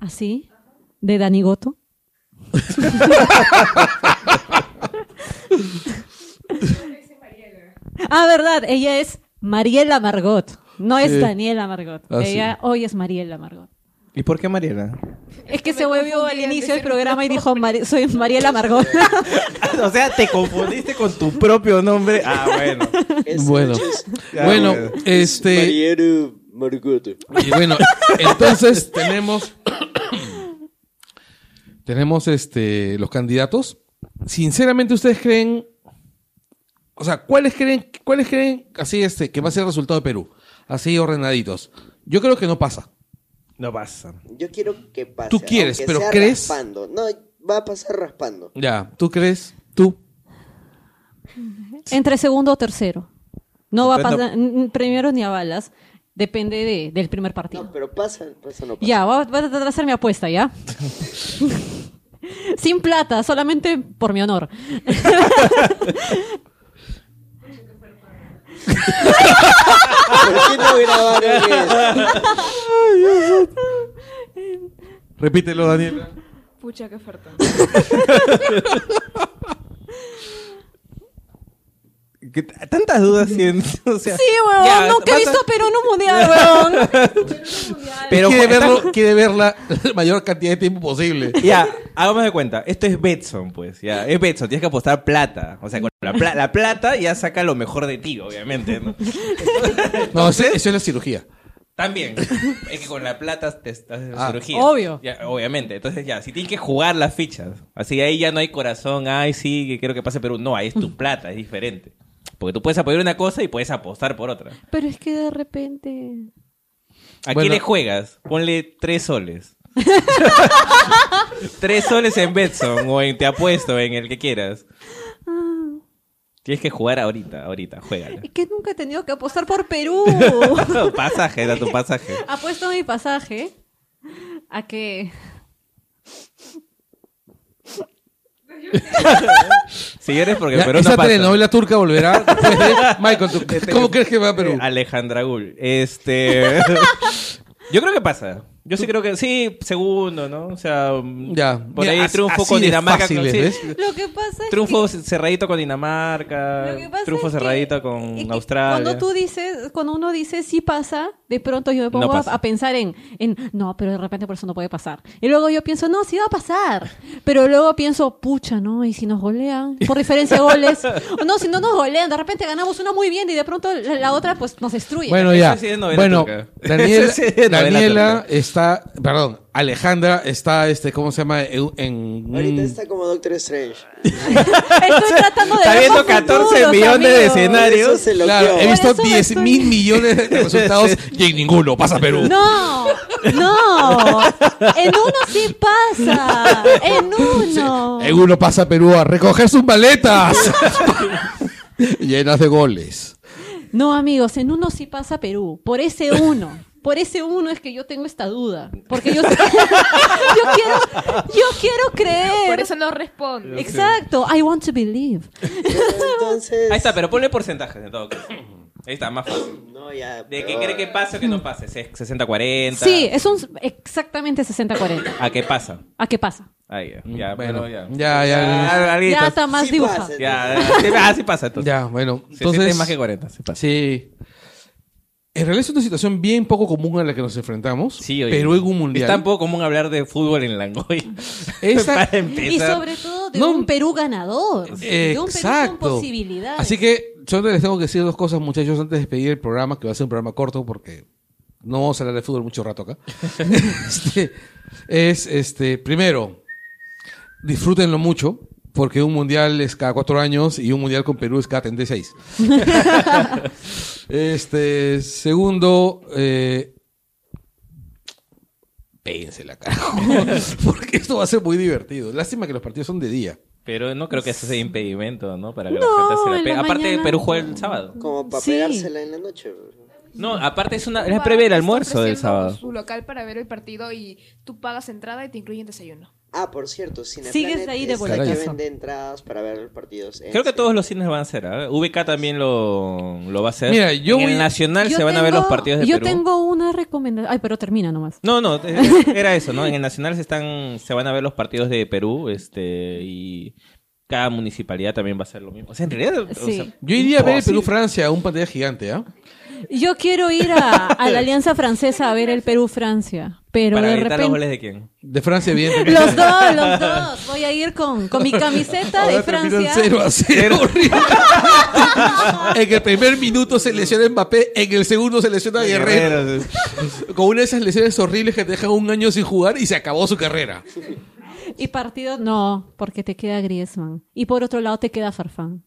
¿Así? ¿De Dani Goto? ah, verdad, ella es Mariela Margot. No es Sí. Daniela Margot. Ah, sí. ella hoy es Mariela Margot. ¿Y por qué Mariela? Es que me se volvió al confundí antes, inicio del era programa y dijo, "Mari- soy Mariela Margot. o sea, te confundiste con tu propio nombre. Ah, bueno. Es- Bueno. es- Ya, bueno, bueno. este... Mariero Margote. Y bueno, entonces tenemos... tenemos este, los candidatos. Sinceramente, ¿ustedes creen... O sea, ¿cuáles creen, cuáles creen así este, que va a ser el resultado de Perú? Así ordenaditos. Yo creo que no pasa. No pasa. Yo quiero que pase. Tú quieres, aunque pero sea ¿crees? Raspando. No, va a pasar raspando. Ya, ¿tú crees? ¿Tú? Entre segundo o tercero. No va a Depende- pasar n- n- primero ni a balas. Depende de- del primer partido. No, pero pasa, pasa no pasa. Ya, voy a, voy a tratar de hacer mi apuesta, ¿ya? Sin plata, solamente por mi honor. ¿Por qué no grabaron eso? Repítelo, Daniela. Pucha, qué oferta. ¿Qué t- tantas dudas tienen? O sea, Sí, huevón, ya, nunca he vas a- visto a Perú en un mundial, huevón. Pero quiere, Juan- verlo, quiere verla la mayor cantidad de tiempo posible. Ya, hagamos de cuenta. Esto es Betson, pues. Ya, es Betson. Tienes que apostar plata. O sea, con la, pla- la plata ya saca lo mejor de ti, obviamente. ¿no? No, eso, eso es la cirugía. También. Es que con la plata te estás en Ah. cirugía. Obvio. Ya, obviamente. Entonces, ya, si tienes que jugar las fichas. Así ahí ya no hay corazón. Ay, sí, que quiero que pase Perú. No, ahí es Mm. tu plata, es diferente. Porque tú puedes apoyar una cosa y puedes apostar por otra. Pero es que de repente. ¿A Bueno. quién le juegas? Ponle tres soles. tres soles en Betson o en Te Apuesto, en el que quieras. Tienes que jugar ahorita, ahorita, juégala. Es que nunca he tenido que apostar por Perú. Uh. pasaje, da tu pasaje. Apuesto mi pasaje a que. Si eres porque Ya, Perú esa no pasa. telenovela turca volverá. después de- Michael, ¿tú- ¿cómo crees que va a Perú? Eh, Alejandra Gul. Este. Yo creo que pasa. Yo sí creo que. Sí, segundo, ¿no? O sea. Ya, Por mira, ahí as- triunfo así con de Dinamarca. fácil con- es, sí. ¿ves? Lo que pasa es Triunfo cerradito con Dinamarca. Lo que pasa Triunfo es que- cerradito con es que Australia. Cuando tú dices, cuando uno dice sí pasa, de pronto yo me pongo No a- pasa. a, pensar en, en, no, pero de repente por eso no puede pasar. Y luego yo pienso, no, sí va a pasar. Pero luego pienso, pucha, no, y si nos golean, por diferencia de goles. O no, si no nos golean, de repente ganamos una muy bien y de pronto la, la otra pues nos destruye. Bueno, Eso ya. sí es novela bueno, turca. Daniela, Eso sí es novela Daniela turca. está, perdón, Alejandra está, este, ¿cómo se llama? En, en- Ahorita está como Doctor Strange. estoy tratando de Está ver viendo los 14 futuros, millones de amigos. escenarios. Eso se lo Claro, he dio. visto Por eso 10 estoy- mil millones de resultados y en ninguno pasa Perú. No, no, en uno sí pasa, en uno. En uno pasa Perú a recoger sus maletas llenas de goles. No, amigos, en uno sí pasa Perú. Por ese uno. Por ese uno es que yo tengo esta duda. Porque yo, yo, quiero, yo quiero creer. Por eso no respondo. Exacto. I want to believe. Pero Entonces. Ahí está, pero ponle porcentajes en todo caso. Ahí está, más fácil. No, ya. ¿De qué pero- cree que pase o que no pase? Se- 60-40. Sí, es un exactamente 60-40. ¿A qué pasa? ¿A qué pasa? Ahí, ya. ya, Bueno, bueno, ya. ya, Ah, ya. alguien Ya está- está más Sí dibujado. pasa. Ya, ya, sí, ah, sí pasa entonces. Ya, bueno. Entonces, Entonces, más que 40, sí pasa. Sí. En realidad es una situación bien poco común a la que nos enfrentamos. Sí, oye. Pero en un mundial. Es tan poco común hablar de fútbol en Langoy. Esa- Para Y empezar. sobre todo hablando de No, un Perú ganador. De un Perú con Eh, Exacto. posibilidades. Así que yo les tengo que decir dos cosas, muchachos, antes de despedir el programa, que va a ser un programa corto porque no vamos a hablar de fútbol mucho rato acá. Este, es, este, primero, disfrútenlo mucho, porque un mundial es cada cuatro años y un mundial con Perú es cada 36. este, segundo, eh, péguensela, carajo, porque esto va a ser muy divertido. Lástima que los partidos son de día. Pero no creo que eso sea impedimento, ¿no? Para que No, la gente se en la pegue. la Aparte, mañana- Perú juega el sábado. Como para Sí. pegársela en la noche. No, aparte es una es la Cuba previa del está almuerzo del ofreciendo sábado. Su local para ver el partido y tú pagas entrada y te incluyen desayuno. Ah, por cierto, Cineplanet Sigues ahí de es la que boletazo. vende entradas para ver los partidos. en Creo que Este, cine. todos los cines van a hacer. ¿ah? VK también lo, lo va a hacer. Mira, yo en voy- el Nacional Yo se van a ver tengo- los partidos de Yo Perú. tengo una recomendación. Ay, pero termina nomás. No, no, es- era eso, ¿no? En el Nacional se están se van a ver los partidos de Perú, este y cada municipalidad también va a hacer lo mismo. O sea, en realidad o Sí. sea, Yo iría a ver el imposible. Perú-Francia, un pantalla gigante, ¿ah? Yo quiero ir a, a la Alianza Francesa a ver el Perú-Francia, pero para de gritar los repente... goles de quién. De Francia, evidentemente. Los dos, los dos. Voy a ir con, con mi camiseta de Ahora terminan Francia. 0 a 0. en el primer minuto se lesiona Mbappé, en el segundo se lesiona Guerrero. Con una de esas lesiones horribles que te dejan un año sin jugar y se acabó su carrera. Y partido no, porque te queda Griezmann. Y por otro lado te queda Farfán.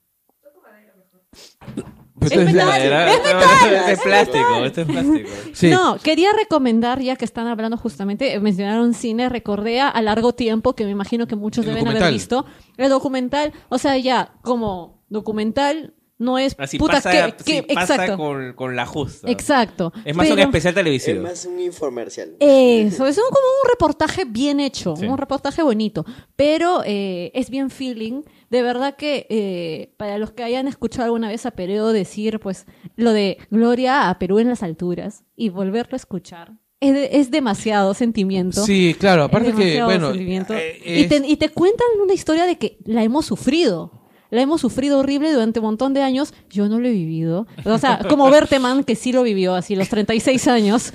Entonces, metal. la- Era- Es metal, Esto es plástico, esto es plástico. sí. No, quería recomendar, ya que están hablando justamente, eh, mencionaron cine, recordé a, a largo tiempo, que me imagino que muchos El deben haber documental. visto, el documental, o sea, ya como documental no es Así puta pasa, que, sí que- pasa exacto. con, con la justa. Exacto. Es más un Pero- especial Es televisivo. más un infomercial. Eso, Eh, es un- como un reportaje bien hecho, Sí. un reportaje bonito, pero eh, es bien feeling. De verdad que eh, para los que hayan escuchado alguna vez a Pereo decir, pues, lo de Gloria a Perú en las alturas y volverlo a escuchar, es, de- es demasiado sentimiento. Sí, claro, aparte Es que, demasiado bueno. sentimiento. eh, y, es- te, y te cuentan una historia de que la hemos sufrido. La hemos sufrido horrible durante un montón de años. Yo no lo he vivido. O sea, como Berteman, que sí lo vivió así, los 36 años.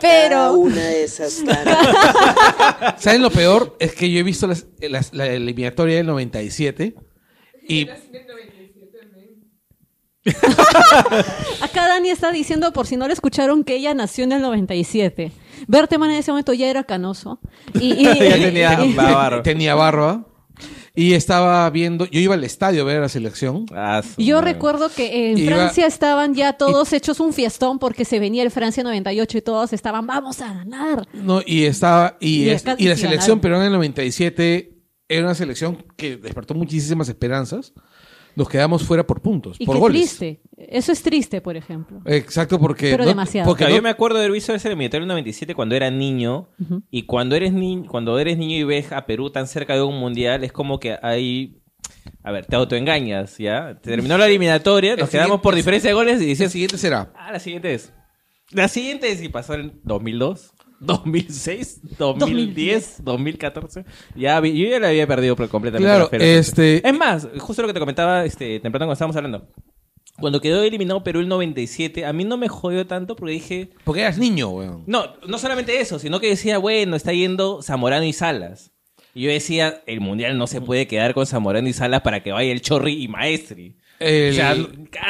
Cada Pero. una de esas caras. ¿Saben lo peor? Es que yo he visto las- las- la eliminatoria del 97 y. Acá Dani está diciendo, por si no lo escucharon, que ella nació en el 97. Berteman en ese momento ya era canoso. Y, y- Ya tenía y- la barba. tenía barba. Y estaba viendo. Yo iba al estadio a ver a la selección. Ah, su Yo madre. recuerdo que en Iba- Francia estaban ya todos hechos un fiestón porque se venía el Francia 98 y todos estaban, vamos a ganar. No, y estaba. Y, Y es- acá y la sí selección ganaron. peruana del 97 era una selección que despertó muchísimas esperanzas. Nos quedamos fuera por puntos, Y por qué goles. triste. Eso es triste, por ejemplo. Exacto, porque. Pero no- demasiado. Porque Claro, no- yo me acuerdo de haber visto ese eliminatorio del 97 cuando era niño. Ujú. Y cuando eres, ni cuando eres niño y ves a Perú tan cerca de un mundial, es como que hay. A ver, te autoengañas, ¿ya? Terminó la eliminatoria, nos El quedamos siguiente- por diferencia de goles y el dices. siguiente será. Ah, la siguiente es. La siguiente es y pasó en 2002, 2006, 2010, 2014. Ya vi- yo ya la había perdido por- completamente. Claro, la fe. este- Es más, justo lo que te comentaba este, temprano cuando estábamos hablando. Cuando quedó eliminado Perú el 97, a mí no me jodió tanto porque dije, Porque eras niño, weón. no, no solamente eso, sino que decía, bueno, está yendo Zamorano y Salas. Y yo decía, el mundial no se puede quedar con Zamorano y Salas para que vaya el Chorri y Maestri. El- O sea,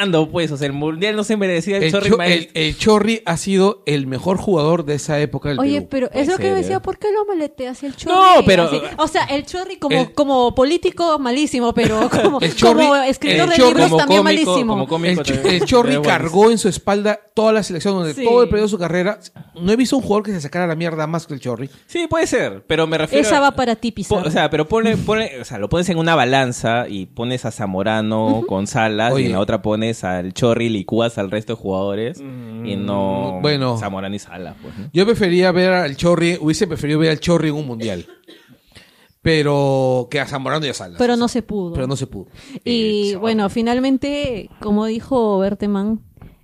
ando pues, o sea, el mundial no se merecía el, El, Chorri Cho- y Maestri. el- el Chorri ha sido el mejor jugador de esa época del Oye, Perú. pero puede es lo que ser, me ¿eh? decía, ¿por qué lo maleteas el chorri? No, pero- Así. O sea, el chorri como, El- como político malísimo, pero como, El Chorri- como escritor el de Chorri- libros como también cómico, malísimo. como El, cómico Cho- también. el Chorri Pero bueno. cargó en su espalda toda la selección, donde Sí. todo el periodo de su carrera. No he visto un jugador que se sacara la mierda más que el Chorri. Sí, puede ser, pero me refiero... Esa va para ti, Po- Pizarro. o sea, pero ponle, ponle- o sea, lo pones en una balanza y pones a Zamorano con Salas Oye. y en la otra pones al Chorri y licúas al resto de jugadores y no bueno. Zamorano y Salas, pues. ¿no? Yo prefería ver al Chorri, hubiese preferido ver al Chorri en un mundial. Pero que a Zamorano y a Salas. pero no se pudo. Pero no se pudo. Y Eh, bueno, finalmente, como dijo Berteman,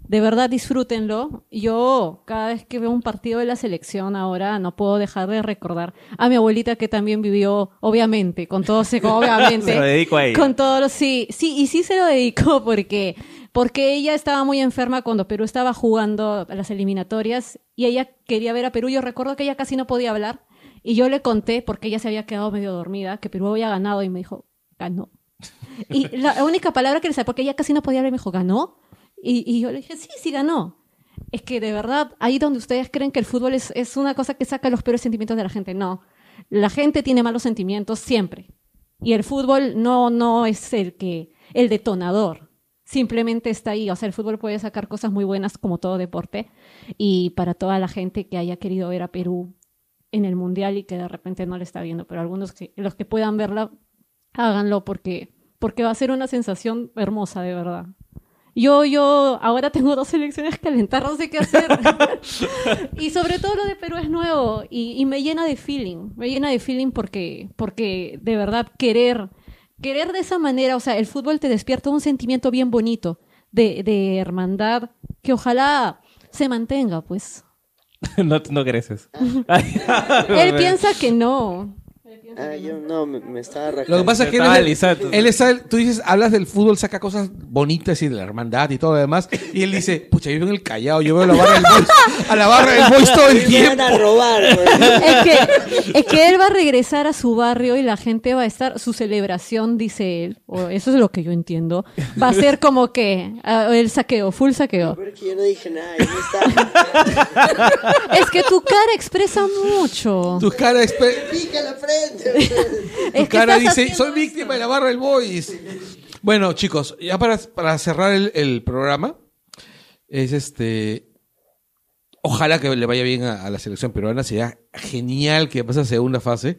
de verdad disfrútenlo. Yo cada vez que veo un partido de la selección ahora no puedo dejar de recordar a mi abuelita que también vivió, obviamente, con todo ese, obviamente. Se lo dedico a ella. Con todo lo- sí, sí, y sí se lo dedicó porque, porque ella estaba muy enferma cuando Perú estaba jugando a las eliminatorias y ella quería ver a Perú. Yo recuerdo que ella casi no podía hablar. Y yo le conté, porque ella se había quedado medio dormida, que Perú había ganado y me dijo, ganó. Y la única palabra que le salió, porque ella casi no podía hablar, me dijo, ganó. Y, y yo le dije, sí, sí ganó. Es que de verdad, ahí donde ustedes creen que el fútbol es, es una cosa que saca los peores sentimientos de la gente, no. La gente tiene malos sentimientos siempre. Y el fútbol no, no es el que, el detonador. Simplemente está ahí. O sea, el fútbol puede sacar cosas muy buenas como todo deporte. Y para toda la gente que haya querido ver a Perú en el Mundial y que de repente no le está viendo. Pero algunos que, los que puedan verla, háganlo porque, porque va a ser una sensación hermosa, de verdad. Yo, yo ahora tengo dos elecciones que alentar, no sé qué hacer. y sobre todo lo de Perú es nuevo y, y me llena de feeling, me llena de feeling porque, porque de verdad querer, querer de esa manera, o sea, el fútbol te despierta un sentimiento bien bonito de, de hermandad que ojalá se mantenga, pues. no, no creces. Él piensa que no. Él piensa Ah, que no. yo no, me, me estaba Lo que rajando. pasa es que él Estaba es el- alisado. él está- tú dices, hablas del fútbol, saca cosas bonitas y de la hermandad y todo lo demás. Y él dice, pucha, yo vivo en el Callao, yo veo la barra del Boys, a la barra del Boys todo el Me van tiempo. a robar, güey. es que, es que él va a regresar a su barrio y la gente va a estar, su celebración, dice él, o eso es lo que yo entiendo, va a ser como que ah, el saqueo, full saqueo. Pero es que yo no dije nada, yo no estaba. Es que tu cara expresa mucho. Tu cara, espe- Pica la frente, güey. Es tu que cara estás dice, haciendo soy víctima de la eso. barra del Boys. Bueno, chicos, ya para, para cerrar el, el programa, es este. Ojalá que le vaya bien a, a la selección peruana. Sería genial que pase a segunda fase.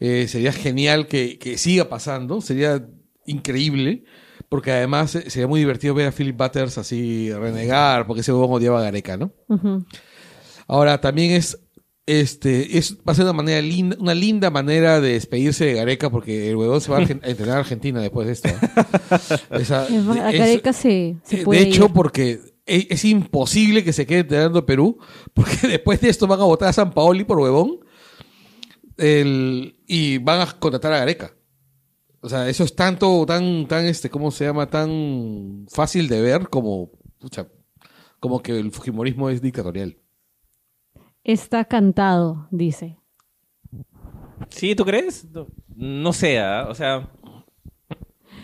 Eh, sería genial que, que siga pasando. Sería increíble. Porque además eh, sería muy divertido ver a Philip Butters así renegar, porque ese huevón odiaba a Gareca, ¿no? Ujú. Ahora, también es, este, es, va a ser una manera linda, una linda manera de despedirse de Gareca, porque el huevón se va a, Argen- a entrenar a Argentina después de esto. ¿eh? Esa- Es más, es- Gareca se, se eh, puede de hecho, ir. porque e- es imposible que se quede entrenando a Perú, porque después de esto van a votar a San Paoli por huevón el- y van a contratar a Gareca. O sea, eso es tanto, tan, tan, este, ¿cómo se llama? Tan fácil de ver como, pucha, como que el fujimorismo es dictatorial. está cantado, dice. ¿Sí? ¿Tú crees? No, no sé, ah, o sea...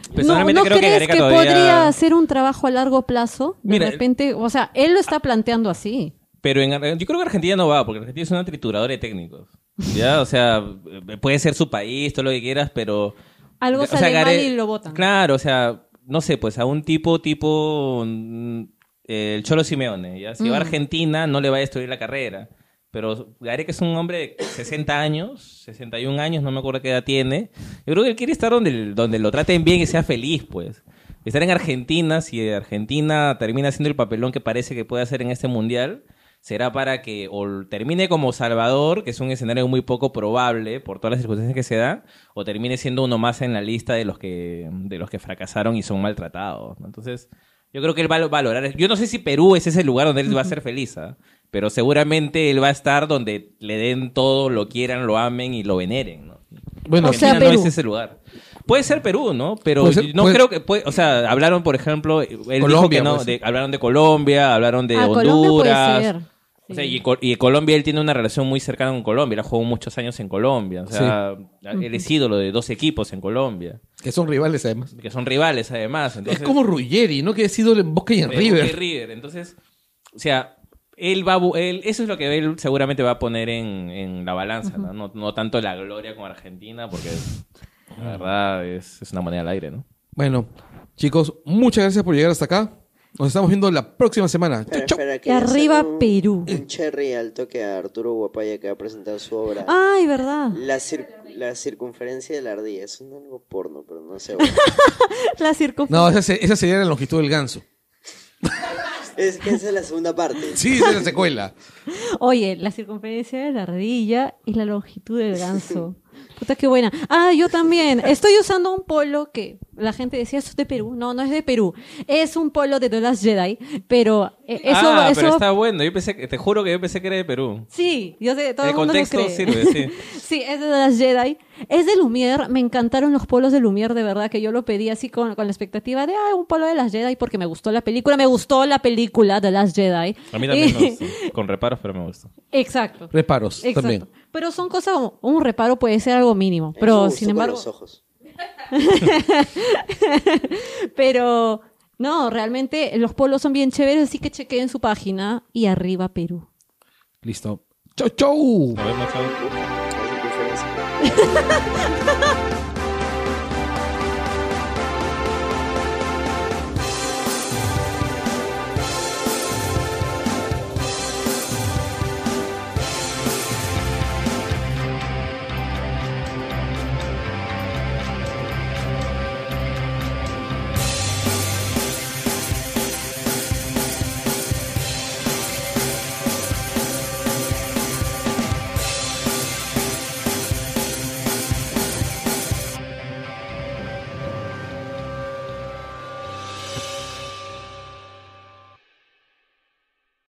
No, Personalmente ¿no Pues creo que crees Gareca que todavía... podría hacer un trabajo a largo plazo? De Mira, repente, o sea, él lo está planteando así. Pero en, Ar- yo creo que Argentina no va, porque Argentina es una trituradora de técnicos. ¿Ya? O sea, eh, puede ser su país, todo lo que quieras, pero... Algo o sea, sale mal Gare- y lo votan. Claro, o sea, no sé, pues a un tipo tipo mm, el Cholo Simeone, ¿ya? Si va a Mm. Argentina no le va a destruir la carrera. Pero Gareca es un hombre de 60 años, 61 años, no me acuerdo qué edad tiene. Yo creo que él quiere estar donde, donde lo traten bien y sea feliz, pues. Estar en Argentina, si Argentina termina haciendo el papelón que parece que puede hacer en este mundial, será para que o termine como Salvador, que es un escenario muy poco probable por todas las circunstancias que se da, o termine siendo uno más en la lista de los que, de los que fracasaron y son maltratados. ¿no? Entonces, yo creo que él va a valorar. Yo no sé si Perú es ese lugar donde él va a ser feliz, ¿ah? pero seguramente él va a estar donde le den todo, lo quieran, lo amen y lo veneren. ¿no? Bueno, O sea, Argentina no Perú. es ese lugar. Puede ser Perú, ¿no? Pero Puede ser- no puede- creo que... puede- o sea, hablaron, por ejemplo... Él dijo Colombia, que no, pues. de- hablaron de Colombia, hablaron de Ah, Honduras. Colombia puede ser. O sea, Sí. y, Col- y Colombia, él tiene una relación muy cercana con Colombia. Él ha jugado muchos años en Colombia. O sea, él es ídolo de dos equipos en Colombia, que son rivales además. que son rivales además. Entonces, es como Ruggeri, ¿no? Que ha sido en Boca y en de River. Boca y River. Entonces, o sea, él va, a bu- él, eso es lo que él seguramente va a poner en, en la balanza, ¿no? ¿no? no tanto la gloria con Argentina, porque la verdad es, es una moneda al aire, ¿no? Bueno, chicos, muchas gracias por llegar hasta acá. Nos estamos viendo la próxima semana. Este Chau, Espera, chau. espera, Y quería hacer arriba un- Perú. Un cherry al toque a Arturo Guapaya que va a presentar su obra. Ay, verdad. La, cir- la circunferencia de la ardilla. Es un algo porno, pero no sé. bueno. La circunferencia. No, esa, se- esa sería la longitud del ganso. es que esa es la segunda parte. Sí, esa es la secuela. Oye, la circunferencia de la ardilla y la longitud del ganso. Puta qué buena. Ah, yo también. Estoy usando un polo que la gente decía, eso es de Perú. No, no es de Perú. Es un polo de The Last Jedi. Pero eh, eso ah, va- pero eso- está bueno. Yo pensé, que- te juro que yo pensé que era de Perú. Sí, yo sé, todo El el, mundo lo contexto cree. sirve, sí. Sí, es de las Jedi. Es de Lumière. Me encantaron los polos de Lumière, de verdad, que yo lo pedí así con, con la expectativa de, ah, un polo de las Jedi porque me gustó la película. Me gustó la película de las Jedi. A mí también me Y- gusta. Con reparos, pero me gusta. Exacto. Reparos Exacto. también. Pero son cosas como un reparo puede ser algo mínimo, Él me pero gustó sin con embargo, los ojos. pero no, realmente los polos son bien chéveres, así que chequeen su página y arriba Perú. Listo. Chau, chau. Nos vemos, chao. Uf, hay diferencia.